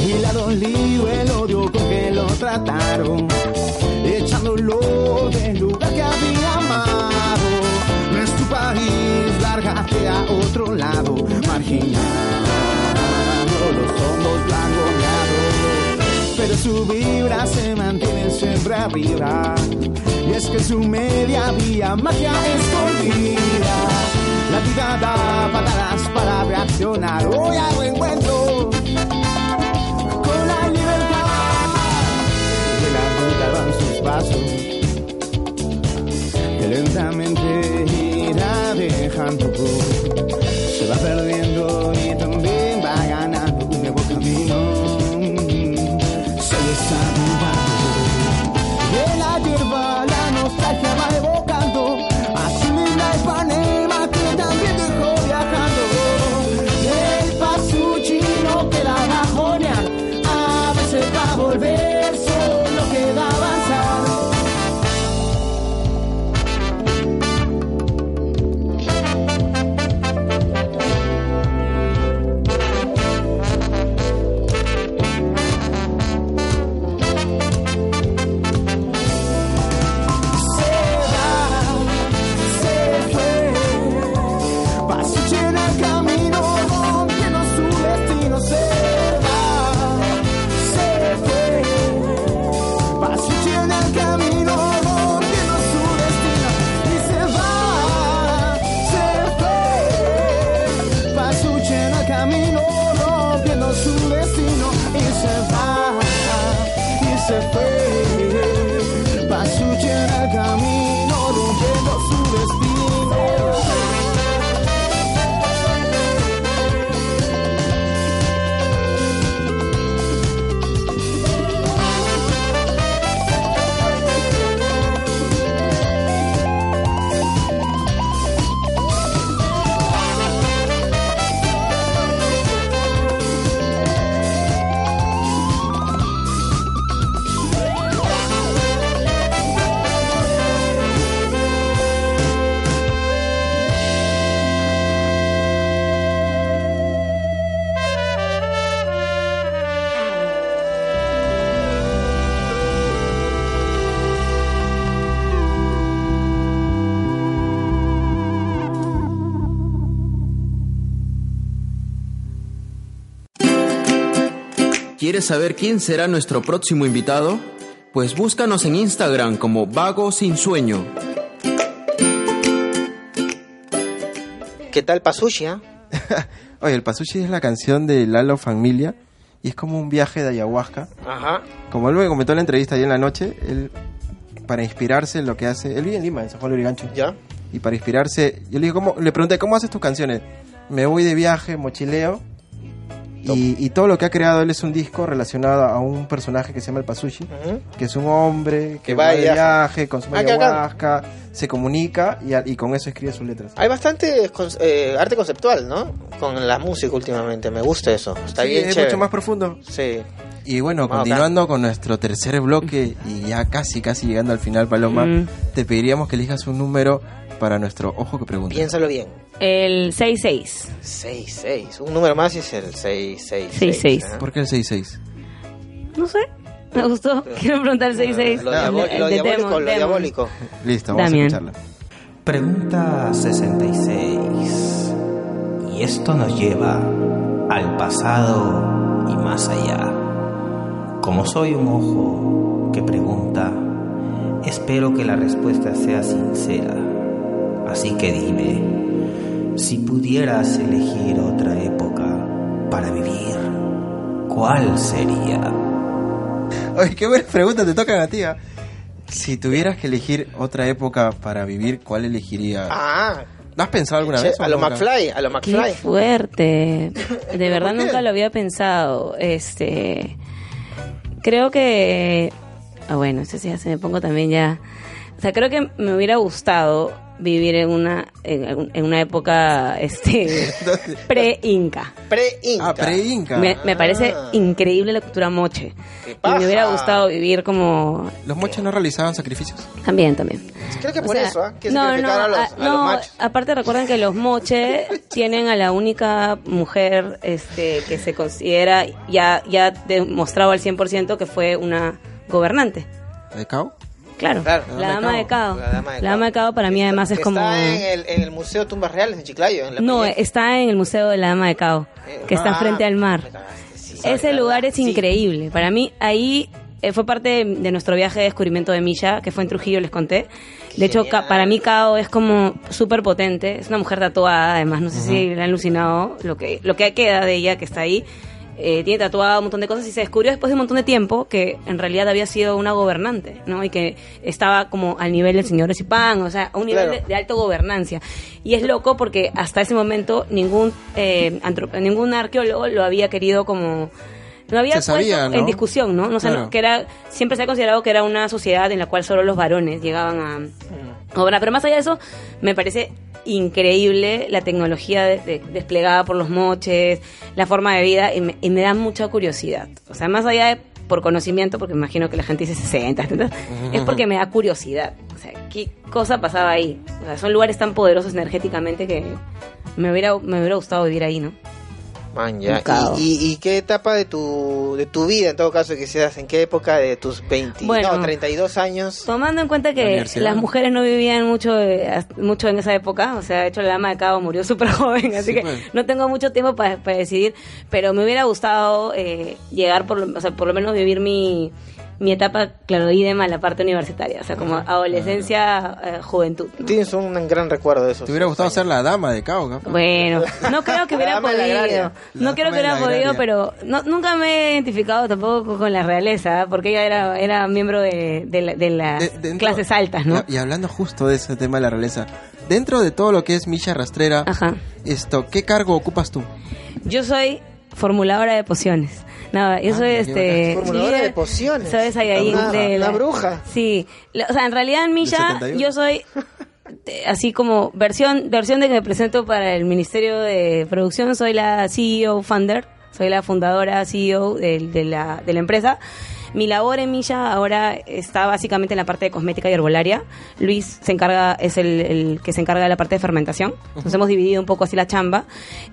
Speaker 6: y le ha dolido el odio con que lo trataron, echándolo del lugar que había amado. No es tu país, lárgate a otro lado, marginando los hombros blancomeados. Pero su vibra se mantiene siempre arriba, y es que en su media vía magia escondida. La vida da patadas para reaccionar, hoy al reencuentro con la libertad. De la ruta van sus pasos, que lentamente irá dejando. Se va perdiendo y también va ganando un nuevo camino. Se le está tumbando. De la hierba la nostalgia va evocando a su linda Ipanema que también dejó viajando. El pasuchi no queda bajonear, a veces va a volver, solo queda avanzar.
Speaker 7: ¿Quieres saber quién será nuestro próximo invitado? Pues búscanos en Instagram como Vago Sin Sueño.
Speaker 3: ¿Qué tal Pasushi? ah?
Speaker 2: Oye, el Pasushi es la canción de Lalo Familia y es como un viaje de ayahuasca.
Speaker 3: Ajá.
Speaker 2: Como él me comentó en la entrevista ayer en la noche, él, para inspirarse en lo que hace, él vive en Lima, en San Juan de Lurigancho.
Speaker 3: ¿Ya?
Speaker 2: Y para inspirarse, yo le, dije, ¿cómo? le pregunté, ¿cómo haces tus canciones? Me voy de viaje, mochileo. Y, y todo lo que ha creado él es un disco relacionado a un personaje que se llama el Pasushi,
Speaker 3: Ujú.
Speaker 2: que es un hombre que,
Speaker 3: Que
Speaker 2: va
Speaker 3: va
Speaker 2: de
Speaker 3: de
Speaker 2: viaje, consume
Speaker 3: Ah, qué bacán.
Speaker 2: ayahuasca, se comunica y, a- y con eso escribe sus letras.
Speaker 3: Hay bastante con- eh, arte conceptual, ¿no? Con la música últimamente, me gusta eso. Está
Speaker 2: Sí,
Speaker 3: bien
Speaker 2: es
Speaker 3: chévere.
Speaker 2: mucho más profundo.
Speaker 3: Sí.
Speaker 2: Y bueno,
Speaker 3: Vamos
Speaker 2: continuando con nuestro tercer bloque y ya casi, casi llegando al final, Paloma,
Speaker 4: Mm.
Speaker 2: te pediríamos que elijas un número para nuestro ojo que pregunta.
Speaker 3: Piénsalo bien.
Speaker 4: El 66.
Speaker 3: 6-6. Un número más y es el 666.
Speaker 4: Seis, seis.
Speaker 3: ¿ah?
Speaker 2: ¿Por qué el 66?
Speaker 4: No sé. Me gustó. Quiero preguntar el 66.
Speaker 3: Lo, diabó-
Speaker 4: El
Speaker 3: lo
Speaker 4: de
Speaker 3: diabólico,
Speaker 4: Demon,
Speaker 3: lo
Speaker 4: Demon.
Speaker 3: diabólico.
Speaker 2: Listo, vamos
Speaker 4: Damián.
Speaker 2: a escucharla.
Speaker 8: Pregunta 66. Y esto nos lleva al pasado y más allá. Como soy un ojo que pregunta, espero que la respuesta sea sincera. Así que dime, si pudieras elegir otra época para vivir, ¿cuál sería?
Speaker 2: Oye, qué buenas preguntas te tocan a ti. ah. Si tuvieras que elegir otra época para vivir, ¿cuál elegirías?
Speaker 3: Ah,
Speaker 2: ¿Lo has pensado alguna
Speaker 3: che,
Speaker 2: vez? o
Speaker 3: a lo
Speaker 2: nunca?
Speaker 3: McFly, a lo
Speaker 4: Qué
Speaker 3: McFly.
Speaker 4: fuerte. De verdad
Speaker 2: ¿Por qué?
Speaker 4: nunca lo había pensado. Este creo que ah, bueno, eso sí ya se me pongo también ya. O sea, creo que me hubiera gustado vivir en una en, en una época este pre-inca.
Speaker 3: Pre-Inca.
Speaker 2: Ah, pre-Inca.
Speaker 4: Me, me parece increíble la cultura moche.
Speaker 3: Ah. ¿Qué
Speaker 4: Y me hubiera
Speaker 3: pasa?
Speaker 4: gustado vivir como
Speaker 2: ¿Los mochos no realizaban sacrificios?
Speaker 4: también también.
Speaker 3: Creo que
Speaker 4: O
Speaker 3: por
Speaker 4: sea,
Speaker 3: eso, ¿ah? Que
Speaker 4: no, no,
Speaker 3: sacrificar a los,
Speaker 4: a-
Speaker 3: a los
Speaker 4: no, ah,
Speaker 3: machos.
Speaker 4: aparte recuerden que los moche tienen a la única mujer este, que se considera, ya, ya demostrado al 100% que fue una gobernante.
Speaker 2: ¿De cabo?
Speaker 4: Claro,
Speaker 3: Claro.
Speaker 4: la dama de Cao.
Speaker 3: La dama de Cao.
Speaker 4: para mí además
Speaker 3: Que
Speaker 4: es como...
Speaker 3: Está en el, en el Museo Tumbas Reales en Chiclayo. En la
Speaker 4: No,
Speaker 3: Peña.
Speaker 4: está en el Museo de la Dama de Cao,
Speaker 3: Eh,
Speaker 4: que está
Speaker 3: ah,
Speaker 4: frente al
Speaker 3: me
Speaker 4: mar.
Speaker 3: cagaste, sí.
Speaker 4: Ese
Speaker 3: Sí,
Speaker 4: lugar es
Speaker 3: sí.
Speaker 4: increíble. Para mí, ahí eh, fue parte de, de nuestro viaje de descubrimiento de Milla, que fue en Trujillo, les conté. De hecho, ca-
Speaker 3: Genial.
Speaker 4: para mí Cao es como súper potente. Es una mujer tatuada, además. No sé si le han alucinado lo que, lo que queda de ella, que está ahí. Eh, tiene tatuado un montón de cosas y se descubrió después de un montón de tiempo que en realidad había sido una gobernante, ¿no? Y que estaba como al nivel del señor Zipán, o sea, a un nivel
Speaker 3: Claro.
Speaker 4: de, de alto gobernancia. Y es loco porque hasta ese momento ningún, eh, antrop- ningún arqueólogo lo había querido como... Lo había
Speaker 2: Se sabía,
Speaker 4: puesto
Speaker 2: ¿no?
Speaker 4: en discusión, ¿no? O sea,
Speaker 2: Claro.
Speaker 4: no- que era, siempre se ha considerado que era una sociedad en la cual solo los varones llegaban a obra. Pero más allá de eso, me parece increíble la tecnología de- de- desplegada por los moches, la forma de vida, y me, y me da mucha curiosidad. O sea, más allá de por conocimiento, porque me imagino que la gente dice 60, 70, es porque me da curiosidad. O sea, ¿qué cosa pasaba ahí? O sea, son lugares tan poderosos energéticamente que me hubiera, me hubiera gustado vivir ahí, ¿no?
Speaker 3: Man, ya.
Speaker 4: Un caos.
Speaker 3: ¿Y, y, y qué etapa de tu, de tu vida, en todo caso, quisieras? ¿En qué época de tus 20,
Speaker 4: Bueno.
Speaker 3: no, 32 años?
Speaker 4: Tomando en cuenta
Speaker 2: La
Speaker 4: que
Speaker 2: universidad.
Speaker 4: las mujeres no vivían mucho eh, as- mucho en esa época, o sea, de hecho la dama de Cabo murió súper joven, así
Speaker 2: Sí,
Speaker 4: que
Speaker 2: pues.
Speaker 4: no tengo mucho tiempo pa- para decidir, pero me hubiera gustado eh, llegar, por, lo- o sea, por lo menos vivir mi, mi etapa claroidema, la parte universitaria, o sea, como adolescencia, eh, juventud. ¿no?
Speaker 3: Tienes un gran recuerdo de eso.
Speaker 2: ¿Te hubiera gustado ser la dama de cabo? capaz?
Speaker 4: Bueno, no creo que hubiera
Speaker 3: La dama de la
Speaker 4: podido.
Speaker 3: agraria.
Speaker 4: No
Speaker 2: La
Speaker 4: creo
Speaker 2: dama
Speaker 4: que
Speaker 2: de la
Speaker 4: hubiera podido,
Speaker 2: agraria.
Speaker 4: pero no- nunca me he identificado tampoco con la realeza, ¿eh? porque ella era, era miembro de, de, la- de
Speaker 2: De-
Speaker 4: las
Speaker 2: dentro-
Speaker 4: clases altas, ¿no?
Speaker 2: Y, y hablando justo de ese tema de la realeza, dentro de todo lo que es Misha Rastrera,
Speaker 4: Ajá.
Speaker 2: esto, ¿qué cargo ocupas tú?
Speaker 4: Yo soy formuladora de pociones. Nada, yo
Speaker 2: Ah,
Speaker 4: soy
Speaker 2: mira, qué
Speaker 4: este.
Speaker 2: bacán.
Speaker 3: Formuladora
Speaker 4: líder-
Speaker 3: de pociones.
Speaker 4: Soy Saiyajin
Speaker 3: Una-
Speaker 4: de
Speaker 3: una bruja.
Speaker 4: Sí. La- O sea, en realidad en Milla
Speaker 2: 71.
Speaker 4: yo soy eh, así como versión versión de que me presento para el Ministerio de Producción, E soy la CEO Funder, soy la fundadora CEO del- de, la, de la empresa. Mi labor en Milla ahora está básicamente en la parte de cosmética y herbolaria. Luis se encarga, es el, el que se encarga de la parte de fermentación. Nos hemos dividido un poco así la chamba.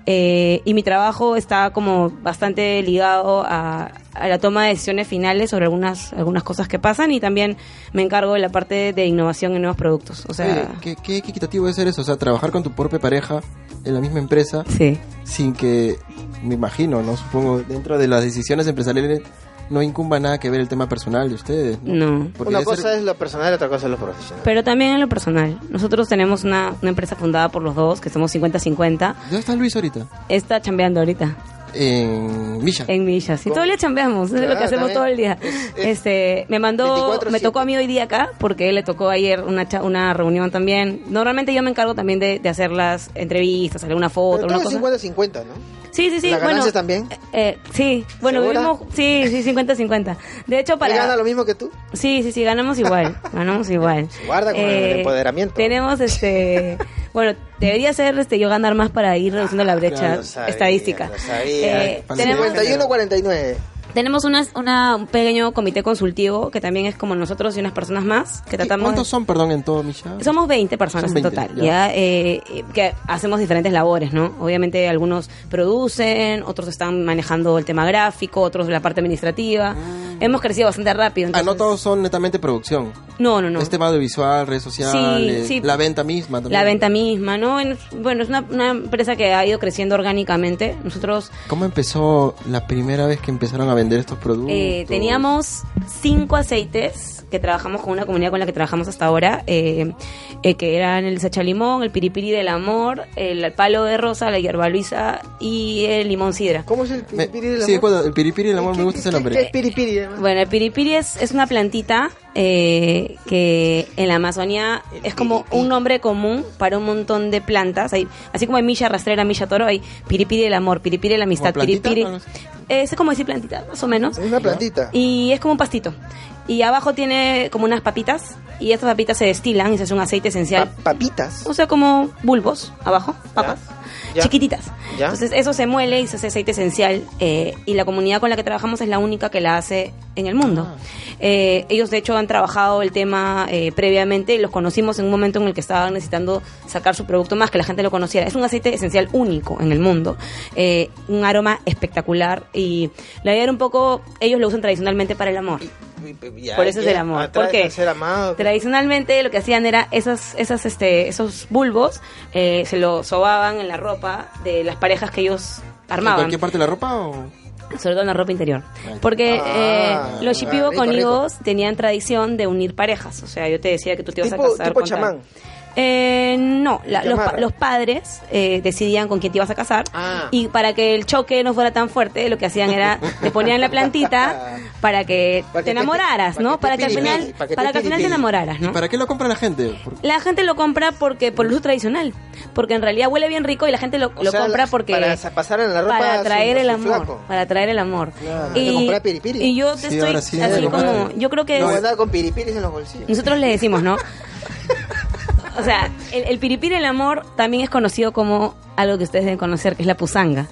Speaker 4: Eh, y mi trabajo está como bastante ligado a, a la toma de decisiones finales sobre algunas, algunas cosas que pasan y también me encargo de la parte de innovación en nuevos productos. O
Speaker 2: Oye,
Speaker 4: sea,
Speaker 2: ¿qué, qué, qué equitativo es ser eso, o sea, trabajar con tu propia pareja en la misma empresa
Speaker 4: sí.
Speaker 2: sin que, me imagino, no supongo, dentro de las decisiones empresariales no incumba nada que ver el tema personal de ustedes.
Speaker 4: No.
Speaker 2: Porque
Speaker 3: Una
Speaker 2: debe
Speaker 3: cosa
Speaker 2: ser-
Speaker 3: es lo personal, otra cosa es lo profesional.
Speaker 4: Pero también en lo personal. Nosotros tenemos una, una empresa fundada por los dos, que somos 50-50.
Speaker 2: ¿Dónde está Luis ahorita?
Speaker 4: Está chambeando ahorita
Speaker 2: En Villa.
Speaker 4: en millas. Y todo el día chambeamos, es lo que
Speaker 3: Claro,
Speaker 4: hacemos
Speaker 3: también.
Speaker 4: todo el día.
Speaker 3: Ah, Es- es
Speaker 4: Este, me mandó,
Speaker 3: 24/7.
Speaker 4: me tocó a mí hoy día acá, porque él le tocó ayer una, cha- una reunión también. Normalmente yo me encargo también de, de hacer las entrevistas, alguna foto,
Speaker 3: Pero todo
Speaker 4: alguna
Speaker 3: es
Speaker 4: cosa.
Speaker 3: 50-50, ¿no?
Speaker 4: Sí, sí, sí.
Speaker 3: ¿La
Speaker 4: bueno,
Speaker 3: ganancia también?
Speaker 4: eh, sí, bueno,
Speaker 3: ¿Segura?
Speaker 4: vivimos, sí, sí, 50-50. De hecho, para...
Speaker 3: ¿Él gana lo mismo que tú?
Speaker 4: Sí, sí, sí, ganamos igual, ganamos igual. Eh,
Speaker 3: Guarda con el empoderamiento.
Speaker 4: Tenemos este, bueno, debería ser este yo ganar más para ir reduciendo la brecha
Speaker 2: Ah, claro, lo
Speaker 3: sabía,
Speaker 4: estadística.
Speaker 3: lo sabía.
Speaker 4: Eh,
Speaker 2: Para
Speaker 4: tenemos
Speaker 3: 51-49.
Speaker 4: tenemos unas- una, un pequeño comité consultivo que también es como nosotros y unas personas más que
Speaker 2: ¿Qué-
Speaker 4: tratamos.
Speaker 2: ¿Cuántos
Speaker 4: de-
Speaker 2: son, perdón, en todo Milla?
Speaker 4: somos 20 personas
Speaker 2: Son 20,
Speaker 4: en total,
Speaker 2: ya.
Speaker 4: ya, eh, eh, que hacemos diferentes labores, ¿no? Obviamente algunos producen, otros están manejando el tema gráfico, otros la parte administrativa. Hemos crecido bastante rápido.
Speaker 2: Ah, no
Speaker 4: entonces-
Speaker 2: todos Este son netamente producción.
Speaker 4: No, no, no.
Speaker 2: Es tema audiovisual, redes sociales,
Speaker 4: sí.
Speaker 2: la venta misma también.
Speaker 4: La venta misma, ¿no? En- bueno, es una, una empresa que ha ido creciendo orgánicamente. Nosotros
Speaker 2: ¿Cómo empezó la primera vez que empezaron a vender estos productos?
Speaker 4: eh, teníamos cinco aceites que trabajamos con una comunidad con la que trabajamos hasta ahora, eh, eh, que eran el sacha limón, el piripiri del amor, el palo de rosa, la hierba luisa y el limón sidra.
Speaker 3: ¿Cómo es el
Speaker 2: Me-
Speaker 3: piripiri del amor?
Speaker 2: sí, recuerdo, el piripiri del amor, me gusta ese
Speaker 3: ¿Qué- ¿Qué
Speaker 2: nombre.
Speaker 3: es piripiri? eh? hermano?
Speaker 4: Bueno, el piripiri es, es una plantita eh, que en la Amazonía es como un nombre común para un montón de plantas. Hay, así como hay milla rastrera, milla toro, hay piripiri del amor, piripiri de la amistad,
Speaker 2: ¿Como plantita?
Speaker 4: piripiri.
Speaker 2: Ah, no sé.
Speaker 4: Eh, Es como decir plantita, más o menos.
Speaker 3: Es una plantita.
Speaker 4: Y es como un pastito. Y abajo tiene como unas papitas. Y estas papitas se destilan y se hace un aceite esencial.
Speaker 3: Pa- papitas.
Speaker 4: O sea, como bulbos abajo, papas,
Speaker 3: ya.
Speaker 4: chiquititas.
Speaker 3: Ya.
Speaker 4: Entonces eso se muele y se hace aceite esencial eh, y la comunidad con la que trabajamos es la única que la hace en el mundo.
Speaker 3: Ah.
Speaker 4: Eh, ellos de hecho han trabajado el tema eh, previamente y los conocimos en un momento en el que estaban necesitando sacar su producto más, que la gente lo conociera. Es un aceite esencial único en el mundo, eh, un aroma espectacular y la idea era un poco, ellos lo usan tradicionalmente para el amor.
Speaker 3: Ya,
Speaker 4: Por eso es
Speaker 3: ya.
Speaker 4: el amor.
Speaker 3: Atrae
Speaker 4: ¿Por qué?
Speaker 3: al ser amado.
Speaker 4: Tradicionalmente lo que hacían era esas, esas, este, esos bulbos eh, se lo sobaban en la ropa de las parejas que ellos
Speaker 2: ¿En
Speaker 4: armaban,
Speaker 2: cualquier parte de la ropa o...?
Speaker 4: sobre todo en la ropa interior. Porque
Speaker 3: Ah,
Speaker 4: eh, los
Speaker 3: ah,
Speaker 4: shipibo
Speaker 3: rico,
Speaker 4: con
Speaker 3: rico.
Speaker 4: higos tenían tradición de unir parejas. O sea, yo te decía que tú te ibas
Speaker 3: Tipo-
Speaker 4: a casar
Speaker 3: tipo
Speaker 4: con tal-
Speaker 3: chamán.
Speaker 4: Eh, no, la- los, pa-
Speaker 3: Chamarra.
Speaker 4: los padres eh, decidían con quién te ibas a casar
Speaker 3: Ah.
Speaker 4: y para que el choque no fuera tan fuerte, lo que hacían era te ponían la plantita para que,
Speaker 3: Para que
Speaker 4: te
Speaker 3: te-
Speaker 4: enamoraras,
Speaker 3: para
Speaker 4: ¿no?
Speaker 3: que te
Speaker 4: para que al
Speaker 3: piripiri,
Speaker 4: final,
Speaker 3: para que te
Speaker 4: para que al final te
Speaker 3: piripiri.
Speaker 4: enamoraras,
Speaker 2: ¿Y
Speaker 4: ¿no?
Speaker 2: para qué lo compra la gente? Por-
Speaker 4: La gente lo compra porque por el uso tradicional, porque en realidad huele bien rico y la gente lo,
Speaker 3: O
Speaker 4: lo
Speaker 3: sea,
Speaker 4: compra
Speaker 3: la-
Speaker 4: porque
Speaker 3: para sa- pasar en la ropa
Speaker 4: para
Speaker 3: a su-
Speaker 4: atraer
Speaker 3: a
Speaker 4: el
Speaker 3: su
Speaker 4: amor,
Speaker 3: flaco.
Speaker 4: para atraer el amor.
Speaker 3: Claro, hay que
Speaker 4: y,
Speaker 3: comprar piripiri.
Speaker 4: y yo te
Speaker 2: Sí,
Speaker 4: estoy
Speaker 2: ahora sí,
Speaker 4: así
Speaker 2: ahora lo
Speaker 4: como
Speaker 2: compras.
Speaker 4: yo creo que
Speaker 3: No,
Speaker 4: es-
Speaker 3: andaba con piripiris en los bolsillos.
Speaker 4: nosotros le decimos, ¿no? O sea, el, el piripiri el amor también es conocido como algo que ustedes deben conocer, que es la pusanga.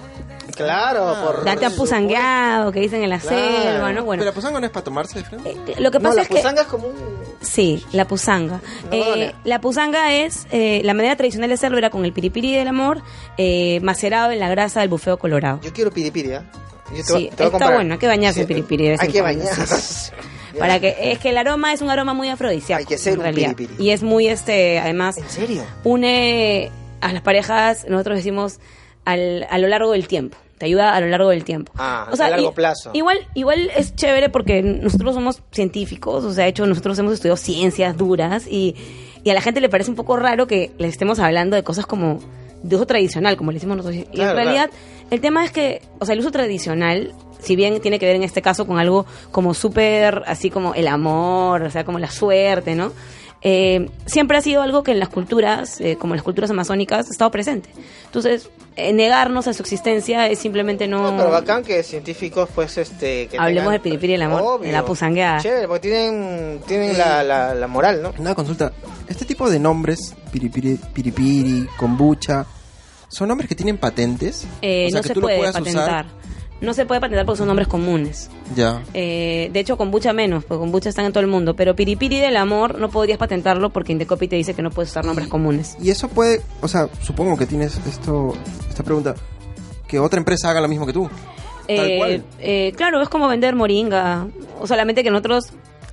Speaker 3: Claro, por
Speaker 4: Ya te han pusangueado, que dicen en la
Speaker 3: Claro.
Speaker 4: selva, ¿no? Bueno,
Speaker 2: ¿Pero la pusanga no es para tomarse de frente?
Speaker 4: eh, lo que
Speaker 3: No,
Speaker 4: pasa
Speaker 3: la
Speaker 4: es que...
Speaker 3: pusanga es como un...
Speaker 4: Sí, la pusanga.
Speaker 3: No,
Speaker 4: Eh,
Speaker 3: dale.
Speaker 4: la pusanga es, eh, la manera tradicional de hacerlo era con el piripiri del amor, eh, macerado en la grasa del bufeo colorado.
Speaker 3: Yo quiero piripiri, ¿ah? Yo te-
Speaker 4: Sí,
Speaker 3: te voy a
Speaker 4: está
Speaker 3: comprar.
Speaker 4: bueno, hay que bañarse en piripiri de vez
Speaker 3: Hay
Speaker 4: en
Speaker 3: que
Speaker 4: cuando,
Speaker 3: bañarse.
Speaker 4: Para que, es que el aroma es un aroma muy afrodisíaco.
Speaker 3: Hay que ser
Speaker 4: en
Speaker 3: un
Speaker 4: realidad.
Speaker 3: piripiri.
Speaker 4: Y es muy, este, además,
Speaker 3: ¿En serio?
Speaker 4: une a las parejas, nosotros decimos, al, a lo largo del tiempo. Te ayuda a lo largo del tiempo.
Speaker 3: Ah, a largo plazo.
Speaker 4: Igual, igual es chévere porque nosotros somos científicos, o sea, de hecho, nosotros hemos estudiado ciencias duras y, y a la gente le parece un poco raro que le estemos hablando de cosas como de uso tradicional, como le decimos nosotros. y
Speaker 3: Claro,
Speaker 4: en realidad, el tema es que, o sea, el uso tradicional, si bien tiene que ver en este caso con algo como súper, así como el amor, o sea, como la suerte, ¿no? Eh, siempre ha sido algo que en las culturas, eh, como en las culturas amazónicas, ha estado presente. Entonces, eh, negarnos a su existencia es simplemente no...
Speaker 3: No, pero bacán que científicos, pues, este... Que
Speaker 4: Hablemos
Speaker 3: tengan-
Speaker 4: del piripiri, el amor,
Speaker 3: Obvio.
Speaker 4: de la pusangueada.
Speaker 3: Chévere, porque tienen, tienen la, la, la moral, ¿no?
Speaker 2: Una consulta. Este tipo de nombres, piripiri, piripiri, kombucha, ¿son nombres que tienen patentes?
Speaker 4: Eh,
Speaker 2: O sea,
Speaker 4: no
Speaker 2: que
Speaker 4: se
Speaker 2: tú lo
Speaker 4: puede
Speaker 2: puedas usar
Speaker 4: patentar. No se puede patentar porque son nombres comunes.
Speaker 2: Ya.
Speaker 4: Eh, de hecho, kombucha menos, porque kombucha están en todo el mundo. Pero piripiri del amor no podrías patentarlo porque Indecopy te dice que no puedes usar nombres comunes.
Speaker 2: Y eso puede, o sea, supongo que tienes esto, esta pregunta, que otra empresa haga lo mismo que tú. Tal
Speaker 4: Eh,
Speaker 2: cual.
Speaker 4: eh, claro, es como vender moringa. O solamente que nosotros.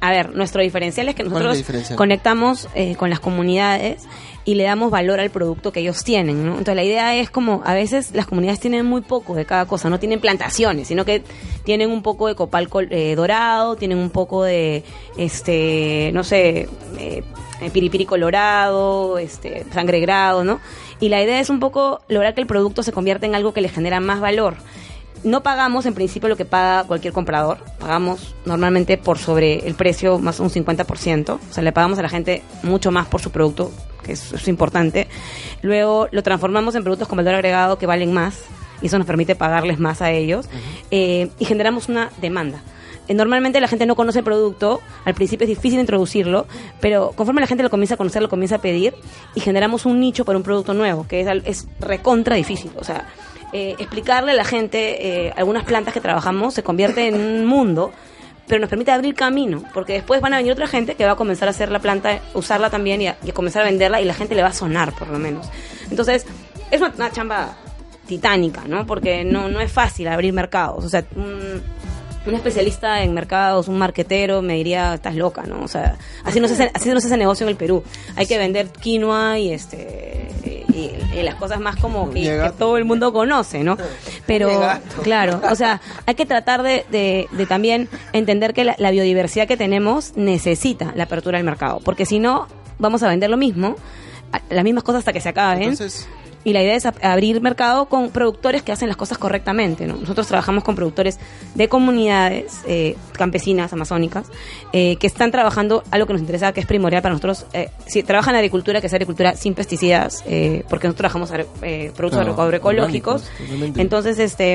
Speaker 4: A ver, nuestro diferencial es que
Speaker 2: ¿Cuál es el
Speaker 4: nosotros
Speaker 2: diferencial?
Speaker 4: conectamos eh, con las comunidades y le damos valor al producto que ellos tienen. ¿no? Entonces, la idea es como a veces las comunidades tienen muy poco de cada cosa, no tienen plantaciones, sino que tienen un poco de copal col- eh, dorado, tienen un poco de, este no sé, eh, eh, piripiri colorado, este, sangre grado, ¿no? Y la idea es un poco lograr que el producto se convierta en algo que le genera más valor no pagamos en principio lo que paga cualquier comprador. Pagamos normalmente por sobre el precio más un 50%. O sea, le pagamos a la gente mucho más por su producto, que es, es importante. Luego lo transformamos en productos con valor agregado que valen más y eso nos permite pagarles más a ellos. Eh, y generamos una demanda. Eh, Normalmente la gente no conoce el producto, al principio es difícil introducirlo, pero conforme la gente lo comienza a conocer, lo comienza a pedir y generamos un nicho para un producto nuevo, que es, al- es recontra difícil. O sea, eh, explicarle a la gente eh, algunas plantas que trabajamos se convierte en un mundo, pero nos permite abrir camino, porque después van a venir otra gente que va a comenzar a hacer la planta, usarla también y a, y a comenzar a venderla y la gente le va a sonar por lo menos. Entonces, es una, una chamba titánica, ¿no? Porque no, no es fácil abrir mercados. O sea, un- un especialista en mercados, un marquetero, me diría, estás loca, ¿no? O sea, así no se hace, así no se hace negocio en el Perú. Hay que vender quinoa y este y, y las cosas más como que,
Speaker 2: Y el
Speaker 4: que
Speaker 2: gato.
Speaker 4: todo el mundo conoce, ¿no? Pero, claro, o sea, hay que tratar de, de- de también entender que la, la biodiversidad que tenemos necesita la apertura del mercado, porque si no, vamos a vender lo mismo, a- las mismas cosas hasta que se acaben.
Speaker 2: Entonces,
Speaker 4: Y la idea es ab- abrir mercado con productores que hacen las cosas correctamente. ¿no? Nosotros trabajamos con productores de comunidades eh, campesinas, amazónicas, eh, que están trabajando algo que nos interesa, que es primordial para nosotros. eh, si trabajan en agricultura, que sea agricultura sin pesticidas, eh, porque nosotros trabajamos agro- eh, productos
Speaker 2: Claro,
Speaker 4: agroecológicos.
Speaker 2: orgánicos, totalmente.
Speaker 4: Entonces, este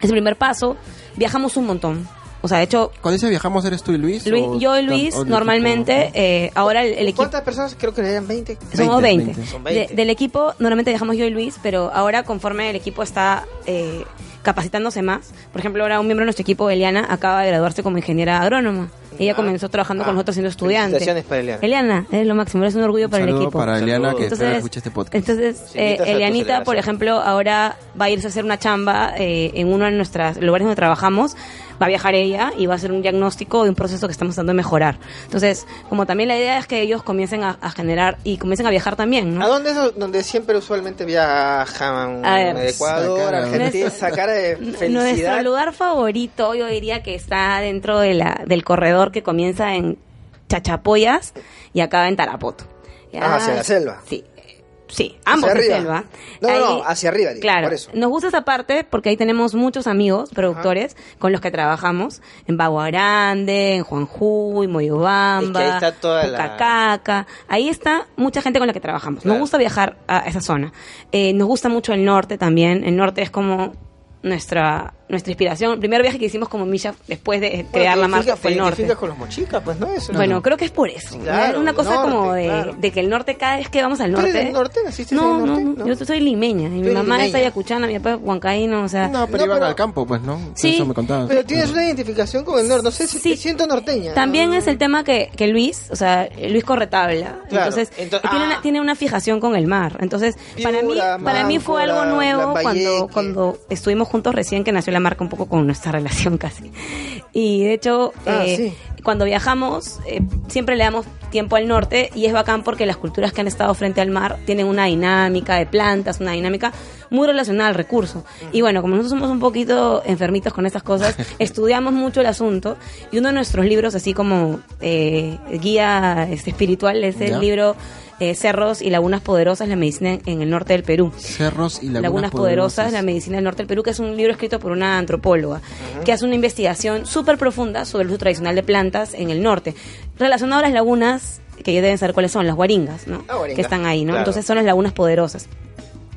Speaker 4: es el primer paso. Viajamos un montón. O sea, de hecho,
Speaker 2: cuando dice viajamos, ¿eres tú y Luis?
Speaker 4: Luis-
Speaker 2: o
Speaker 4: yo y
Speaker 2: tan-
Speaker 4: Luis,
Speaker 2: o el
Speaker 4: normalmente,
Speaker 2: equipo?
Speaker 4: eh, ahora el, el equipo...
Speaker 3: ¿Cuántas personas? Creo que le eran 20.
Speaker 4: Somos
Speaker 2: 20,
Speaker 4: 20.
Speaker 2: 20.
Speaker 3: Son 20.
Speaker 4: De- del equipo, normalmente dejamos yo y Luis, pero ahora conforme el equipo está eh, capacitándose más, por ejemplo, ahora un miembro de nuestro equipo, Eliana, acaba de graduarse como ingeniera agrónoma. Ella
Speaker 3: Ah.
Speaker 4: comenzó trabajando
Speaker 3: Ah.
Speaker 4: con nosotros siendo estudiante.
Speaker 3: Felicitaciones para Eliana.
Speaker 4: Eliana, eres lo máximo, eres un orgullo
Speaker 2: Un
Speaker 4: para el
Speaker 2: saludo
Speaker 4: equipo.
Speaker 2: para Eliana, que
Speaker 3: Saludos.
Speaker 2: espero que escuche este podcast.
Speaker 4: Entonces,
Speaker 3: Sí,
Speaker 4: eh,
Speaker 3: invitas a tu
Speaker 4: Elianita,
Speaker 3: celebración.
Speaker 4: por ejemplo, ahora va a irse a hacer una chamba eh, en uno de nuestros lugares donde trabajamos. Va a viajar ella y va a hacer un diagnóstico de un proceso que estamos tratando de mejorar. Entonces, como también la idea es que ellos comiencen a, a generar y comiencen a viajar también,
Speaker 3: ¿A
Speaker 4: ¿no?
Speaker 3: dónde es donde siempre usualmente viajan?
Speaker 4: A ver.
Speaker 3: Ecuador,
Speaker 2: Sacara, ¿no?
Speaker 3: Argentina, esa cara de
Speaker 4: Nuestro
Speaker 3: felicidad.
Speaker 4: lugar favorito, yo diría que está dentro de la, del corredor que comienza en Chachapoyas y acaba en Tarapoto.
Speaker 3: Ah, hacia la selva.
Speaker 4: Sí. Sí, ambos en
Speaker 3: arriba.
Speaker 4: selva.
Speaker 3: No, no, no, hacia arriba, digo,
Speaker 4: claro,
Speaker 3: por eso.
Speaker 4: Nos gusta esa parte porque ahí tenemos muchos amigos productores con los que trabajamos en Bagua Grande, en Juanjuy, Moyobamba,
Speaker 3: Es que ahí está toda la-
Speaker 4: Pucacaca. Ahí está mucha gente con la que trabajamos.
Speaker 3: Claro.
Speaker 4: Nos gusta viajar a esa zona. Eh, nos gusta mucho el norte también. El norte es como nuestra nuestra inspiración. El primer viaje que hicimos como Misha después de crear la marca fue el
Speaker 3: Te
Speaker 4: norte.
Speaker 3: identificas con los mochicas, pues, ¿no? Eso
Speaker 4: Bueno,
Speaker 3: no.
Speaker 4: creo que es por eso.
Speaker 3: Sí, claro,
Speaker 4: es una
Speaker 3: el
Speaker 4: cosa
Speaker 3: norte,
Speaker 4: como de,
Speaker 3: claro.
Speaker 4: de que el norte, cada vez que vamos al
Speaker 3: ¿Tú eres
Speaker 4: norte.
Speaker 3: del norte? ¿Naciste
Speaker 4: no,
Speaker 3: en el norte?
Speaker 4: No, no,
Speaker 3: No.
Speaker 4: yo soy limeña. Y mi
Speaker 3: eres
Speaker 4: mamá es
Speaker 3: limeña.
Speaker 4: ayacuchana, mi papá es huancaíno, o sea.
Speaker 2: No, pero
Speaker 3: No,
Speaker 2: iban
Speaker 3: pero-
Speaker 2: al campo, pues, ¿no?
Speaker 4: Sí.
Speaker 2: Eso me contabas.
Speaker 3: Pero tienes una identificación con el norte. No sé si te siento norteña. ¿no?
Speaker 4: También es el tema que, que Luis, o sea, Luis Corretabla,
Speaker 3: Claro,
Speaker 4: entonces,
Speaker 3: ento-
Speaker 4: tiene,
Speaker 3: ah.
Speaker 4: una, tiene una fijación con el mar. Entonces, para mí
Speaker 3: Piura,
Speaker 4: para mí fue
Speaker 3: Máncora,
Speaker 4: algo nuevo cuando
Speaker 3: Lambayeque.
Speaker 4: cuando estuvimos juntos recién que nació la marca un poco con nuestra relación casi. Y de hecho,
Speaker 3: Ah,
Speaker 4: eh,
Speaker 3: sí.
Speaker 4: cuando viajamos, eh, siempre le damos tiempo al norte y es bacán porque las culturas que han estado frente al mar tienen una dinámica de plantas, una dinámica muy relacionada al recurso. Y bueno, como nosotros somos un poquito enfermitos con estas cosas, estudiamos mucho el asunto y uno de nuestros libros, así como eh, guía este, espiritual, es el
Speaker 2: Ya.
Speaker 4: libro eh, Cerros y Lagunas Poderosas, la medicina en el norte del Perú.
Speaker 2: Cerros y lagunas,
Speaker 4: Lagunas, Poderosas, La Medicina del Norte del Perú, que es un libro escrito por una antropóloga, que hace una investigación súper profunda sobre el uso tradicional de plantas en el norte, relacionado a las lagunas, que ya deben saber cuáles son, las guaringas, ¿no?
Speaker 3: Ah, guaringas,
Speaker 4: Que están ahí, ¿no?
Speaker 3: claro.
Speaker 4: Entonces son las lagunas poderosas.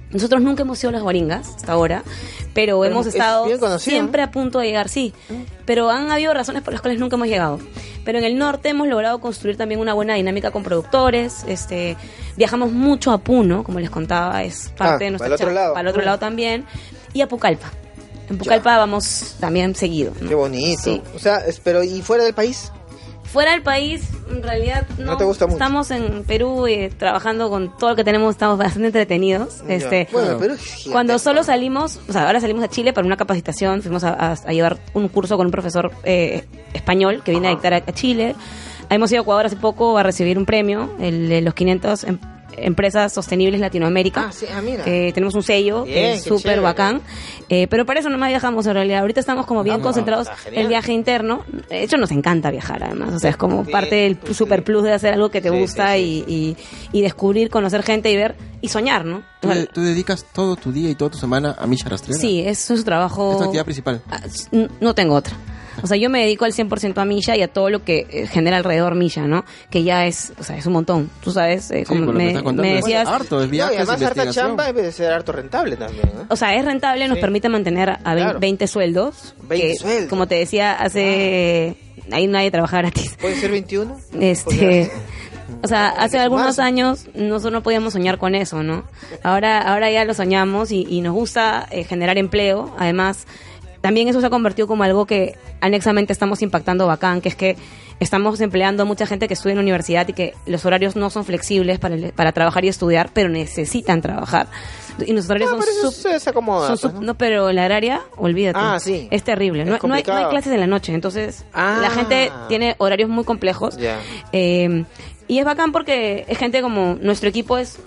Speaker 4: Nosotros nunca hemos sido las guaringas hasta ahora, pero hemos
Speaker 3: es
Speaker 4: estado
Speaker 3: bien conocido, Mm.
Speaker 4: siempre a punto de llegar, sí. Pero han habido razones por las cuales nunca hemos llegado. Pero en el norte hemos logrado construir también una buena dinámica con productores. Este, viajamos mucho a Puno, como les contaba, es parte
Speaker 3: Ah,
Speaker 4: de nuestra
Speaker 3: para el otro
Speaker 4: cha-
Speaker 3: lado.
Speaker 4: para el otro lado también, y a Pucallpa. En Pucallpa vamos también seguido. ¿no?
Speaker 3: Qué bonito.
Speaker 4: Mm. Sí.
Speaker 3: O sea, es- pero ¿y fuera del país?
Speaker 4: Fuera del país, en realidad no,
Speaker 3: No te gusta mucho.
Speaker 4: Estamos en Perú eh, trabajando con todo lo que tenemos, estamos bastante entretenidos.
Speaker 3: Ya.
Speaker 4: Este,
Speaker 3: Bueno, pero es gigantesco.
Speaker 4: Cuando solo salimos, o sea, ahora salimos a Chile para una capacitación, fuimos a, a- a llevar un curso con un profesor eh, español que viene a dictar a, a Chile. Hemos ido a Ecuador hace poco a recibir un premio, el de los 500 em- empresas sostenibles Latinoamérica.
Speaker 3: Ah, sí, ah, mira.
Speaker 4: Eh, tenemos un sello
Speaker 3: Bien,
Speaker 4: que es
Speaker 3: qué
Speaker 4: súper
Speaker 3: chévere.
Speaker 4: bacán. Eh, pero para eso no más viajamos en realidad. Ahorita estamos como bien
Speaker 3: Ah,
Speaker 4: concentrados
Speaker 3: está
Speaker 4: en
Speaker 3: genial.
Speaker 4: el viaje interno. De hecho, nos encanta viajar además. O sea, es como
Speaker 3: Sí,
Speaker 4: parte del
Speaker 3: pues,
Speaker 4: super
Speaker 3: sí.
Speaker 4: plus de hacer algo que te
Speaker 3: Sí, sí,
Speaker 4: gusta
Speaker 3: sí.
Speaker 4: Y, y- y descubrir, conocer gente y ver y soñar, ¿no?
Speaker 2: ¿Tú,
Speaker 4: O sea,
Speaker 2: tú dedicas todo tu día y toda tu semana a Misha Rastrera?
Speaker 4: Sí, eso es su trabajo.
Speaker 2: Es tu actividad principal.
Speaker 4: Ah, s- n- No tengo otra. O sea, yo me dedico al 100% a Milla y a todo lo que eh, genera alrededor Milla, ¿no? Que ya es, o sea, es un montón. Tú sabes, eh,
Speaker 2: Sí,
Speaker 4: como
Speaker 2: por lo que
Speaker 4: me,
Speaker 2: estás contando.
Speaker 4: me decías,
Speaker 2: harto, es
Speaker 3: no, y
Speaker 2: viajes,
Speaker 3: además harta
Speaker 2: investigación.
Speaker 3: chamba debe de ser harto rentable también. ¿no?
Speaker 4: o sea, es rentable, nos
Speaker 3: Sí.
Speaker 4: permite mantener a vein-
Speaker 3: Claro.
Speaker 4: 20 sueldos.
Speaker 3: 20
Speaker 4: que,
Speaker 3: sueldos. Ah.
Speaker 4: Como te decía, hace... Ahí nadie trabaja gratis.
Speaker 3: ¿Puede ser 21?
Speaker 4: Este, o sea, hace
Speaker 3: que
Speaker 4: algunos
Speaker 3: sumarse.
Speaker 4: años nosotros no podíamos soñar con eso, ¿no? Ahora, ahora ya lo soñamos y, y nos gusta eh, generar empleo. Además, también eso se ha convertido como algo que anexamente estamos impactando bacán, que es que estamos empleando a mucha gente que estudia en la universidad y que los horarios no son flexibles para, el- para trabajar y estudiar, pero necesitan trabajar. Y los horarios
Speaker 3: No,
Speaker 4: son
Speaker 3: Ah, pero eso
Speaker 4: sup-
Speaker 3: se- se acomoda,
Speaker 4: son
Speaker 3: pues,
Speaker 4: sup-
Speaker 3: ¿no?
Speaker 4: no, pero la horaria, olvídate.
Speaker 3: Ah, sí.
Speaker 4: Es terrible.
Speaker 3: Es
Speaker 4: no, no hay, no hay
Speaker 3: complicado.
Speaker 4: clases en la noche, entonces
Speaker 3: Ah.
Speaker 4: la gente tiene horarios muy complejos.
Speaker 3: Ya.
Speaker 4: Eh, y es bacán porque es gente como nuestro equipo es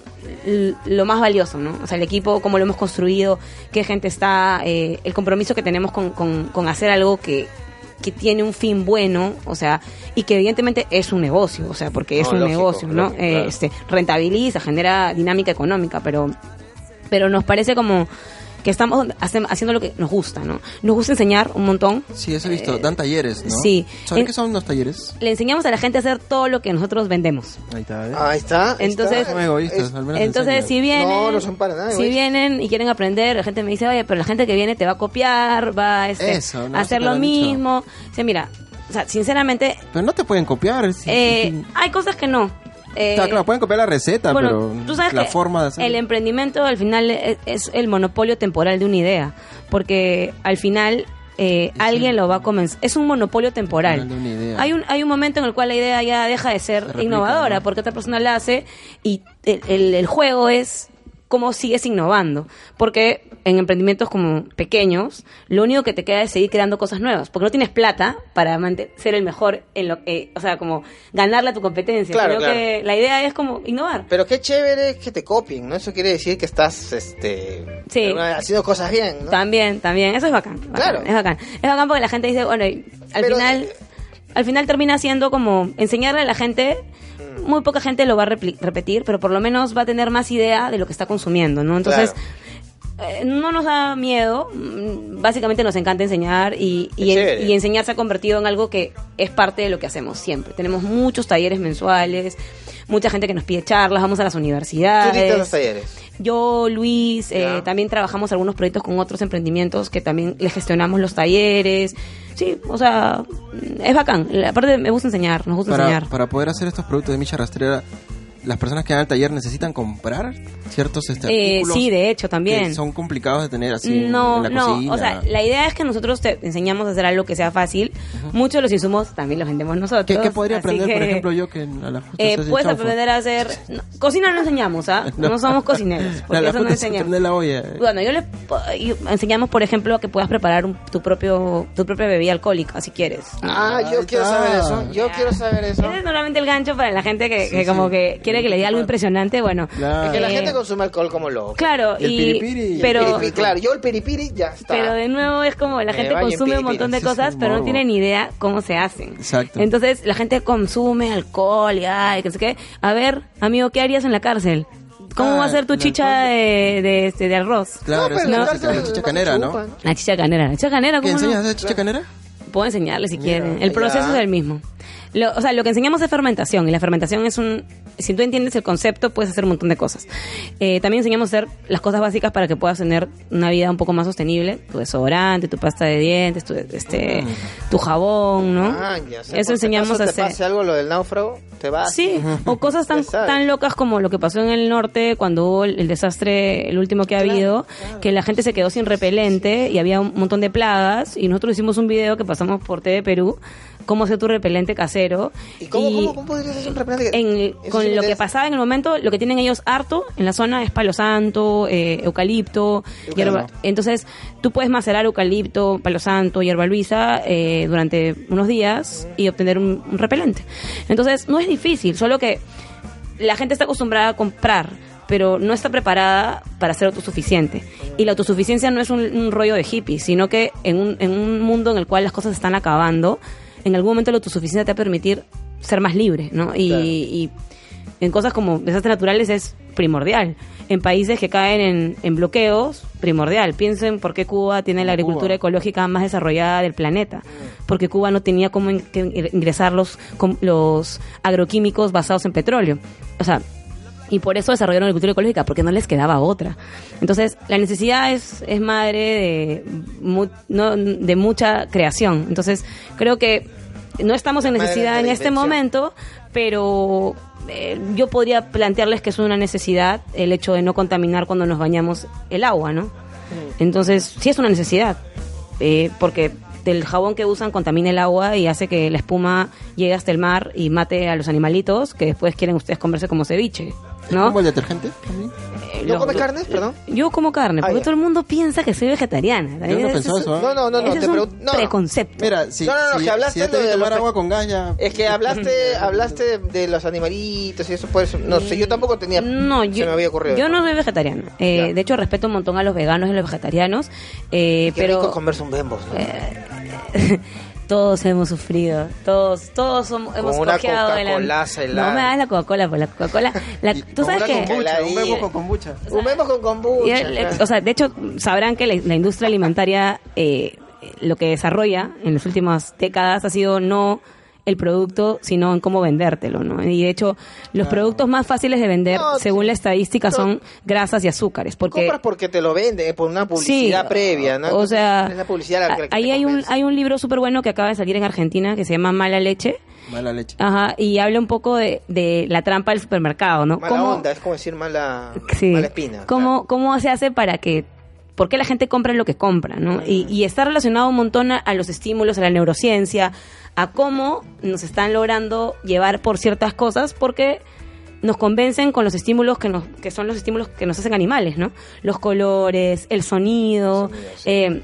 Speaker 4: l- lo más valioso, ¿no? O sea, el equipo, cómo lo hemos construido, qué gente está, eh, el compromiso que tenemos con, con- con hacer algo que, que tiene un fin bueno, o sea, y que evidentemente es un negocio, o sea, porque es
Speaker 3: No,
Speaker 4: un
Speaker 3: lógico,
Speaker 4: negocio, ¿no?
Speaker 3: lógico,
Speaker 4: Eh,
Speaker 3: claro.
Speaker 4: este, rentabiliza, genera dinámica económica, pero pero nos parece como que estamos hace- haciendo lo que nos gusta, ¿no? Nos gusta enseñar un montón.
Speaker 2: Sí, eso he visto. Dan talleres, ¿no?
Speaker 4: sí. Eh,
Speaker 2: ¿Sabes
Speaker 4: En-
Speaker 2: qué son los talleres?
Speaker 4: Le enseñamos a la gente a hacer todo lo que nosotros vendemos.
Speaker 2: Ahí está, ¿eh?
Speaker 3: Ahí está. ahí
Speaker 4: Mm. Entonces-
Speaker 3: está.
Speaker 2: son egoístas,
Speaker 3: Es-
Speaker 2: al menos
Speaker 4: Entonces, si
Speaker 2: enseñan.
Speaker 4: vienen,
Speaker 3: No, no son para nada,
Speaker 4: si
Speaker 3: güey.
Speaker 4: vienen y quieren aprender, la gente me dice, oye, pero la gente que viene te va a copiar, va este,
Speaker 2: Eso, no,
Speaker 4: a hacer
Speaker 2: eso te
Speaker 4: lo
Speaker 2: lo han dicho.
Speaker 4: mismo. O sea, mira, o sea, sinceramente,
Speaker 2: Pero no te pueden copiar. sí,
Speaker 4: eh,
Speaker 2: sí.
Speaker 4: hay cosas que no. Eh,
Speaker 2: O sea, claro, pueden copiar la receta,
Speaker 4: bueno,
Speaker 2: pero
Speaker 4: tú sabes
Speaker 2: la
Speaker 4: que
Speaker 2: forma de hacer.
Speaker 4: el em- emprendimiento al final es, es el monopolio temporal de una idea, porque al final eh, alguien lo va a comenzar. Es un monopolio temporal.
Speaker 2: Temporal de una idea.
Speaker 4: Hay un hay un momento en el cual la idea ya deja de ser
Speaker 2: replica,
Speaker 4: innovadora,
Speaker 2: ¿no?
Speaker 4: porque otra persona la hace y el, el- el juego es cómo sigues innovando, porque en emprendimientos como pequeños, lo único que te queda es seguir creando cosas nuevas, porque no tienes plata para mante- ser el mejor en lo que, o sea, como ganarle a tu competencia.
Speaker 3: Claro,
Speaker 4: Creo
Speaker 3: claro.
Speaker 4: que la idea es como innovar.
Speaker 3: Pero qué chévere que te copien, ¿no? Eso quiere decir que estás este,
Speaker 4: Sí.
Speaker 3: de alguna- haciendo cosas bien, ¿no?
Speaker 4: También, también. Eso es bacán. bacán,
Speaker 3: Claro.
Speaker 4: Es bacán. Es bacán porque la gente dice, bueno, y al
Speaker 3: Pero-
Speaker 4: final. Al final termina siendo como enseñarle a la gente.
Speaker 3: Mm.
Speaker 4: Muy poca gente lo va a repli- repetir, pero por lo menos va a tener más idea de lo que está consumiendo, ¿no? Entonces. eh, no nos da miedo, mm, básicamente nos encanta enseñar y, y,
Speaker 3: Qué
Speaker 4: en-
Speaker 3: chévere.
Speaker 4: y enseñar se ha convertido en algo que es parte de lo que hacemos siempre. Tenemos muchos talleres mensuales, mucha gente que nos pide charlas, vamos a las
Speaker 3: Tú
Speaker 4: universidades.
Speaker 3: dictas los talleres.
Speaker 4: Yo, Luis, eh,
Speaker 3: Ya.
Speaker 4: también trabajamos algunos proyectos con otros emprendimientos que también le gestionamos los talleres. Sí, o sea, mm, es bacán. La- Aparte, me gusta enseñar, nos gusta
Speaker 2: para,
Speaker 4: enseñar.
Speaker 2: para poder hacer estos productos de Micha Rastrera, las personas que van al taller necesitan comprar ciertos este,
Speaker 4: Eh,
Speaker 2: artículos
Speaker 4: sí, de hecho,
Speaker 2: que
Speaker 4: también.
Speaker 2: son complicados de tener así en-
Speaker 4: no,
Speaker 2: en la
Speaker 4: no,
Speaker 2: cocina.
Speaker 4: o sea, la idea es que nosotros te enseñamos a hacer algo que sea fácil. Muchos de los insumos también los vendemos nosotros.
Speaker 2: ¿Qué, qué podría
Speaker 4: así
Speaker 2: aprender, por
Speaker 4: que,
Speaker 2: ejemplo, yo que a la justa
Speaker 4: eh,
Speaker 2: se hace
Speaker 4: puedes
Speaker 2: chanfo?
Speaker 4: aprender a hacer... no, cocina no enseñamos, ¿ah? No,
Speaker 2: No.
Speaker 4: somos cocineros.
Speaker 2: a
Speaker 4: Porque
Speaker 2: la
Speaker 4: eso no
Speaker 2: justa se
Speaker 4: enseñamos.
Speaker 2: aprende la olla.
Speaker 4: Bueno, yo les po- y enseñamos, por ejemplo, a que puedas preparar un- tu propio tu propia bebida alcohólica, si quieres.
Speaker 3: Ah,
Speaker 2: Ahí
Speaker 3: yo quiero
Speaker 2: está.
Speaker 3: saber eso. Yo quiero saber eso.
Speaker 4: Ese es normalmente el gancho para la gente que, que como que quiere que le dé algo impresionante, bueno.
Speaker 2: Claro.
Speaker 3: Que la
Speaker 4: eh,
Speaker 3: gente consume alcohol como loco.
Speaker 4: Claro,
Speaker 2: Y el
Speaker 4: y,
Speaker 2: piripiri. Eh,
Speaker 4: pero
Speaker 3: Piripiri, claro, yo el piripiri ya está.
Speaker 4: pero de nuevo es como la
Speaker 3: Me
Speaker 4: gente
Speaker 3: baño en
Speaker 4: consume un
Speaker 3: piripiri.
Speaker 4: montón de
Speaker 2: Sí, es un
Speaker 4: cosas, pero no
Speaker 2: morbo.
Speaker 4: tiene ni idea cómo se hacen.
Speaker 2: Exacto.
Speaker 4: Entonces, la gente consume alcohol y ay, que sé qué. A ver, amigo, ¿qué harías en la cárcel? ¿Cómo
Speaker 2: Ah,
Speaker 4: va a ser tu
Speaker 2: el
Speaker 4: chicha
Speaker 2: alcohol.
Speaker 4: de, de, este, de arroz?
Speaker 2: Claro,
Speaker 3: pero
Speaker 2: es
Speaker 3: en
Speaker 2: la
Speaker 3: la
Speaker 2: chicha- la
Speaker 3: cárcel
Speaker 2: chicha canera,
Speaker 3: no
Speaker 2: ¿no?
Speaker 3: chupan.
Speaker 4: La chicha canera, la chicha canera,
Speaker 2: ¿Qué
Speaker 4: ¿cómo no?
Speaker 2: enseñas a hacer chicha canera?
Speaker 4: Puedo enseñarles si quieren. El
Speaker 3: ya.
Speaker 4: proceso es el mismo. Lo- o sea, lo que enseñamos es fermentación y la fermentación es un... Si tú entiendes el concepto, puedes hacer un montón de cosas. Eh, también enseñamos a hacer las cosas básicas para que puedas tener una vida un poco más sostenible. Tu desodorante, tu pasta de dientes, tu, este, tu jabón, ¿no?
Speaker 3: Ah, ya sé, por
Speaker 4: Eso
Speaker 3: si
Speaker 4: enseñamos
Speaker 3: acaso
Speaker 4: a
Speaker 3: te
Speaker 4: hacer.
Speaker 3: pase algo lo del náufrago, te vas.
Speaker 4: Sí, o cosas tan,
Speaker 3: Ya sabes.
Speaker 4: tan locas como lo que pasó en el norte cuando hubo el, el desastre, el último que ha habido, que la gente se quedó sin repelente y había un montón de plagas y nosotros hicimos un video que pasamos por TV Perú, cómo hacer tu repelente casero.
Speaker 3: ¿Y cómo, cómo, cómo podrías hacer un repelente? que-
Speaker 4: en-
Speaker 3: Eso sí
Speaker 4: con
Speaker 3: me
Speaker 4: lo que
Speaker 3: interesa.
Speaker 4: pasaba en el momento, lo que tienen ellos harto en la zona es palo santo, eh, eucalipto, hierba. Entonces, tú puedes macerar eucalipto, palo santo, hierba luisa eh, durante unos días y obtener un, un repelente. Entonces, no es difícil, solo que la gente está acostumbrada a comprar pero no está preparada para ser autosuficiente. Y la autosuficiencia no es un, un rollo de hippie, sino que en un, en un mundo en el cual las cosas están acabando, en algún momento la autosuficiencia te va a permitir ser más libre, ¿no? Y, y en cosas como desastres naturales es primordial. En países que caen en, en bloqueos, primordial. Piensen por qué Cuba tiene la agricultura ecológica más desarrollada del planeta. Porque Cuba no tenía cómo in- que ingresar los, com- los agroquímicos basados en petróleo. O sea, y por eso desarrollaron la agricultura ecológica, porque no les quedaba otra. Entonces, la necesidad es, es madre de, mu- no, de mucha creación. Entonces, creo que no estamos en
Speaker 3: Madre de
Speaker 4: necesidad
Speaker 3: la
Speaker 4: en este
Speaker 3: invención.
Speaker 4: momento, pero eh, yo podría plantearles que es una necesidad el hecho de no contaminar cuando nos bañamos el agua, ¿no? Entonces, sí es una necesidad, eh, porque el jabón que usan contamina el agua y hace que la espuma llegue hasta el mar y mate a los animalitos que después quieren ustedes comerse como ceviche, ¿no?
Speaker 2: ¿Como el detergente? también?
Speaker 4: Eh,
Speaker 3: ¿No
Speaker 4: lo-
Speaker 3: comes
Speaker 4: lo-
Speaker 3: carnes, perdón?
Speaker 4: Yo como carne,
Speaker 3: Ah,
Speaker 4: porque
Speaker 3: ya.
Speaker 4: todo el mundo piensa que soy vegetariana.
Speaker 2: Yo no
Speaker 4: Ese
Speaker 2: pensaba
Speaker 4: es
Speaker 2: eso,
Speaker 4: un-
Speaker 2: ¿eh?
Speaker 3: No, no, no, no,
Speaker 4: ese
Speaker 3: te
Speaker 4: es un
Speaker 3: pregunto. No,
Speaker 4: preconcepto.
Speaker 2: Mira, si,
Speaker 3: No, no, no,
Speaker 2: si-
Speaker 3: que hablaste
Speaker 2: si ya te
Speaker 3: de
Speaker 2: vi
Speaker 3: los
Speaker 2: tomar
Speaker 3: pe-
Speaker 2: agua con gas, ya...
Speaker 3: Es que hablaste, hablaste de los animalitos y eso, por eso. No sé, yo tampoco tenía.
Speaker 4: No, yo,
Speaker 3: se me había ocurrido.
Speaker 4: yo
Speaker 3: eso.
Speaker 4: no soy vegetariana. Eh,
Speaker 3: Ya.
Speaker 4: de hecho, respeto un montón a los veganos y a los vegetarianos, eh,
Speaker 3: Qué rico
Speaker 4: pero Eh,
Speaker 3: comerse un bembos. ¿no?
Speaker 4: todos hemos sufrido. Todos todos somos, hemos
Speaker 3: una
Speaker 4: cojeado de la...
Speaker 3: Coca-Colaza helada.
Speaker 4: No me das la Coca-Cola, pues la Coca-Cola... la-
Speaker 2: Y-
Speaker 4: Tú
Speaker 2: con
Speaker 4: sabes
Speaker 2: una
Speaker 4: que...
Speaker 2: kombucha, un
Speaker 3: Heladilla.
Speaker 2: bebo con kombucha.
Speaker 3: un bembos con
Speaker 4: Y
Speaker 3: kombucha.
Speaker 4: el- el-
Speaker 3: claro.
Speaker 4: o sea, de hecho, sabrán que la, la industria alimentaria eh, lo que desarrolla en las últimas décadas ha sido no el producto, sino en cómo vendértelo, ¿no? Y de hecho, los productos más fáciles de vender,
Speaker 3: No,
Speaker 4: según
Speaker 3: sí.
Speaker 4: la estadística, son grasas y azúcares, porque
Speaker 3: compras porque te lo venden, eh, por una publicidad
Speaker 4: Sí,
Speaker 3: previa, ¿no?
Speaker 4: O sea,
Speaker 3: es la publicidad la que te
Speaker 4: ahí hay un,
Speaker 3: convence.
Speaker 4: hay un libro súper bueno que acaba de salir en Argentina que se llama Mala Leche.
Speaker 2: Mala leche.
Speaker 4: Ajá, y habla un poco de, de la trampa del supermercado, ¿no?
Speaker 3: Mala
Speaker 4: Cómo-
Speaker 3: onda, es como decir mala,
Speaker 4: Sí.
Speaker 3: mala espina.
Speaker 4: ¿Cómo, ¿Cómo se hace para que.? ¿Por qué la gente compra lo que compra? ¿no? Y,
Speaker 3: Mm.
Speaker 4: y está relacionado un montón a, a los estímulos, a la neurociencia, a cómo nos están logrando llevar por ciertas cosas, porque nos convencen con los estímulos que, nos, que son los estímulos que nos hacen animales, ¿no? Los colores, el sonido, eh,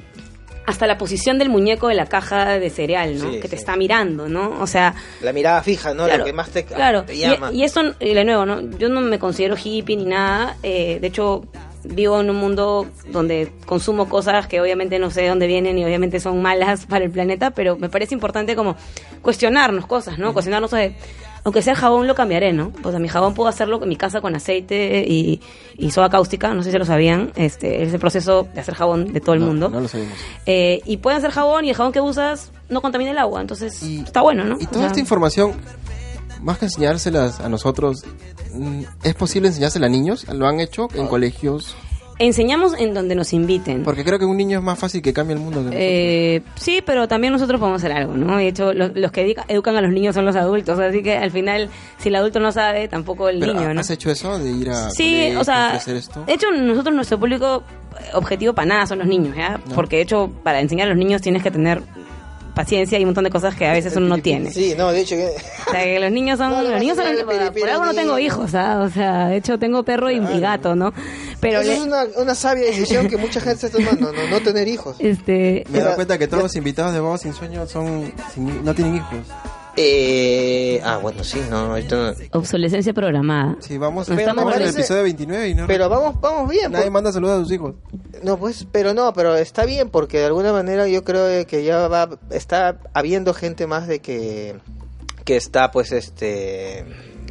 Speaker 4: hasta la posición del muñeco de la caja de cereal, ¿no?
Speaker 3: Sí,
Speaker 4: que
Speaker 3: sí.
Speaker 4: te está mirando, ¿no? O sea,
Speaker 3: Claro. La mirada fija, ¿no?
Speaker 4: Claro,
Speaker 3: Lo que más te,
Speaker 4: claro.
Speaker 3: te
Speaker 4: Y- e,
Speaker 3: llama.
Speaker 4: Y, eso, y de nuevo, ¿no? yo no me considero hippie ni nada. eh, de hecho, vivo en un mundo donde consumo cosas que obviamente no sé de dónde vienen y obviamente son malas para el planeta, pero me parece importante como cuestionarnos cosas, ¿no? Cuestionarnos de... Aunque sea el jabón lo cambiaré, ¿no? O sea, mi jabón puedo hacerlo en mi casa con aceite y, y soda cáustica, no sé si lo sabían, este, es el proceso de hacer jabón de todo el
Speaker 2: No,
Speaker 4: mundo.
Speaker 2: no lo sabemos.
Speaker 4: Eh, y pueden hacer jabón y el jabón que usas no contamina el agua, entonces
Speaker 2: Y-
Speaker 4: está bueno, ¿no?
Speaker 2: Y este
Speaker 4: O
Speaker 2: toda
Speaker 4: sea,
Speaker 2: esta información, más que enseñárselas a nosotros, mm, ¿es posible enseñársela a niños? ¿Lo han hecho en colegios?
Speaker 4: Enseñamos en donde nos inviten.
Speaker 2: Porque creo que un niño es más fácil que cambie el mundo. que nosotros.
Speaker 4: Eh, sí, pero también nosotros podemos hacer algo, ¿no? De hecho, los, los que edica- educan a los niños son los adultos, así que al final, si el adulto no sabe, tampoco el
Speaker 2: Pero,
Speaker 4: niño,
Speaker 2: ¿ha-
Speaker 4: ¿no?
Speaker 2: ¿Has hecho eso de ir a
Speaker 4: Sí,
Speaker 2: colegios,
Speaker 4: o sea,
Speaker 2: hacer esto?
Speaker 4: de hecho, nosotros, nuestro público eh, objetivo para nada son los niños, ¿ya? Porque de hecho, para enseñar a los niños tienes que tener paciencia y un montón de cosas que a veces uno no tiene.
Speaker 3: Sí, no, de hecho que...
Speaker 4: O sea, que los niños son.
Speaker 3: No, no,
Speaker 4: los niños son.
Speaker 3: no, no,
Speaker 4: por-
Speaker 3: no,
Speaker 4: por algo no tengo
Speaker 3: no.
Speaker 4: hijos, ¿ah? O sea, de hecho, tengo perro y, y gato, ¿no? Pero.
Speaker 3: Eso
Speaker 4: le-
Speaker 3: es una, una sabia decisión que mucha gente está tomando, no, no tener hijos.
Speaker 4: este,
Speaker 2: Me he
Speaker 3: Ya-
Speaker 2: dado cuenta que todos los invitados de Vamos Sin Sueño son sin- no tienen hijos.
Speaker 3: Eh, ah, bueno, sí, no, ahorita no.
Speaker 4: obsolescencia programada.
Speaker 2: Sí, vamos,
Speaker 4: Nos
Speaker 2: vamos
Speaker 4: estamos
Speaker 2: en el
Speaker 3: parece-
Speaker 2: episodio 29 y no...
Speaker 3: Pero vamos, vamos bien.
Speaker 2: Nadie
Speaker 3: por-
Speaker 2: manda saludos a sus hijos.
Speaker 3: No, pues, pero no, pero está bien porque de alguna manera yo creo que ya va, está habiendo gente más de que, que está, pues, este,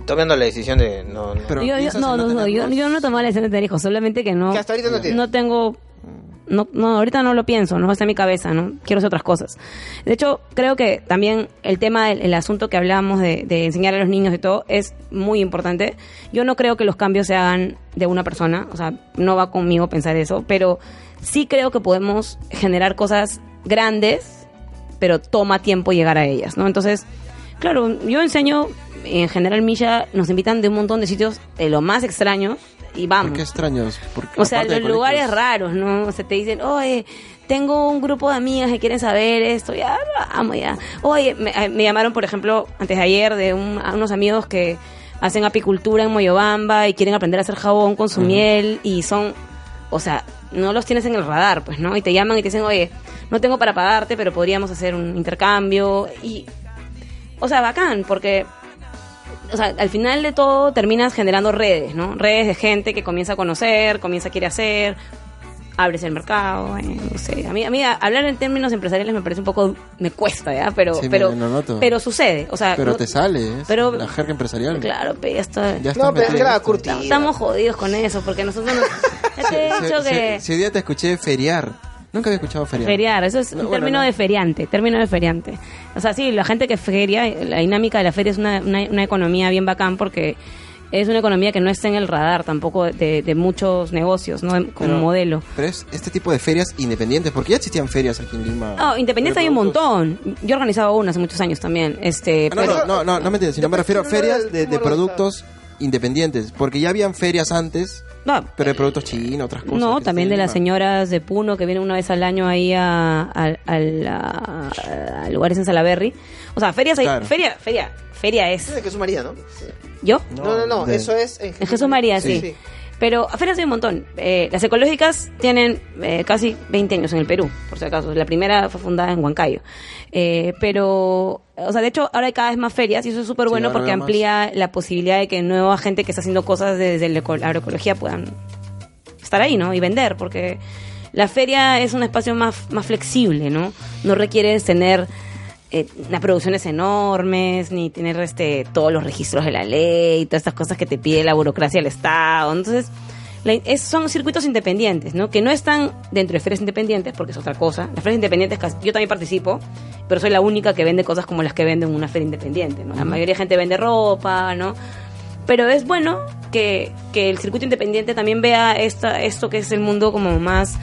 Speaker 3: tomando la decisión de no, no.
Speaker 2: Pero
Speaker 4: Yo- yo-
Speaker 2: piensas en
Speaker 4: no, no, no, yo,
Speaker 2: tenerlos.
Speaker 4: yo no tomaba la decisión de tener hijos, solamente que no,
Speaker 3: Que hasta ahorita no tienes.
Speaker 4: tengo no, no, ahorita no lo pienso, no está en mi cabeza, ¿no? Quiero hacer otras cosas. De hecho, creo que también el tema, del el asunto que hablábamos de, de enseñar a los niños y todo, es muy importante. Yo no creo que los cambios se hagan de una persona, o sea, no va conmigo pensar eso, pero sí creo que podemos generar cosas grandes, pero toma tiempo llegar a ellas, ¿no? Entonces, claro, yo enseño, en general Milla, nos invitan de un montón de sitios de lo más extraños y vamos.
Speaker 2: ¿Por qué extraños? Porque
Speaker 4: O sea,
Speaker 2: aparte de
Speaker 4: los lugares
Speaker 2: colegios-
Speaker 4: raros, ¿no? O sea, te dicen, oye, tengo un grupo de amigas que quieren saber esto, ya, vamos, ya. Oye, me, eh, me llamaron, por ejemplo, antes de ayer de un- a unos amigos que hacen apicultura en Moyobamba y quieren aprender a hacer jabón con su miel y son, o sea, no los tienes en el radar, pues, ¿no? Y te llaman y te dicen, oye, no tengo para pagarte, pero podríamos hacer un intercambio y, o sea, bacán, porque o sea, al final de todo terminas generando redes, ¿no? Redes de gente que comienza a conocer, comienza a querer hacer, abres el mercado, eh, no sé. A mí, a mí a- hablar en términos empresariales me parece un poco, me cuesta, ¿ya? Pero,
Speaker 2: Sí, me-
Speaker 4: pero,
Speaker 2: me lo noto.
Speaker 4: pero sucede, o sea.
Speaker 2: Pero
Speaker 4: Ah, no-
Speaker 2: te sale, ¿eh? es
Speaker 4: pero-
Speaker 2: la jerga empresarial.
Speaker 4: Claro, pero ya está.
Speaker 2: Ya estás
Speaker 3: No, pero es que
Speaker 2: metido.
Speaker 3: la curtida.
Speaker 4: Estamos jodidos con eso, porque nosotros nos, ya te he
Speaker 2: Se-
Speaker 4: dicho
Speaker 2: se-
Speaker 4: que
Speaker 2: se- ese día te escuché feriar. Nunca había escuchado feriar.
Speaker 4: feriar, eso es
Speaker 2: No,
Speaker 4: un
Speaker 2: bueno,
Speaker 4: término
Speaker 2: no.
Speaker 4: de feriante, término de feriante. O sea, sí, la gente que feria, la dinámica de la feria es una, una, una economía bien bacán porque es una economía que no está en el radar tampoco de, de muchos negocios, ¿no? Como
Speaker 2: Pero-
Speaker 4: modelo.
Speaker 2: Pero es este tipo de ferias independientes, porque ya existían ferias aquí en Lima.
Speaker 4: Oh, independiente hay un
Speaker 2: Productos-
Speaker 4: montón. Yo he organizado una hace muchos años también. Este,
Speaker 2: Ah, no,
Speaker 4: pero-
Speaker 2: no, no, no, no me entiendes, sino me refiero a ferias de, de
Speaker 3: Como
Speaker 2: productos independientes, porque ya habían ferias antes,
Speaker 4: no,
Speaker 2: pero de productos chinos, otras cosas.
Speaker 4: Eh, No,
Speaker 2: que
Speaker 4: también
Speaker 2: se
Speaker 4: de las
Speaker 2: llaman.
Speaker 4: señoras de Puno que vienen una vez al año ahí a, a- a la- a lugares en Salaberry. O sea, ferias hay.
Speaker 2: Claro.
Speaker 4: Feria, feria, feria es.
Speaker 3: Es de Jesús María, ¿no?
Speaker 4: ¿Yo?
Speaker 3: No, no, no,
Speaker 2: de-
Speaker 3: eso es
Speaker 4: En Jesús María, sí.
Speaker 3: sí.
Speaker 4: Pero a ferias hay un montón. Eh, las ecológicas tienen eh, casi 20 años en el Perú, por si acaso. La primera fue fundada en Huancayo. Eh, pero, o sea, de hecho, ahora hay cada vez más ferias y eso es súper
Speaker 2: Sí,
Speaker 4: bueno
Speaker 2: ahora
Speaker 4: porque
Speaker 2: hay más.
Speaker 4: amplía la posibilidad de que nueva gente que está haciendo cosas desde la eco- agroecología puedan estar ahí, ¿no? Y vender, porque la feria es un espacio más, más flexible, ¿no? No requieres tener eh, las producciones enormes, ni tener este todos los registros de la ley, todas estas cosas que te pide la burocracia del Estado. Entonces, la- es- son circuitos independientes, ¿no? Que no están dentro de ferias independientes, porque es otra cosa. Las ferias independientes, casi- yo también participo, pero soy la única que vende cosas como las que venden en una feria independiente, ¿no? La mayoría de gente vende ropa, ¿no? Pero es bueno que, que el circuito independiente también vea esta, esto que es el mundo como más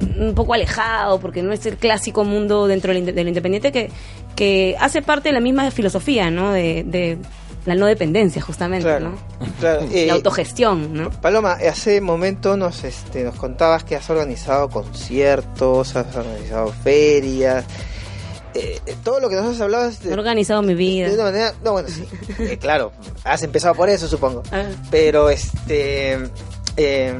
Speaker 4: mm, un poco alejado, porque no es el clásico mundo dentro del, inde- del independiente que, que hace parte de la misma filosofía, ¿no? De, de la no dependencia, justamente,
Speaker 3: Claro,
Speaker 4: ¿no?
Speaker 3: claro. Eh,
Speaker 4: la autogestión, ¿no?
Speaker 3: Paloma, hace momento nos este, nos contabas que has organizado conciertos, has organizado ferias. Eh, eh, todo lo que nos has hablado es
Speaker 4: He
Speaker 3: de,
Speaker 4: organizado mi
Speaker 3: de una
Speaker 4: vida.
Speaker 3: manera. No, bueno, sí. Eh, claro, has empezado por eso, supongo.
Speaker 4: Ah.
Speaker 3: Pero este. eh,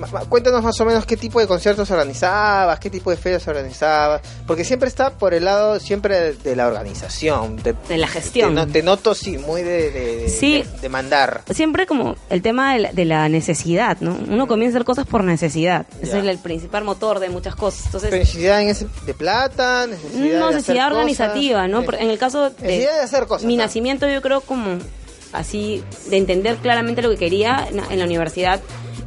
Speaker 3: ma- ma- cuéntanos más o menos qué tipo de conciertos organizabas, qué tipo de ferias organizabas, porque siempre está por el lado siempre de, de la organización, de,
Speaker 4: De la
Speaker 3: Te,
Speaker 4: gestión.
Speaker 3: no- te noto sí, muy de, de- de-
Speaker 4: Sí.
Speaker 3: de- de mandar.
Speaker 4: Siempre como el tema de la, de la necesidad, ¿no? Uno comienza a hacer cosas por necesidad. Ese
Speaker 3: Ya.
Speaker 4: es el principal motor de muchas cosas. Entonces,
Speaker 3: Pero necesidad en ese- de plata, necesidad
Speaker 4: no
Speaker 3: de
Speaker 4: necesidad
Speaker 3: hacer
Speaker 4: organizativa,
Speaker 3: cosas.
Speaker 4: ¿no?
Speaker 3: Sí.
Speaker 4: Por- En el caso de,
Speaker 3: Necesidad de hacer cosas,
Speaker 4: mi
Speaker 3: ¿no?
Speaker 4: nacimiento, yo creo como así de entender claramente lo que quería en en la universidad,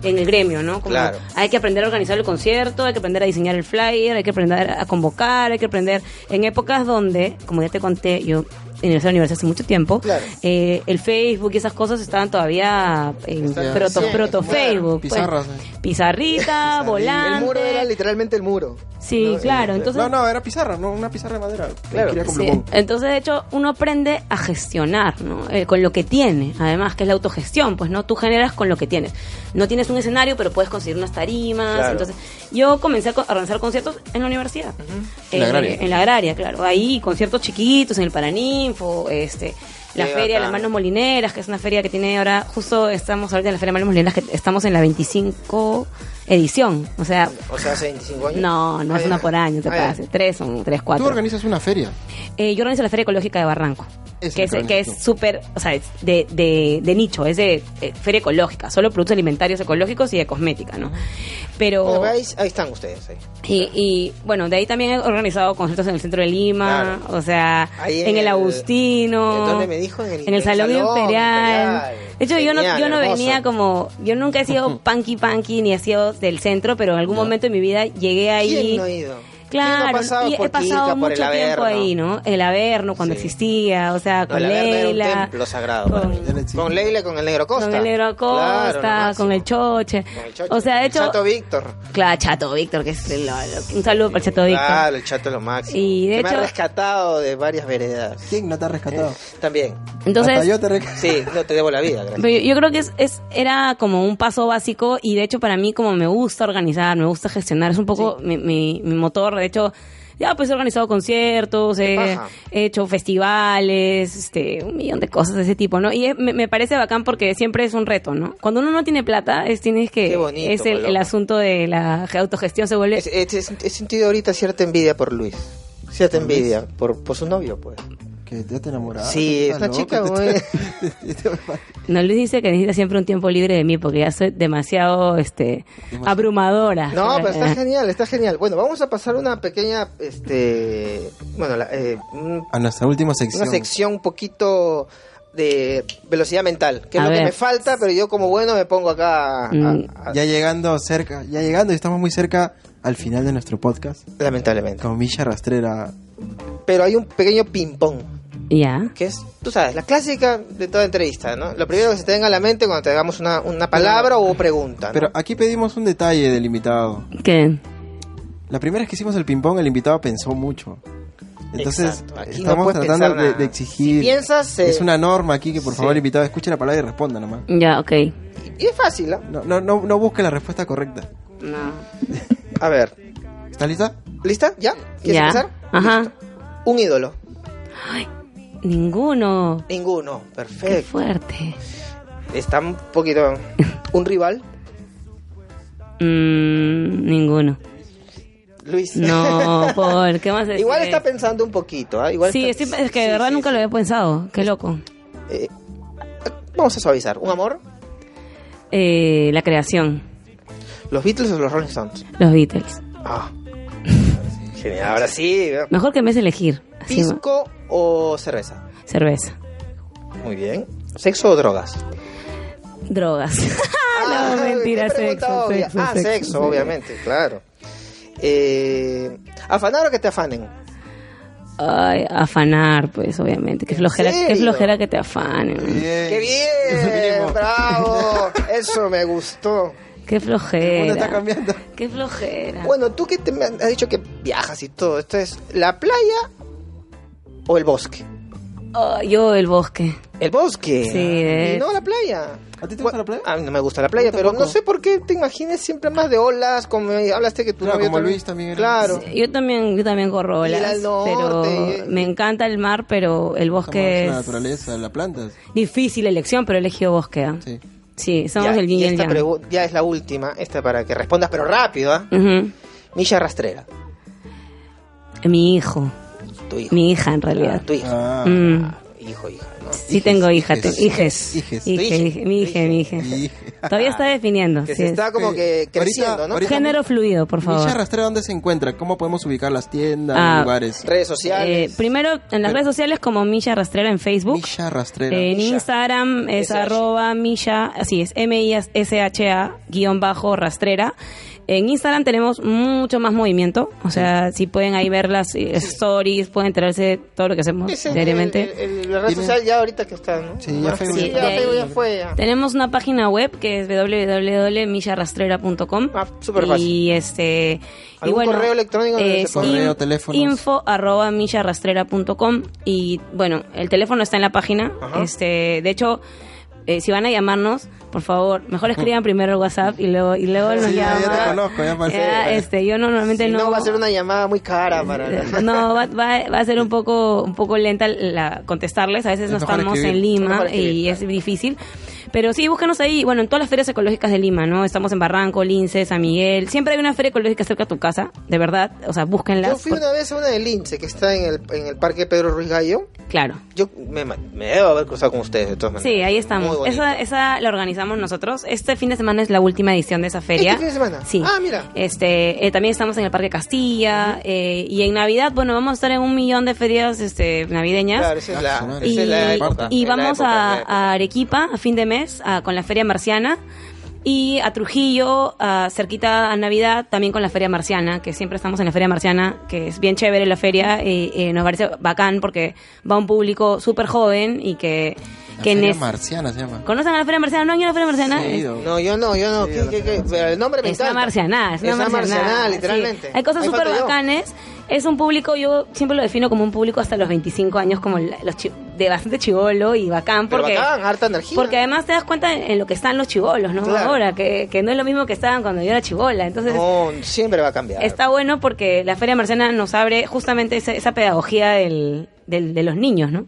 Speaker 4: en el gremio, ¿no? Como
Speaker 3: Claro.
Speaker 4: Hay que aprender a organizar el concierto, hay que aprender a diseñar el flyer, hay que aprender a convocar, hay que aprender en épocas donde, como ya te conté, yo ingresé a la universidad hace mucho tiempo,
Speaker 3: Claro.
Speaker 4: eh, el Facebook y esas cosas estaban todavía en
Speaker 3: Estaban
Speaker 4: proto,
Speaker 3: recién,
Speaker 4: proto Facebook, pues.
Speaker 2: Pizarras.
Speaker 4: pizarrita, volante,
Speaker 3: Ah, El muro era literalmente el muro.
Speaker 4: sí, claro, entonces
Speaker 2: No, no, era pizarra, no, una pizarra de madera. eh,
Speaker 3: Claro.
Speaker 2: Quería con
Speaker 4: Sí,
Speaker 2: plumón.
Speaker 4: Entonces, de hecho, uno aprende a gestionar, ¿no? Eh, con lo que tiene, además, que es la autogestión, pues, ¿no? Tú generas con lo que tienes. No tienes un escenario, pero puedes conseguir unas tarimas.
Speaker 3: Claro.
Speaker 4: Entonces, yo comencé a co- a organizar conciertos en la universidad.
Speaker 2: En la agraria.
Speaker 4: En la agraria, claro. Ahí, conciertos chiquitos, en el Paraninfo, este... La
Speaker 3: Qué
Speaker 4: feria de las
Speaker 3: bacán.
Speaker 4: manos molineras, que es una feria que tiene ahora, justo estamos ahorita en la feria de manos molineras, que estamos en la 25 edición. O sea,
Speaker 3: O sea, hace 25 años.
Speaker 4: no, no
Speaker 3: Ah,
Speaker 4: es
Speaker 3: ya.
Speaker 4: una por año, te
Speaker 3: Ah, ya.
Speaker 4: pases. Tres son tres,
Speaker 2: Tú
Speaker 4: cuatro.
Speaker 2: organizas una feria.
Speaker 4: Eh, yo organizo la Feria Ecológica de Barranco.
Speaker 2: Esa
Speaker 4: que
Speaker 2: la
Speaker 4: es,
Speaker 2: organizas
Speaker 4: que es
Speaker 2: tú.
Speaker 4: súper, o sea, es de, de, de nicho, es de eh, feria ecológica, solo productos alimentarios ecológicos y de cosmética, ¿no? Pero...
Speaker 3: Bueno, ahí, ahí están ustedes. Ahí.
Speaker 4: Y, y, bueno, de ahí también he organizado conciertos en el centro de Lima,
Speaker 3: Claro.
Speaker 4: o sea,
Speaker 3: Ahí
Speaker 4: en el Agustino,
Speaker 3: ¿en ¿Dónde me dijo? En el,
Speaker 4: en el Salón Imperial. De hecho, yo no,
Speaker 3: Genial,
Speaker 4: yo no
Speaker 3: hermoso.
Speaker 4: venía como. Yo nunca he sido punky punky ni he sido del centro, pero en algún momento de mi vida llegué ahí.
Speaker 3: ¿Quién no ha ido?
Speaker 4: Claro,
Speaker 3: ¿Quién no ha pasado
Speaker 4: y
Speaker 3: por
Speaker 4: he pasado
Speaker 3: Quilca, por el
Speaker 4: mucho tiempo
Speaker 3: Averno?
Speaker 4: ahí, ¿no? El Averno, cuando
Speaker 3: Sí.
Speaker 4: existía, o sea,
Speaker 3: No,
Speaker 4: con
Speaker 3: la verdad era un
Speaker 4: Leila.
Speaker 3: templo sagrado. para mí.
Speaker 4: Con,
Speaker 3: Con Leila y con el Negro Costa.
Speaker 4: con el Negro Costa,
Speaker 3: Claro,
Speaker 4: con el Choche.
Speaker 3: Con el Chocho.
Speaker 4: O sea, de hecho.
Speaker 3: Chato Víctor.
Speaker 4: Claro, Chato Víctor, que es el- lo- un saludo para el Chato Víctor.
Speaker 3: Claro, el Chato es lo máximo.
Speaker 4: Y de
Speaker 3: Que me
Speaker 4: hecho-
Speaker 3: ha rescatado de varias veredas.
Speaker 2: ¿Quién no te ha rescatado?
Speaker 3: También.
Speaker 2: Hasta
Speaker 4: Entonces,
Speaker 2: yo te rescato.
Speaker 3: Sí, no te debo la vida, gracias.
Speaker 4: Pero yo, yo creo que es, es- era como un paso básico y de hecho para mí como me gusta organizar, me gusta gestionar, es un poco mi, mi- mi motor, de hecho ya pues he organizado conciertos, he,
Speaker 3: paja.
Speaker 4: he hecho festivales, este, un millón de cosas de ese tipo, ¿no? Y es- me, me parece bacán porque siempre es un reto, ¿no? Cuando uno no tiene plata, es, tienes que...
Speaker 3: Qué bonito,
Speaker 4: es el,
Speaker 3: Paloma.
Speaker 4: el asunto de la autogestión, se vuelve...
Speaker 3: Es- es- es- he sentido ahorita cierta envidia por Luis. Cierta envidia por, Ah, por su novio, pues.
Speaker 2: Que ya te enamoraste.
Speaker 3: Sí,
Speaker 2: estás
Speaker 3: es una
Speaker 2: loco,
Speaker 3: chica
Speaker 2: te- te-
Speaker 3: muy-
Speaker 2: te-
Speaker 4: No, Luis dice que necesita siempre un tiempo libre de mí porque ya soy demasiado, este, abrumadora.
Speaker 3: No, pero está
Speaker 4: Eh,
Speaker 3: genial, está genial. Bueno, vamos a pasar una pequeña, este, bueno, la- eh, un-
Speaker 2: A nuestra última sección.
Speaker 3: una sección un poquito de velocidad mental, que es
Speaker 4: A
Speaker 3: lo que
Speaker 4: ver.
Speaker 3: me falta, pero yo como bueno me pongo acá a,
Speaker 4: Mm.
Speaker 3: a- a-
Speaker 2: Ya llegando cerca, ya llegando, estamos muy cerca al final de nuestro podcast.
Speaker 3: lamentablemente.
Speaker 2: Con Milla Rastrera.
Speaker 3: Pero hay un pequeño ping pong,
Speaker 4: Ya.
Speaker 3: que es, tú sabes, la clásica de toda entrevista, ¿no? Lo primero que se te venga a la mente cuando te hagamos una, una palabra o pregunta. Ah, ¿no?
Speaker 2: Pero aquí pedimos un detalle del invitado.
Speaker 4: ¿Qué?
Speaker 2: La primera vez que hicimos el ping-pong, el invitado pensó mucho. Entonces,
Speaker 3: Exacto. Aquí no
Speaker 2: estamos
Speaker 3: puedes
Speaker 2: tratando
Speaker 3: pensar
Speaker 2: de,
Speaker 3: nada.
Speaker 2: de exigir.
Speaker 3: Si piensas, eh,
Speaker 2: Es una norma aquí que, por
Speaker 3: sí.
Speaker 2: favor, el invitado escuche la palabra y responda nomás.
Speaker 4: Ya, ok.
Speaker 3: y es fácil, ¿no?
Speaker 2: No, no, no, no busque la respuesta correcta.
Speaker 4: No.
Speaker 3: A ver,
Speaker 2: ¿Está lista?
Speaker 3: ¿lista? ¿Ya? ¿Quieres
Speaker 4: ya.
Speaker 3: empezar?
Speaker 4: Ajá.
Speaker 3: Un ídolo.
Speaker 4: Ninguno.
Speaker 3: Ninguno.
Speaker 4: Qué
Speaker 3: Perfecto.
Speaker 4: fuerte.
Speaker 3: Está un poquito. ¿Un rival?
Speaker 4: Mm, ninguno.
Speaker 3: Luis.
Speaker 4: No, por qué más decir?
Speaker 3: Igual está pensando un poquito, ¿ah? Igual
Speaker 4: Sí,
Speaker 3: está-
Speaker 4: estoy- es que de
Speaker 3: sí,
Speaker 4: verdad
Speaker 3: sí,
Speaker 4: nunca
Speaker 3: sí.
Speaker 4: lo había pensado. Qué loco.
Speaker 3: Eh, vamos a suavizar. ¿Un amor?
Speaker 4: Eh, la creación.
Speaker 3: ¿Los Beatles o los Rolling Stones?
Speaker 4: Los Beatles.
Speaker 3: Ah. Genial. Ahora sí. ¿verdad?
Speaker 4: Mejor que me es elegir. Así,
Speaker 3: ¿Pisco o cerveza?
Speaker 4: cerveza.
Speaker 3: Muy bien. ¿Sexo o drogas?
Speaker 4: Drogas.
Speaker 3: Ah,
Speaker 4: no, mentira,
Speaker 3: qué pregunta
Speaker 4: sexo,
Speaker 3: obvia.
Speaker 4: sexo,
Speaker 3: Ah, sexo,
Speaker 4: sí.
Speaker 3: obviamente, claro. Eh, ¿Afanar o que te afanen?
Speaker 4: Ay, afanar, pues, obviamente. Qué flojera, qué
Speaker 3: serio?
Speaker 4: flojera que te afanen.
Speaker 2: Bien.
Speaker 3: ¡Qué bien! ¡Bravo! Eso me gustó.
Speaker 4: Qué
Speaker 2: El mundo está
Speaker 4: flojera.
Speaker 2: cambiando.
Speaker 4: Qué flojera.
Speaker 3: Bueno, tú que te me has dicho que viajas y todo, ¿esto es la playa o el bosque?
Speaker 4: Oh, yo, el bosque.
Speaker 3: El bosque.
Speaker 4: Sí,
Speaker 3: Y
Speaker 4: es-
Speaker 3: no la playa.
Speaker 2: ¿A ti te gusta la playa?
Speaker 3: A mí no me gusta la playa, pero no sé por qué te imaginas siempre más de olas, como me hablaste que tú
Speaker 2: Claro, como Luis también era.
Speaker 3: Claro.
Speaker 4: Yo también, yo también corro
Speaker 3: Y ir
Speaker 4: olas,
Speaker 3: al norte,
Speaker 4: pero
Speaker 3: y-
Speaker 4: me encanta el mar, pero el bosque
Speaker 2: Amamos la
Speaker 4: es
Speaker 2: naturaleza, las plantas.
Speaker 4: difícil elección, pero he elegido bosque. ¿ah?
Speaker 2: Sí.
Speaker 4: Sí, somos
Speaker 3: ya,
Speaker 4: el yin
Speaker 3: y
Speaker 4: y el
Speaker 3: esta
Speaker 4: yang.
Speaker 3: pregu- ya es la última, esta para que respondas, pero rápido, ¿ah?
Speaker 4: Ujú. Eh,
Speaker 3: Milla Rastrera,
Speaker 4: Mi hijo,
Speaker 3: tu hijo.
Speaker 4: mi hija en realidad.
Speaker 3: Tu hija.
Speaker 2: Ah,
Speaker 4: Mm,
Speaker 3: Ah, Hijo, hija, ¿no?
Speaker 4: sí tengo hija,
Speaker 2: hijes.
Speaker 4: te- hijes.
Speaker 2: Hijes.
Speaker 4: Hije,
Speaker 3: Tu hija.
Speaker 4: hije, Mi hija, mi hija. Todavía está definiendo.
Speaker 3: Que
Speaker 4: sí
Speaker 3: se
Speaker 4: es.
Speaker 3: está como
Speaker 2: Eh,
Speaker 3: que
Speaker 2: Ahorita-
Speaker 3: creciendo, ¿no?
Speaker 2: ahorita-
Speaker 4: Género fluido, por
Speaker 2: Milla
Speaker 4: favor.
Speaker 2: Rastrera, ¿dónde se encuentra? ¿Cómo podemos ubicar las tiendas,
Speaker 4: Ah.
Speaker 2: lugares?
Speaker 3: Redes
Speaker 4: Eh,
Speaker 3: sociales.
Speaker 4: primero en las redes sociales como Milla Rastrera en Facebook.
Speaker 2: Milla Rastrera.
Speaker 4: En
Speaker 3: Misha.
Speaker 4: Instagram es
Speaker 3: SH.
Speaker 4: arroba Misha, así es, M-I-S-H-A, guión bajo, rastrera. En Instagram tenemos mucho más movimiento, o sea, si pueden ahí ver las eh, stories, pueden enterarse de todo lo que hacemos
Speaker 3: Ese es
Speaker 4: diariamente.
Speaker 3: el- el- el- la red
Speaker 2: Tiene-
Speaker 3: social ya ahorita que está, ¿no? Ah,
Speaker 2: Sí, ya Facebook
Speaker 3: Sí,
Speaker 4: ya
Speaker 3: ya,
Speaker 4: está.
Speaker 3: Facebook ya fue. ya.
Speaker 4: Tenemos una página web que es www.millarrastrera.com
Speaker 3: Ah, súper fácil.
Speaker 4: y este y
Speaker 3: ¿Algún
Speaker 4: bueno,
Speaker 3: correo electrónico donde
Speaker 4: es
Speaker 3: se pueda-
Speaker 2: Correo,
Speaker 4: in-
Speaker 2: teléfonos.
Speaker 4: info arroba millarrastrera.com y bueno, el teléfono está en la página.
Speaker 3: Ajá.
Speaker 4: Este, de hecho, eh, si van a llamarnos, por favor, mejor escriban primero el WhatsApp y luego y luego nos
Speaker 2: Sí, ya, ya te
Speaker 4: llaman.
Speaker 2: conozco, ya pasé.
Speaker 4: Ya, este, yo no- normalmente
Speaker 3: Si
Speaker 4: no
Speaker 3: no, va a ser una llamada muy cara para...
Speaker 4: Eh, no, va, va- va a ser un poco, un poco lenta la, contestarles. A veces
Speaker 2: Es
Speaker 4: no
Speaker 2: mejor
Speaker 4: estamos
Speaker 2: escribir.
Speaker 4: en Lima
Speaker 3: Es mejor
Speaker 4: y es difícil. Pero sí, búscanos ahí, bueno, en todas las ferias ecológicas de Lima, ¿no? Estamos en Barranco, Lince, San Miguel. Siempre hay una feria ecológica cerca de tu casa, de verdad. O sea, búsquenlas.
Speaker 3: Yo fui
Speaker 4: por-
Speaker 3: una vez a una del INSE que está en el, en el Parque Pedro Ruiz Gallo.
Speaker 4: Claro.
Speaker 3: Yo me, ma- me debo haber cruzado con ustedes de todas maneras.
Speaker 4: Sí, ahí
Speaker 3: Muy
Speaker 4: estamos.
Speaker 3: bonito.
Speaker 4: Esa, esa la organizamos nosotros. Este fin de semana es la última edición de esa feria.
Speaker 3: ¿Este fin de semana?
Speaker 4: Sí.
Speaker 3: Ah, mira.
Speaker 4: Este, eh, también estamos en el Parque Castilla. eh, y en Navidad, bueno, vamos a estar en un millón de ferias este, navideñas.
Speaker 3: Claro, esa es la,
Speaker 2: Ah,
Speaker 3: esa es la
Speaker 4: Y,
Speaker 3: época.
Speaker 4: y
Speaker 3: Es la época, es
Speaker 4: vamos
Speaker 3: la
Speaker 4: a,
Speaker 3: época.
Speaker 4: a Arequipa a fin de mes mes ah, con la Feria Marciana. Y a Trujillo, ah, cerquita a Navidad, también con la Feria Marciana, que siempre estamos en la Feria Marciana, que es bien chévere la feria, y, y nos parece bacán porque va un público súper joven y que...
Speaker 2: La
Speaker 4: que
Speaker 2: Feria
Speaker 4: nes-
Speaker 2: marciana se llama.
Speaker 4: ¿Conocen a la Feria Marciana? ¿No han ido a la Feria Marciana?
Speaker 2: Sí,
Speaker 4: Es-
Speaker 2: dog.
Speaker 3: No, yo no, yo no. ¿Qué, qué, qué? Pero El nombre me
Speaker 4: es una
Speaker 3: encanta.
Speaker 4: marcianada, es una marcianada, sí.
Speaker 3: literalmente.
Speaker 4: Hay cosas
Speaker 3: Ahí
Speaker 4: súper
Speaker 3: falto yo.
Speaker 4: bacanes. Es un público, yo siempre lo defino como un público hasta los 25 años, como la- los chi- de bastante chivolo y bacán.
Speaker 3: Pero
Speaker 4: Porque,
Speaker 3: bacán, harta energía.
Speaker 4: porque además te das cuenta en, en lo que están los chivolos, ¿no?
Speaker 3: Claro.
Speaker 4: Ahora, que, que no es lo mismo que estaban cuando yo era chivola. Entonces,
Speaker 3: No, siempre va a cambiar.
Speaker 4: Está bueno porque la Feria Marciana nos abre justamente esa, esa pedagogía del, del- de los niños, ¿no?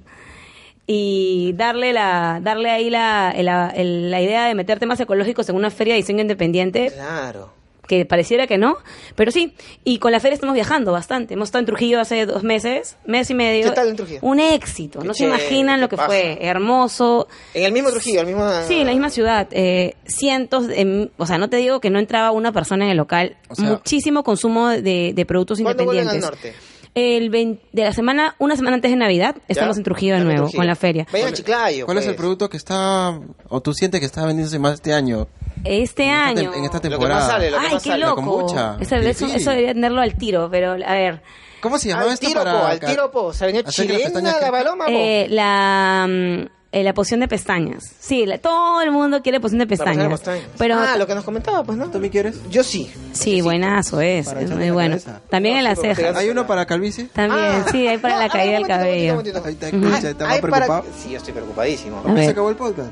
Speaker 4: Y darle la darle ahí la, la, el- la idea de meter temas ecológicos en una feria de diseño independiente,
Speaker 3: Claro.
Speaker 4: que pareciera que no, pero sí. Y con la feria estamos viajando bastante. Hemos estado en Trujillo hace dos meses, mes y medio.
Speaker 3: ¿Qué tal en Trujillo?
Speaker 4: Un éxito.
Speaker 3: Qué
Speaker 4: no
Speaker 3: chévere,
Speaker 4: se imaginan lo
Speaker 3: qué
Speaker 4: que
Speaker 3: paja.
Speaker 4: fue. Hermoso.
Speaker 3: En el mismo Trujillo, el mismo.
Speaker 4: Sí, en la misma ciudad. eh, cientos, de- mm, o sea, no te digo que no entraba una persona en el local.
Speaker 2: O sea-
Speaker 4: Muchísimo consumo de, de productos
Speaker 3: ¿Cuándo vuelven al
Speaker 4: independientes.
Speaker 3: norte?
Speaker 4: El 20 de la semana, una semana antes de Navidad, estamos
Speaker 3: ¿Ya?
Speaker 4: en Trujillo de
Speaker 3: Dame
Speaker 4: nuevo,
Speaker 3: Trujillo.
Speaker 4: con la feria.
Speaker 3: Vayan a Chiclayo.
Speaker 2: ¿Cuál es el
Speaker 3: pues.
Speaker 2: producto que está, o tú sientes que está vendiéndose más este año?
Speaker 4: Este
Speaker 2: En esta
Speaker 4: año.
Speaker 2: tem- en esta
Speaker 3: que más
Speaker 2: temporada.
Speaker 3: sale, lo que
Speaker 4: Ay,
Speaker 3: más
Speaker 4: qué
Speaker 3: sale, la
Speaker 4: loco.
Speaker 2: kombucha.
Speaker 4: Eso,
Speaker 2: Sí,
Speaker 4: eso-
Speaker 2: sí.
Speaker 4: eso debería tenerlo al tiro, pero a ver.
Speaker 2: ¿Cómo se llamaba
Speaker 3: Al
Speaker 2: esto
Speaker 3: tiro,
Speaker 2: para
Speaker 3: po, al
Speaker 2: ca-
Speaker 3: tiro, po. Se venía
Speaker 2: hacer que las
Speaker 3: chilena
Speaker 2: pestañas
Speaker 3: la
Speaker 2: crezcan?
Speaker 3: paloma, po.
Speaker 4: Eh, la, mm, eh, la poción de pestañas. Sí, la- todo el mundo quiere poción de
Speaker 3: La pasada de
Speaker 4: pestañas.
Speaker 3: Mostañas.
Speaker 4: Pero
Speaker 3: Ah, lo que nos comentaba, pues, ¿no?
Speaker 2: ¿Tú también quieres?
Speaker 3: Yo sí.
Speaker 4: sí, buenazo es,
Speaker 2: Para
Speaker 4: es
Speaker 2: echarle
Speaker 4: muy
Speaker 2: la
Speaker 4: bueno.
Speaker 2: cabeza.
Speaker 4: También en
Speaker 3: No,
Speaker 4: las
Speaker 3: sí, porque
Speaker 4: cejas.
Speaker 3: te
Speaker 2: ¿Hay uno para calvicie?
Speaker 4: También,
Speaker 3: Ah.
Speaker 4: sí, hay para
Speaker 3: No,
Speaker 4: la
Speaker 3: a ver,
Speaker 4: caída
Speaker 3: un
Speaker 4: del
Speaker 3: momentito,
Speaker 4: cabello.
Speaker 3: un momentito, un momentito.
Speaker 2: Ahí está, escucha,
Speaker 3: Hay-
Speaker 2: está más
Speaker 3: hay para-
Speaker 2: preocupado.
Speaker 3: Sí, yo estoy preocupadísimo.
Speaker 4: A
Speaker 2: ¿Se
Speaker 4: ver.
Speaker 2: acabó el podcast?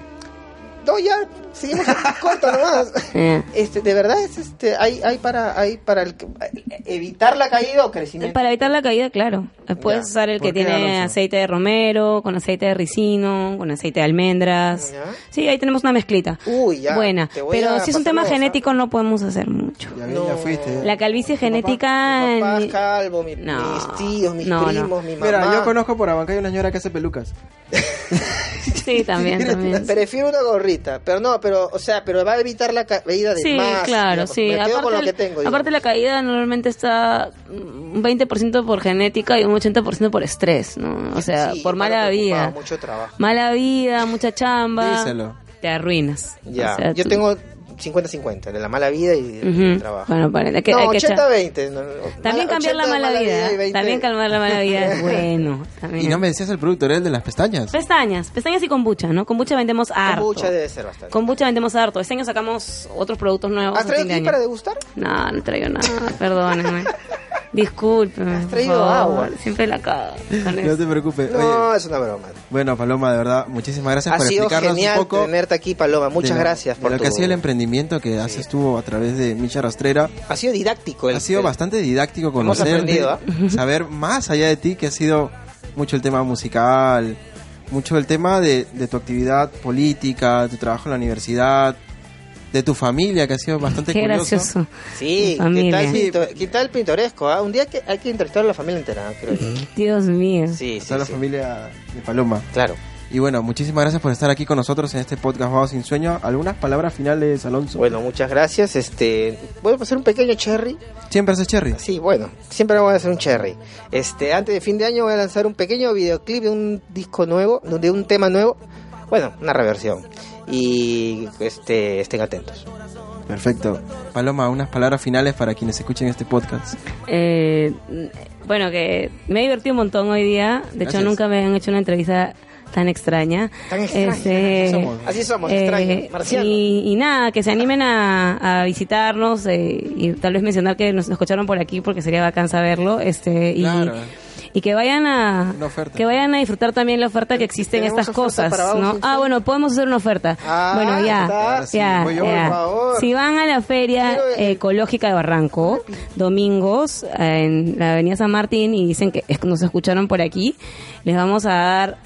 Speaker 3: No, ya, seguimos corto nomás.
Speaker 4: Ya.
Speaker 3: Este, de verdad es este, hay, hay para, hay para el- evitar la caída o crecimiento.
Speaker 4: Para evitar la caída, claro. Puedes
Speaker 3: Ya.
Speaker 4: usar el
Speaker 2: ¿Por
Speaker 4: que
Speaker 2: qué,
Speaker 4: tiene
Speaker 2: Alonso?
Speaker 4: aceite de romero, con aceite de ricino, con aceite de almendras.
Speaker 3: Ya.
Speaker 4: Sí, ahí tenemos una mezclita.
Speaker 3: Uy, ya.
Speaker 4: Buena.
Speaker 3: Te voy a
Speaker 4: Pero si es
Speaker 3: pasar
Speaker 4: un tema
Speaker 3: la voz, ¿ah?
Speaker 4: genético, no podemos hacer mucho.
Speaker 2: Ya, ves, ya fuiste.
Speaker 4: La calvicie
Speaker 3: Mi
Speaker 4: genética.
Speaker 3: papá es
Speaker 4: ni-
Speaker 3: calvo, mi-
Speaker 4: No.
Speaker 3: mis tíos, mis
Speaker 4: No, no.
Speaker 3: primos, mi mamá.
Speaker 2: Mira, yo conozco por Abancay una señora que hace pelucas.
Speaker 4: Sí, también, también.
Speaker 3: Prefiero una gorrita, pero no, pero, o sea, pero va a evitar la caída de
Speaker 4: Sí,
Speaker 3: más.
Speaker 4: claro,
Speaker 3: Me
Speaker 4: sí.
Speaker 3: quedo
Speaker 4: Aparte,
Speaker 3: con lo
Speaker 4: el-
Speaker 3: que tengo.
Speaker 4: aparte la caída normalmente está un 20% por genética y un 80% por estrés, ¿no? O sea,
Speaker 3: Sí,
Speaker 4: por
Speaker 3: paro
Speaker 4: mala
Speaker 3: preocupado,
Speaker 4: vida.
Speaker 3: mucho trabajo.
Speaker 4: Mala vida, mucha chamba.
Speaker 2: Díselo.
Speaker 4: Te arruinas.
Speaker 3: Ya,
Speaker 4: O sea,
Speaker 3: yo
Speaker 4: tú-
Speaker 3: tengo 50-50, de la mala vida y del
Speaker 4: Ujú.
Speaker 3: trabajo.
Speaker 4: Bueno, para, hay que-
Speaker 3: no,
Speaker 4: hay que echar-
Speaker 3: 80-20. no,
Speaker 4: También
Speaker 3: mala-
Speaker 4: cambiar
Speaker 3: 80
Speaker 4: la
Speaker 3: de
Speaker 4: mala vida.
Speaker 3: y 20
Speaker 4: También calmar la mala vida es bueno. También.
Speaker 2: Y no me decías el producto, era el de las pestañas.
Speaker 4: Pestañas, pestañas y kombucha, ¿no? Kombucha vendemos harto.
Speaker 3: Kombucha debe ser bastante.
Speaker 4: Kombucha vendemos harto. Este año sacamos otros productos nuevos.
Speaker 3: ¿Has
Speaker 4: a fin
Speaker 3: traído
Speaker 4: de
Speaker 3: aquí
Speaker 4: año.
Speaker 3: para degustar?
Speaker 4: No, no traigo nada, perdónenme. Discúlpeme.
Speaker 3: Has
Speaker 4: por
Speaker 3: traído
Speaker 4: favor.
Speaker 3: agua.
Speaker 4: Siempre la cago. con
Speaker 2: No
Speaker 4: eso.
Speaker 2: te preocupes.
Speaker 3: No,
Speaker 2: Oye,
Speaker 3: es una broma.
Speaker 2: bueno, Paloma, de verdad, muchísimas gracias
Speaker 3: Ha
Speaker 2: por
Speaker 3: sido
Speaker 2: explicarnos
Speaker 3: genial
Speaker 2: un poco.
Speaker 3: tenerte aquí, Paloma. Muchas
Speaker 2: de lo-
Speaker 3: gracias
Speaker 2: de
Speaker 3: por
Speaker 2: lo que
Speaker 3: tu-
Speaker 2: ha sido el emprendimiento que haces tú a través de Micha Rastrera.
Speaker 3: Ha sido didáctico. El,
Speaker 2: Ha sido
Speaker 3: el-
Speaker 2: bastante didáctico
Speaker 3: Pues, eh, Hemos
Speaker 2: conocerte,
Speaker 3: aprendido, ¿eh?
Speaker 2: saber más allá de ti, que ha sido mucho el tema musical, mucho el tema de, de tu actividad política, tu trabajo en la universidad, de tu familia, que ha sido bastante
Speaker 4: Qué
Speaker 2: curioso.
Speaker 4: gracioso.
Speaker 3: Sí, ¿qué
Speaker 4: Familia.
Speaker 3: tal, pinto- qué tal pintoresco? ah? Un día que hay que entrevistar a la familia entera, ¿ah? creo yo.
Speaker 4: Dios mío.
Speaker 3: Sí, sí,
Speaker 2: Toda la
Speaker 3: sí.
Speaker 2: familia de Paloma.
Speaker 3: Claro.
Speaker 2: Y bueno, muchísimas gracias por estar aquí con nosotros en este podcast Vago Sin Sueño. ¿Algunas palabras finales, Alonso?
Speaker 3: Bueno, muchas gracias. Este, voy a hacer un pequeño cherry.
Speaker 2: Siempre haces cherry.
Speaker 3: Sí, bueno, siempre voy a hacer un cherry. Este, antes de fin de año voy a lanzar un pequeño videoclip de un disco nuevo, de un tema nuevo. Bueno, una reversión. Y este, estén atentos.
Speaker 2: Perfecto. Paloma, unas palabras finales para quienes escuchen este podcast.
Speaker 4: Eh, bueno, que me he divertido un montón hoy día. De
Speaker 2: Gracias.
Speaker 4: hecho, nunca me han hecho una entrevista tan extraña.
Speaker 3: Tan extraña.
Speaker 4: Este,
Speaker 2: Así somos.
Speaker 3: Así somos,
Speaker 4: eh,
Speaker 3: extraños, marcianos.
Speaker 4: y, y nada, que se animen a, a visitarnos eh, y tal vez mencionar que nos, nos escucharon por aquí porque sería bacán saberlo. Este, y,
Speaker 2: Claro.
Speaker 4: y que vayan a
Speaker 2: Una oferta.
Speaker 4: que vayan a disfrutar también la oferta que existe en
Speaker 3: Tenemos
Speaker 4: estas
Speaker 3: oferta
Speaker 4: cosas,
Speaker 3: para Vamos
Speaker 4: ¿no?
Speaker 3: Sin
Speaker 4: Ah,
Speaker 3: Sueño.
Speaker 4: bueno, podemos hacer una oferta.
Speaker 3: Ah,
Speaker 4: bueno, ya.
Speaker 3: está.
Speaker 2: Ahora sí,
Speaker 4: ya,
Speaker 2: voy yo, por
Speaker 4: ya.
Speaker 3: favor.
Speaker 4: Si van a la feria
Speaker 3: Quiero el-
Speaker 4: ecológica de Barranco, domingos, en la avenida San Martín, y dicen que es- nos escucharon por aquí, les vamos a dar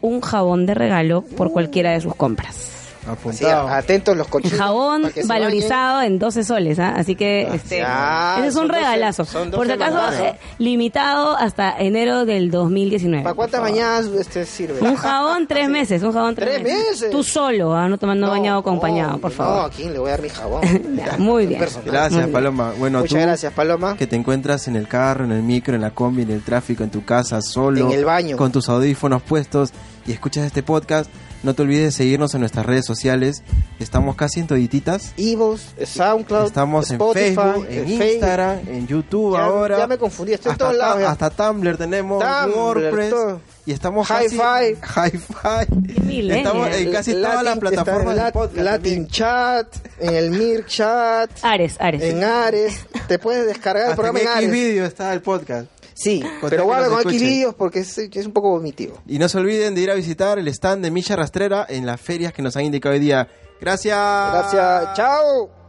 Speaker 4: un jabón de regalo
Speaker 3: Uh.
Speaker 4: por cualquiera de sus compras.
Speaker 3: Así,
Speaker 2: Apuntado.
Speaker 3: atentos los
Speaker 4: El
Speaker 3: cochinos.
Speaker 4: jabón
Speaker 3: para que se
Speaker 4: valorizado en 12 soles, ¿ah? así que este,
Speaker 3: ya,
Speaker 4: ese es
Speaker 3: son
Speaker 4: un
Speaker 3: 12
Speaker 4: regalazo.
Speaker 3: son
Speaker 4: Por si
Speaker 3: 12
Speaker 4: acaso,
Speaker 3: mandados.
Speaker 4: eh, limitado hasta enero del 2019.
Speaker 3: bañen. ¿Para cuántas
Speaker 4: por favor.
Speaker 3: bañadas este, sirve?
Speaker 4: Un jabón tres meses, un jabón
Speaker 3: ¿Tres
Speaker 4: tres,
Speaker 3: meses?
Speaker 4: Tú solo, ah, no tomando bañado acompañado, por
Speaker 3: Oh, No,
Speaker 4: favor.
Speaker 3: ¿a quién le voy a dar mi jabón?
Speaker 4: Ya, muy bien.
Speaker 3: Personal.
Speaker 2: Gracias,
Speaker 4: Muy bien.
Speaker 2: Paloma. Bueno,
Speaker 3: Muchas
Speaker 2: tú
Speaker 3: gracias, Paloma.
Speaker 2: que te encuentras en el carro, en el micro, en la combi, en el tráfico, en tu casa, solo,
Speaker 3: En el baño.
Speaker 2: con tus audífonos puestos y escuchas este podcast, No te olvides de seguirnos en nuestras redes sociales. Estamos casi en todititas.
Speaker 3: Evox, SoundCloud,
Speaker 2: Estamos
Speaker 3: Spotify, eh,
Speaker 2: en Facebook, en
Speaker 3: Facebook.
Speaker 2: Instagram, en YouTube
Speaker 3: Ya-
Speaker 2: ahora.
Speaker 3: ya me confundí, estoy en
Speaker 2: hasta,
Speaker 3: todos
Speaker 2: ta-
Speaker 3: lados ya.
Speaker 2: Hasta Tumblr tenemos,
Speaker 3: Tumblr,
Speaker 2: WordPress.
Speaker 3: todo.
Speaker 2: Y estamos
Speaker 3: Hi-Fi.
Speaker 2: casi... Hi-Fi.
Speaker 4: millennial.
Speaker 2: Estamos en casi todas las
Speaker 3: Latin- está
Speaker 2: plataformas
Speaker 3: en
Speaker 2: de
Speaker 3: Lat-
Speaker 2: podcast.
Speaker 3: Latin
Speaker 2: también.
Speaker 3: Chat, en el Mir Chat,
Speaker 4: Ares, Ares.
Speaker 3: en Ares. Te puedes descargar el
Speaker 2: Hasta
Speaker 3: programa en
Speaker 2: en
Speaker 3: Ares.
Speaker 2: video está el podcast.
Speaker 3: Sí,
Speaker 2: Con tal que
Speaker 3: pero guarda
Speaker 2: nos
Speaker 3: con
Speaker 2: escuchen.
Speaker 3: Xvideos porque es, es un poco vomitivo.
Speaker 2: Y no se olviden de ir a visitar el stand de Milla Rastrera en las ferias que nos han indicado hoy día. Gracias.
Speaker 3: Gracias, chao.